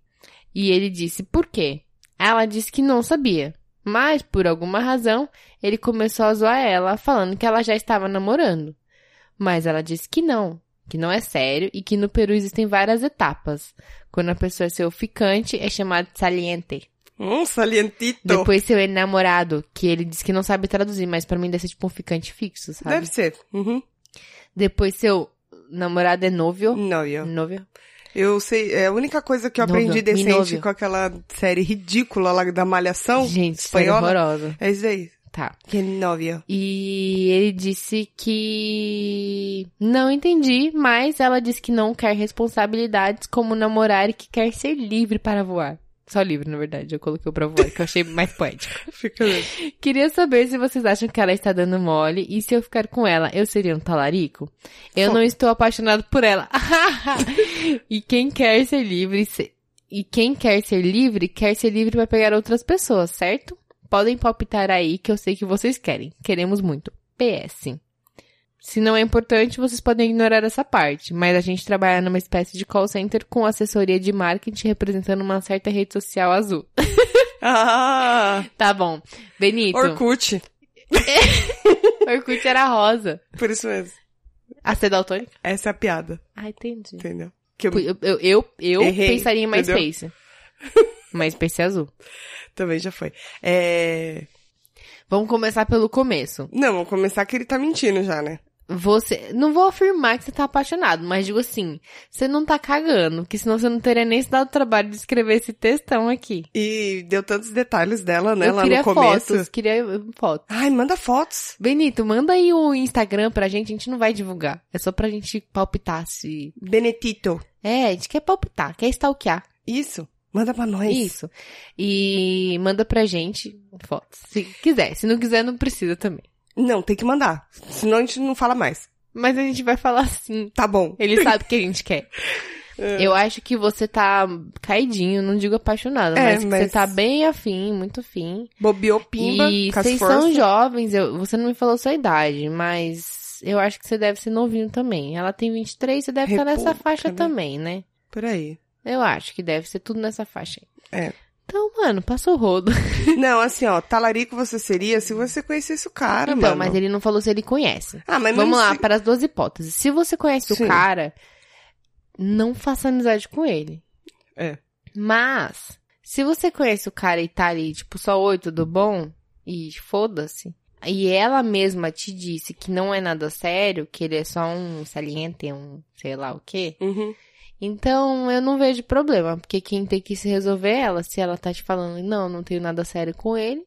Speaker 1: E ele disse por quê. Ela disse que não sabia. Mas, por alguma razão, ele começou a zoar ela, falando que ela já estava namorando. Mas ela disse que não, que não é sério e que no Peru existem várias etapas. Quando a pessoa é seu ficante, é chamado de saliente.
Speaker 2: Hum, salientito.
Speaker 1: Depois seu namorado, que ele disse que não sabe traduzir, mas pra mim deve ser tipo um ficante fixo, sabe?
Speaker 2: Deve ser. Uhum.
Speaker 1: Depois seu namorado é novio.
Speaker 2: Não, eu.
Speaker 1: Novio?
Speaker 2: Eu sei, é a única coisa que eu
Speaker 1: Não,
Speaker 2: aprendi
Speaker 1: não.
Speaker 2: decente
Speaker 1: Minóvio.
Speaker 2: com aquela série ridícula lá da Malhação
Speaker 1: Gente, série
Speaker 2: espanhola.
Speaker 1: horrorosa.
Speaker 2: É isso aí.
Speaker 1: Tá.
Speaker 2: Que novia.
Speaker 1: E ele disse que não entendi, mas ela disse que não quer responsabilidades como namorar e que quer ser livre para voar. Só livre, na verdade. Eu coloquei o pra voar, que eu achei mais poético.
Speaker 2: <laughs> Fica
Speaker 1: Queria saber se vocês acham que ela está dando mole e se eu ficar com ela, eu seria um talarico? Eu
Speaker 2: Fo-
Speaker 1: não estou apaixonado por ela. <laughs> e quem quer ser livre, se- e quem quer ser livre, quer ser livre para pegar outras pessoas, certo? Podem palpitar aí que eu sei que vocês querem. Queremos muito. PS. Se não é importante, vocês podem ignorar essa parte, mas a gente trabalha numa espécie de call center com assessoria de marketing representando uma certa rede social azul.
Speaker 2: Ah,
Speaker 1: Tá bom. Benito,
Speaker 2: Orkut.
Speaker 1: Orkut era rosa.
Speaker 2: Por isso mesmo.
Speaker 1: A ser daltônica?
Speaker 2: Essa é a piada,
Speaker 1: Ah, entendi.
Speaker 2: entendeu? Que eu
Speaker 1: Eu, eu, eu, eu
Speaker 2: Errei,
Speaker 1: pensaria em
Speaker 2: entendeu?
Speaker 1: MySpace. MySpace azul.
Speaker 2: também já foi. É...
Speaker 1: Vamos começar pelo começo.
Speaker 2: Não, vou começar que ele tá mentindo já, né?
Speaker 1: Você. Não vou afirmar que você tá apaixonado, mas digo assim, você não tá cagando, que senão você não teria nem se dado o trabalho de escrever esse textão aqui.
Speaker 2: E deu tantos detalhes dela, né,
Speaker 1: eu
Speaker 2: lá
Speaker 1: queria
Speaker 2: no começo.
Speaker 1: fotos, queria uh, fotos.
Speaker 2: Ai, manda fotos.
Speaker 1: Benito, manda aí o Instagram pra gente, a gente não vai divulgar. É só pra gente palpitar se.
Speaker 2: Benetito.
Speaker 1: É, a gente quer palpitar, quer stalkear.
Speaker 2: É Isso. Manda pra nós.
Speaker 1: Isso. E manda pra gente fotos. Se quiser. Se não quiser, não precisa também.
Speaker 2: Não, tem que mandar. Senão a gente não fala mais.
Speaker 1: Mas a gente vai falar sim.
Speaker 2: Tá bom. <laughs>
Speaker 1: Ele sabe o que a gente quer.
Speaker 2: É.
Speaker 1: Eu acho que você tá caidinho, não digo apaixonado,
Speaker 2: É,
Speaker 1: mas, que
Speaker 2: mas-
Speaker 1: você tá bem afim, muito afim.
Speaker 2: Bobeou pimba,
Speaker 1: e
Speaker 2: com as
Speaker 1: vocês
Speaker 2: forças.
Speaker 1: são jovens, eu- você não me falou sua idade, mas eu acho que você deve ser novinho também. Ela tem 23, você deve estar nessa
Speaker 2: República,
Speaker 1: faixa
Speaker 2: né?
Speaker 1: também, né?
Speaker 2: Por aí.
Speaker 1: Eu acho que deve ser tudo nessa faixa aí.
Speaker 2: É.
Speaker 1: Então, mano, passou o rodo.
Speaker 2: <laughs> Não, assim, ó, talarico você seria se você conhecesse o
Speaker 1: <laughs>
Speaker 2: cara,
Speaker 1: então,
Speaker 2: mano.
Speaker 1: mas ele não falou se ele conhece.
Speaker 2: Ah, mas
Speaker 1: Vamos
Speaker 2: mesmo
Speaker 1: lá,
Speaker 2: se-
Speaker 1: para as duas hipóteses. Se você conhece
Speaker 2: Sim.
Speaker 1: o cara, não faça amizade com ele.
Speaker 2: É.
Speaker 1: Mas, se você conhece o cara e tá ali, tipo, só oi, tudo bom? E foda-se. E ela mesma te disse que não é nada sério, que ele é só um saliente, um sei lá o quê.
Speaker 2: Uhum.
Speaker 1: Então, eu não vejo problema, porque quem tem que se resolver é ela, se ela tá te falando, não, não tenho nada sério com ele.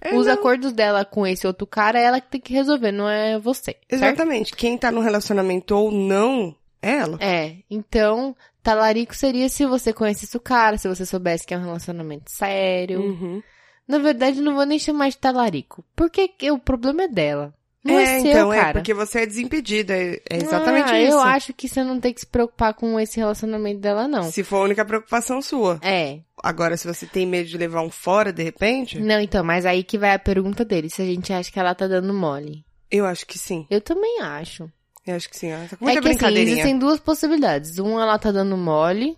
Speaker 2: É,
Speaker 1: Os
Speaker 2: não,
Speaker 1: acordos dela com esse outro cara é ela que tem que resolver, não é você. certo?
Speaker 2: Exatamente. Quem tá num relacionamento ou não é ela.
Speaker 1: É, então, talarico seria se você conhecesse o cara, se você soubesse que é um relacionamento sério.
Speaker 2: Uhum.
Speaker 1: Na verdade, não vou nem chamar de talarico, porque que- o problema é dela. Não é,
Speaker 2: é
Speaker 1: seu,
Speaker 2: então, é
Speaker 1: cara.
Speaker 2: porque você é desimpedida. É é exatamente
Speaker 1: Ah,
Speaker 2: isso.
Speaker 1: Eu acho que você não tem que se preocupar com esse relacionamento dela, não.
Speaker 2: Se for a única preocupação sua.
Speaker 1: É.
Speaker 2: Agora, se você tem medo de levar um fora, de repente,
Speaker 1: Não, então, mas aí que vai a pergunta dele, se a gente acha que ela tá dando mole.
Speaker 2: eu acho que sim.
Speaker 1: Eu também acho.
Speaker 2: Eu acho que sim. Ela tá com muita
Speaker 1: é que assim,
Speaker 2: brincadeirinha.
Speaker 1: existem duas possibilidades. Um, ela tá dando mole.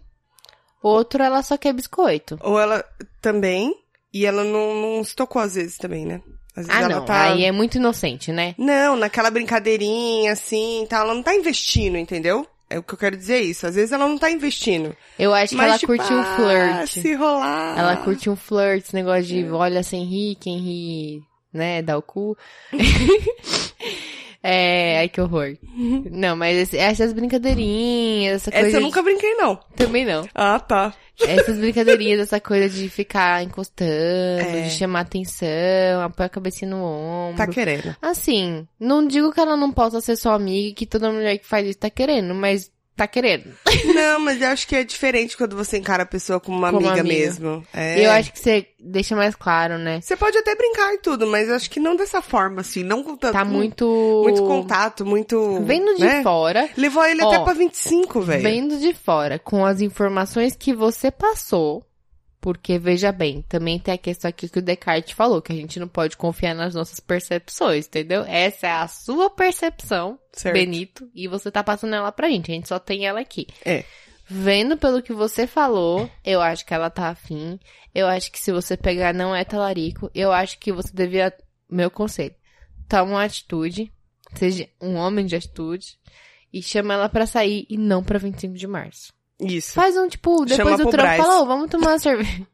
Speaker 1: Outro, ela só quer biscoito.
Speaker 2: Ou ela também, e ela não, não se tocou às vezes também, né? Às vezes
Speaker 1: Ah,
Speaker 2: ela
Speaker 1: não.
Speaker 2: tá.
Speaker 1: Aí é muito inocente, né?
Speaker 2: Não, naquela brincadeirinha, assim, tá? Ela não tá investindo, entendeu? É o que eu quero dizer isso. Às vezes ela não tá investindo.
Speaker 1: Eu acho que
Speaker 2: Mas,
Speaker 1: ela
Speaker 2: tipo,
Speaker 1: curtiu um
Speaker 2: ah,
Speaker 1: flirt.
Speaker 2: Se rolar.
Speaker 1: Ela curtiu um flirt, esse negócio
Speaker 2: É.
Speaker 1: de olha sem rir, quem ri, né, dá o cu.
Speaker 2: <laughs>
Speaker 1: é, ai que horror. Não, mas esse- essas brincadeirinhas, essa coisa.
Speaker 2: Essa eu
Speaker 1: de-
Speaker 2: nunca brinquei, não.
Speaker 1: Também não.
Speaker 2: Ah, tá.
Speaker 1: Essas brincadeirinhas, essa coisa de ficar encostando,
Speaker 2: É.
Speaker 1: de chamar atenção, apoiar a cabecinha no ombro.
Speaker 2: Tá
Speaker 1: <laughs>
Speaker 2: querendo.
Speaker 1: Assim, não digo que ela não possa ser sua amiga e que toda mulher que faz isso tá querendo, mas tá querendo.
Speaker 2: Não, mas eu acho que é diferente quando você encara a pessoa como uma
Speaker 1: Como
Speaker 2: amiga,
Speaker 1: amiga.
Speaker 2: mesmo. É.
Speaker 1: Eu acho que você deixa mais claro, né?
Speaker 2: Você pode até brincar e tudo, mas eu acho que não dessa forma, assim. Não com tanto.
Speaker 1: Tá muito.
Speaker 2: Muito contato, muito.
Speaker 1: Vendo de
Speaker 2: né?
Speaker 1: fora,
Speaker 2: Levou ele
Speaker 1: Ó,
Speaker 2: até pra 25, velho.
Speaker 1: vendo de fora, com as informações que você passou, porque veja bem, também tem a questão aqui que o Descartes falou, que a gente não pode confiar nas nossas percepções, entendeu? Essa é a sua percepção,
Speaker 2: Certo.
Speaker 1: Benito, e você tá passando ela pra gente, a gente só tem ela aqui.
Speaker 2: É.
Speaker 1: Vendo pelo que você falou, eu acho que ela tá afim. Eu acho que se você pegar não é talarico. Eu acho que você devia. Meu conselho. Toma uma atitude. Seja um homem de atitude. E chama ela pra sair e não pra 25 de março.
Speaker 2: Isso.
Speaker 1: Faz um, tipo, depois
Speaker 2: Chama
Speaker 1: do
Speaker 2: pro
Speaker 1: trampo,
Speaker 2: Brás.
Speaker 1: fala, ô, vamos tomar uma <laughs> cerveja.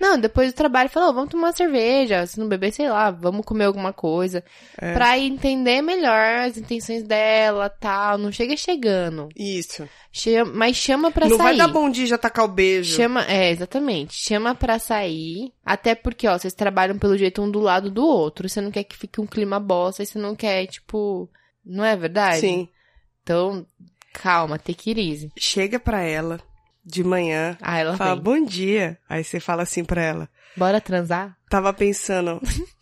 Speaker 1: não, depois do trabalho, fala, ô, vamos tomar uma cerveja. Se não beber, sei lá, vamos comer alguma coisa.
Speaker 2: É.
Speaker 1: Pra entender melhor as intenções dela, tal. Não chega chegando.
Speaker 2: Isso.
Speaker 1: Chama, mas chama pra
Speaker 2: não vai
Speaker 1: sair.
Speaker 2: dar bom dia já tacar o beijo.
Speaker 1: Chama, é, exatamente. Chama pra sair. Até porque, ó, vocês trabalham pelo jeito um do lado do outro. Você não quer que fique um clima bosta, e você não quer, tipo. Não é verdade?
Speaker 2: Sim.
Speaker 1: Então, calma, tequirize.
Speaker 2: Chega pra ela de manhã,
Speaker 1: Ah, ela
Speaker 2: fala
Speaker 1: vem.
Speaker 2: bom dia. Aí você fala assim pra ela:
Speaker 1: Bora transar? <laughs>
Speaker 2: tava pensando,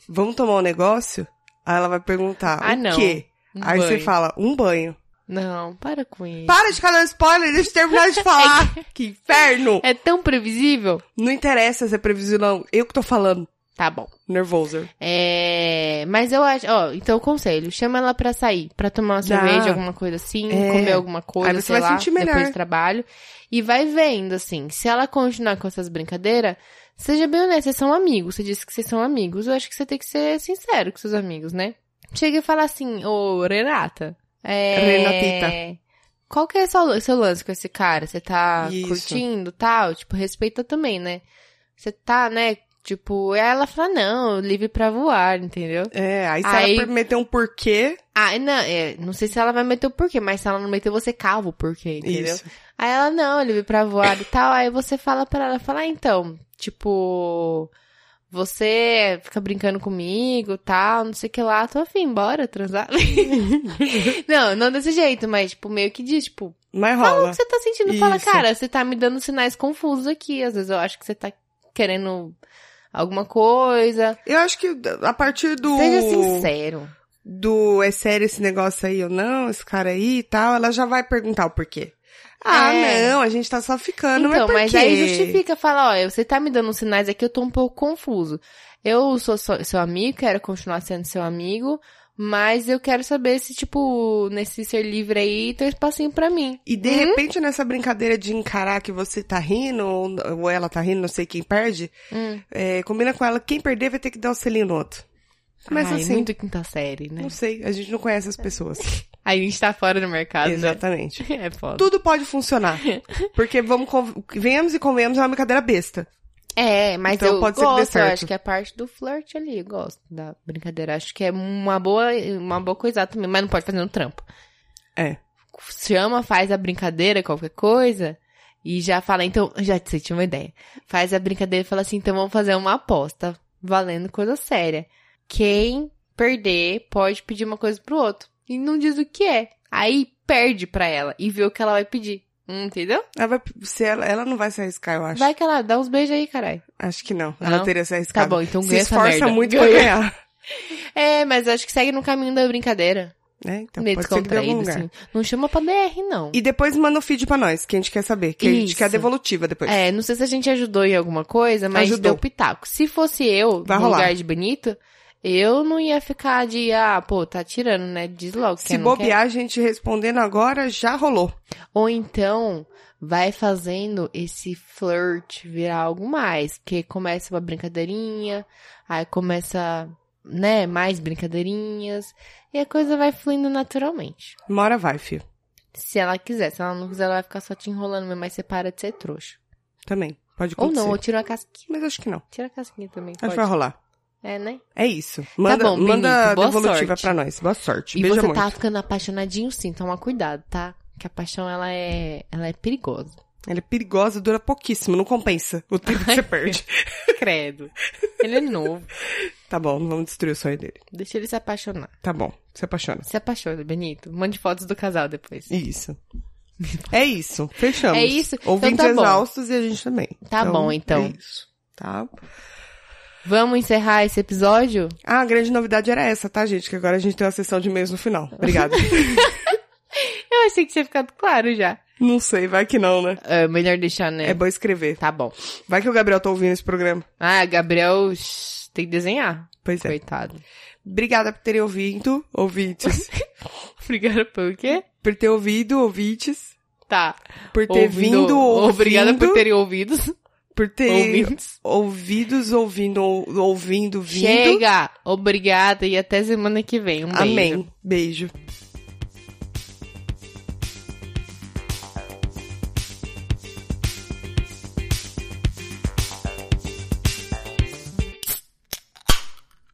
Speaker 2: vamos tomar um negócio? Aí ela vai perguntar:
Speaker 1: Ah,
Speaker 2: o
Speaker 1: não.
Speaker 2: quê?
Speaker 1: Um
Speaker 2: Aí você
Speaker 1: banho.
Speaker 2: fala: um banho.
Speaker 1: Não, para com isso.
Speaker 2: Para de ficar dando spoiler, deixa eu terminar de
Speaker 1: <laughs>
Speaker 2: falar. que inferno!
Speaker 1: É tão previsível?
Speaker 2: Não interessa se é previsível, não. Eu que tô falando.
Speaker 1: Tá bom.
Speaker 2: Nervoso.
Speaker 1: É. Mas eu acho. Ó, então conselho: chama ela pra sair, pra tomar uma
Speaker 2: Dá.
Speaker 1: cerveja, alguma coisa assim,
Speaker 2: É.
Speaker 1: comer alguma coisa,
Speaker 2: Aí você
Speaker 1: sei
Speaker 2: vai
Speaker 1: lá,
Speaker 2: sentir melhor.
Speaker 1: depois do trabalho. E vai vendo, assim. Se ela continuar com essas brincadeiras, seja bem honesta, vocês são amigos. Você disse que vocês são amigos. Eu acho que você tem que ser sincero com seus amigos, né? Chega e fala assim, ô Renata. É... Renatita. Qual que é seu, seu lance com esse cara? Você tá
Speaker 2: Isso.
Speaker 1: curtindo tal? Tipo, respeita também, né? Você tá, né? Tipo, aí ela fala, não, livre pra voar, entendeu?
Speaker 2: É, aí se
Speaker 1: Aí-
Speaker 2: ela meter um porquê,
Speaker 1: Ah, não, é, não sei se ela vai meter o porquê, mas se ela não meter, você cava o porquê, entendeu?
Speaker 2: isso.
Speaker 1: Aí ela, não, ele veio pra voar e tal. Aí você fala pra ela, fala, ah, então, tipo, você fica brincando comigo, tal, não sei o que lá, tô afim, bora transar. <laughs> não, não desse jeito, mas, tipo, meio que diz, tipo,
Speaker 2: Mas
Speaker 1: fala o
Speaker 2: rola.
Speaker 1: que você tá sentindo. Fala,
Speaker 2: Isso.
Speaker 1: cara, você tá me dando sinais confusos aqui. Às vezes eu acho que você tá querendo alguma coisa.
Speaker 2: Eu acho que a partir do.
Speaker 1: Seja sincero.
Speaker 2: do é sério esse negócio aí ou não, esse cara aí e tal, ela já vai perguntar o porquê. Ah,
Speaker 1: É.
Speaker 2: não, a gente tá só ficando,
Speaker 1: então,
Speaker 2: mas por
Speaker 1: mas
Speaker 2: quê?
Speaker 1: aí justifica, fala, olha, você tá me dando uns sinais aqui, eu tô um pouco confuso. Eu sou só- seu amigo, quero continuar sendo seu amigo, mas eu quero saber se, tipo, nesse ser livre aí tem um espacinho pra mim.
Speaker 2: E de repente nessa brincadeira de encarar que você tá rindo ou, ou ela tá rindo, não sei quem perde,
Speaker 1: Hum.
Speaker 2: é, combina com ela, quem perder vai ter que dar o selinho no outro. Começa
Speaker 1: Ai,
Speaker 2: assim.
Speaker 1: muito quinta série, né?
Speaker 2: Não sei, a gente não conhece as pessoas.
Speaker 1: <laughs> Aí a gente tá fora do mercado,
Speaker 2: Exatamente.
Speaker 1: né? <laughs> É foda.
Speaker 2: Tudo pode funcionar. Porque vamos, con- venhamos e convenhamos, é uma brincadeira besta.
Speaker 1: É, mas
Speaker 2: Então
Speaker 1: eu
Speaker 2: pode ser que dê
Speaker 1: gosto, eu
Speaker 2: certo.
Speaker 1: acho que é parte do flirt ali, eu gosto da brincadeira. Acho que é uma boa, uma boa coisa também, mas não pode fazer no trampo.
Speaker 2: É.
Speaker 1: Chama, faz a brincadeira, qualquer coisa, e já fala, então, já te senti uma ideia. Faz a brincadeira e fala assim, então vamos fazer uma aposta, valendo coisa séria. Quem perder pode pedir uma coisa pro outro. E não diz o que é. Aí perde pra ela e vê o que ela vai pedir. Hum, Entendeu?
Speaker 2: Ela, vai, se ela, ela não vai se arriscar, eu acho.
Speaker 1: Vai que ela dá uns beijos aí, caralho.
Speaker 2: Acho que não. Ela
Speaker 1: Não?
Speaker 2: teria se
Speaker 1: Tá
Speaker 2: arriscado.
Speaker 1: bom, então
Speaker 2: se
Speaker 1: <laughs> ganha essa
Speaker 2: esforça
Speaker 1: merda.
Speaker 2: muito pra ganhar.
Speaker 1: É, mas acho que segue no caminho da brincadeira.
Speaker 2: né? Então
Speaker 1: meio
Speaker 2: pode ser que dê algum
Speaker 1: descontraído,
Speaker 2: lugar.
Speaker 1: assim. Não chama pra DR, não.
Speaker 2: E depois manda o feed pra nós, que a gente quer saber. Que a gente
Speaker 1: Isso.
Speaker 2: quer a devolutiva depois.
Speaker 1: É, não sei se a gente ajudou em alguma coisa, mas
Speaker 2: Ajudou.
Speaker 1: deu pitaco. Se fosse eu,
Speaker 2: Vai
Speaker 1: no
Speaker 2: rolar.
Speaker 1: lugar de bonito, eu não ia ficar de, ah, pô, tá tirando, né? Diz logo.
Speaker 2: Se
Speaker 1: quem não quer.
Speaker 2: bobear, a gente respondendo agora, já rolou.
Speaker 1: Ou então, vai fazendo esse flirt virar algo mais. Porque começa uma brincadeirinha, aí começa, né, mais brincadeirinhas. E a coisa vai fluindo naturalmente.
Speaker 2: Uma hora vai, filho.
Speaker 1: Se ela quiser. Se ela não quiser, ela vai ficar só te enrolando mesmo, mas você para de ser trouxa.
Speaker 2: Também. Pode
Speaker 1: Ou
Speaker 2: acontecer.
Speaker 1: não, ou tira a casquinha.
Speaker 2: Mas acho que não.
Speaker 1: Tira a casquinha também,
Speaker 2: Acho que
Speaker 1: pode.
Speaker 2: vai rolar.
Speaker 1: É, né?
Speaker 2: É isso. Manda,
Speaker 1: bom,
Speaker 2: manda a
Speaker 1: Benito, boa
Speaker 2: devolutiva
Speaker 1: sorte.
Speaker 2: pra nós. Boa sorte.
Speaker 1: E
Speaker 2: Beijo
Speaker 1: você
Speaker 2: muito.
Speaker 1: tá ficando apaixonadinho sim, toma cuidado, tá? Que a paixão, ela é, ela é perigosa.
Speaker 2: Ela é perigosa, dura pouquíssimo, não compensa o tempo
Speaker 1: <laughs>
Speaker 2: que você perde.
Speaker 1: <laughs> Credo. Ele é novo.
Speaker 2: Tá bom, não vamos destruir o sonho dele.
Speaker 1: Deixa ele se apaixonar.
Speaker 2: Tá bom, se apaixona.
Speaker 1: Se apaixona, Benito. Mande fotos do casal depois.
Speaker 2: Isso. É isso, fechamos.
Speaker 1: É isso? Então
Speaker 2: Ouvintes
Speaker 1: tá bom.
Speaker 2: exaustos e a gente também.
Speaker 1: Tá bom, então.
Speaker 2: É isso. Tá?
Speaker 1: Vamos encerrar esse episódio?
Speaker 2: Ah, a grande novidade era essa, tá, gente? Que agora a gente tem uma sessão de e-mails no final. Obrigada. <laughs>
Speaker 1: Eu achei que tinha ficado claro já.
Speaker 2: não sei, vai que não, né?
Speaker 1: É, melhor deixar, né?
Speaker 2: É bom escrever.
Speaker 1: Tá bom.
Speaker 2: Vai que o Gabriel tá ouvindo esse programa.
Speaker 1: Ah, Gabriel shh, tem que desenhar.
Speaker 2: Pois é.
Speaker 1: Coitado.
Speaker 2: Obrigada por terem ouvido, ouvintes.
Speaker 1: <laughs> Obrigada por quê?
Speaker 2: por ter ouvido, ouvintes.
Speaker 1: Tá.
Speaker 2: Por ter
Speaker 1: Ouvindo-
Speaker 2: vindo, ouvindo.
Speaker 1: Obrigada por terem ouvido.
Speaker 2: Por ter
Speaker 1: Ouvintes.
Speaker 2: ouvidos, ouvindo, ou- ouvindo, vindo.
Speaker 1: Chega! Obrigada e até semana que vem. Um beijo.
Speaker 2: Amém. Beijo.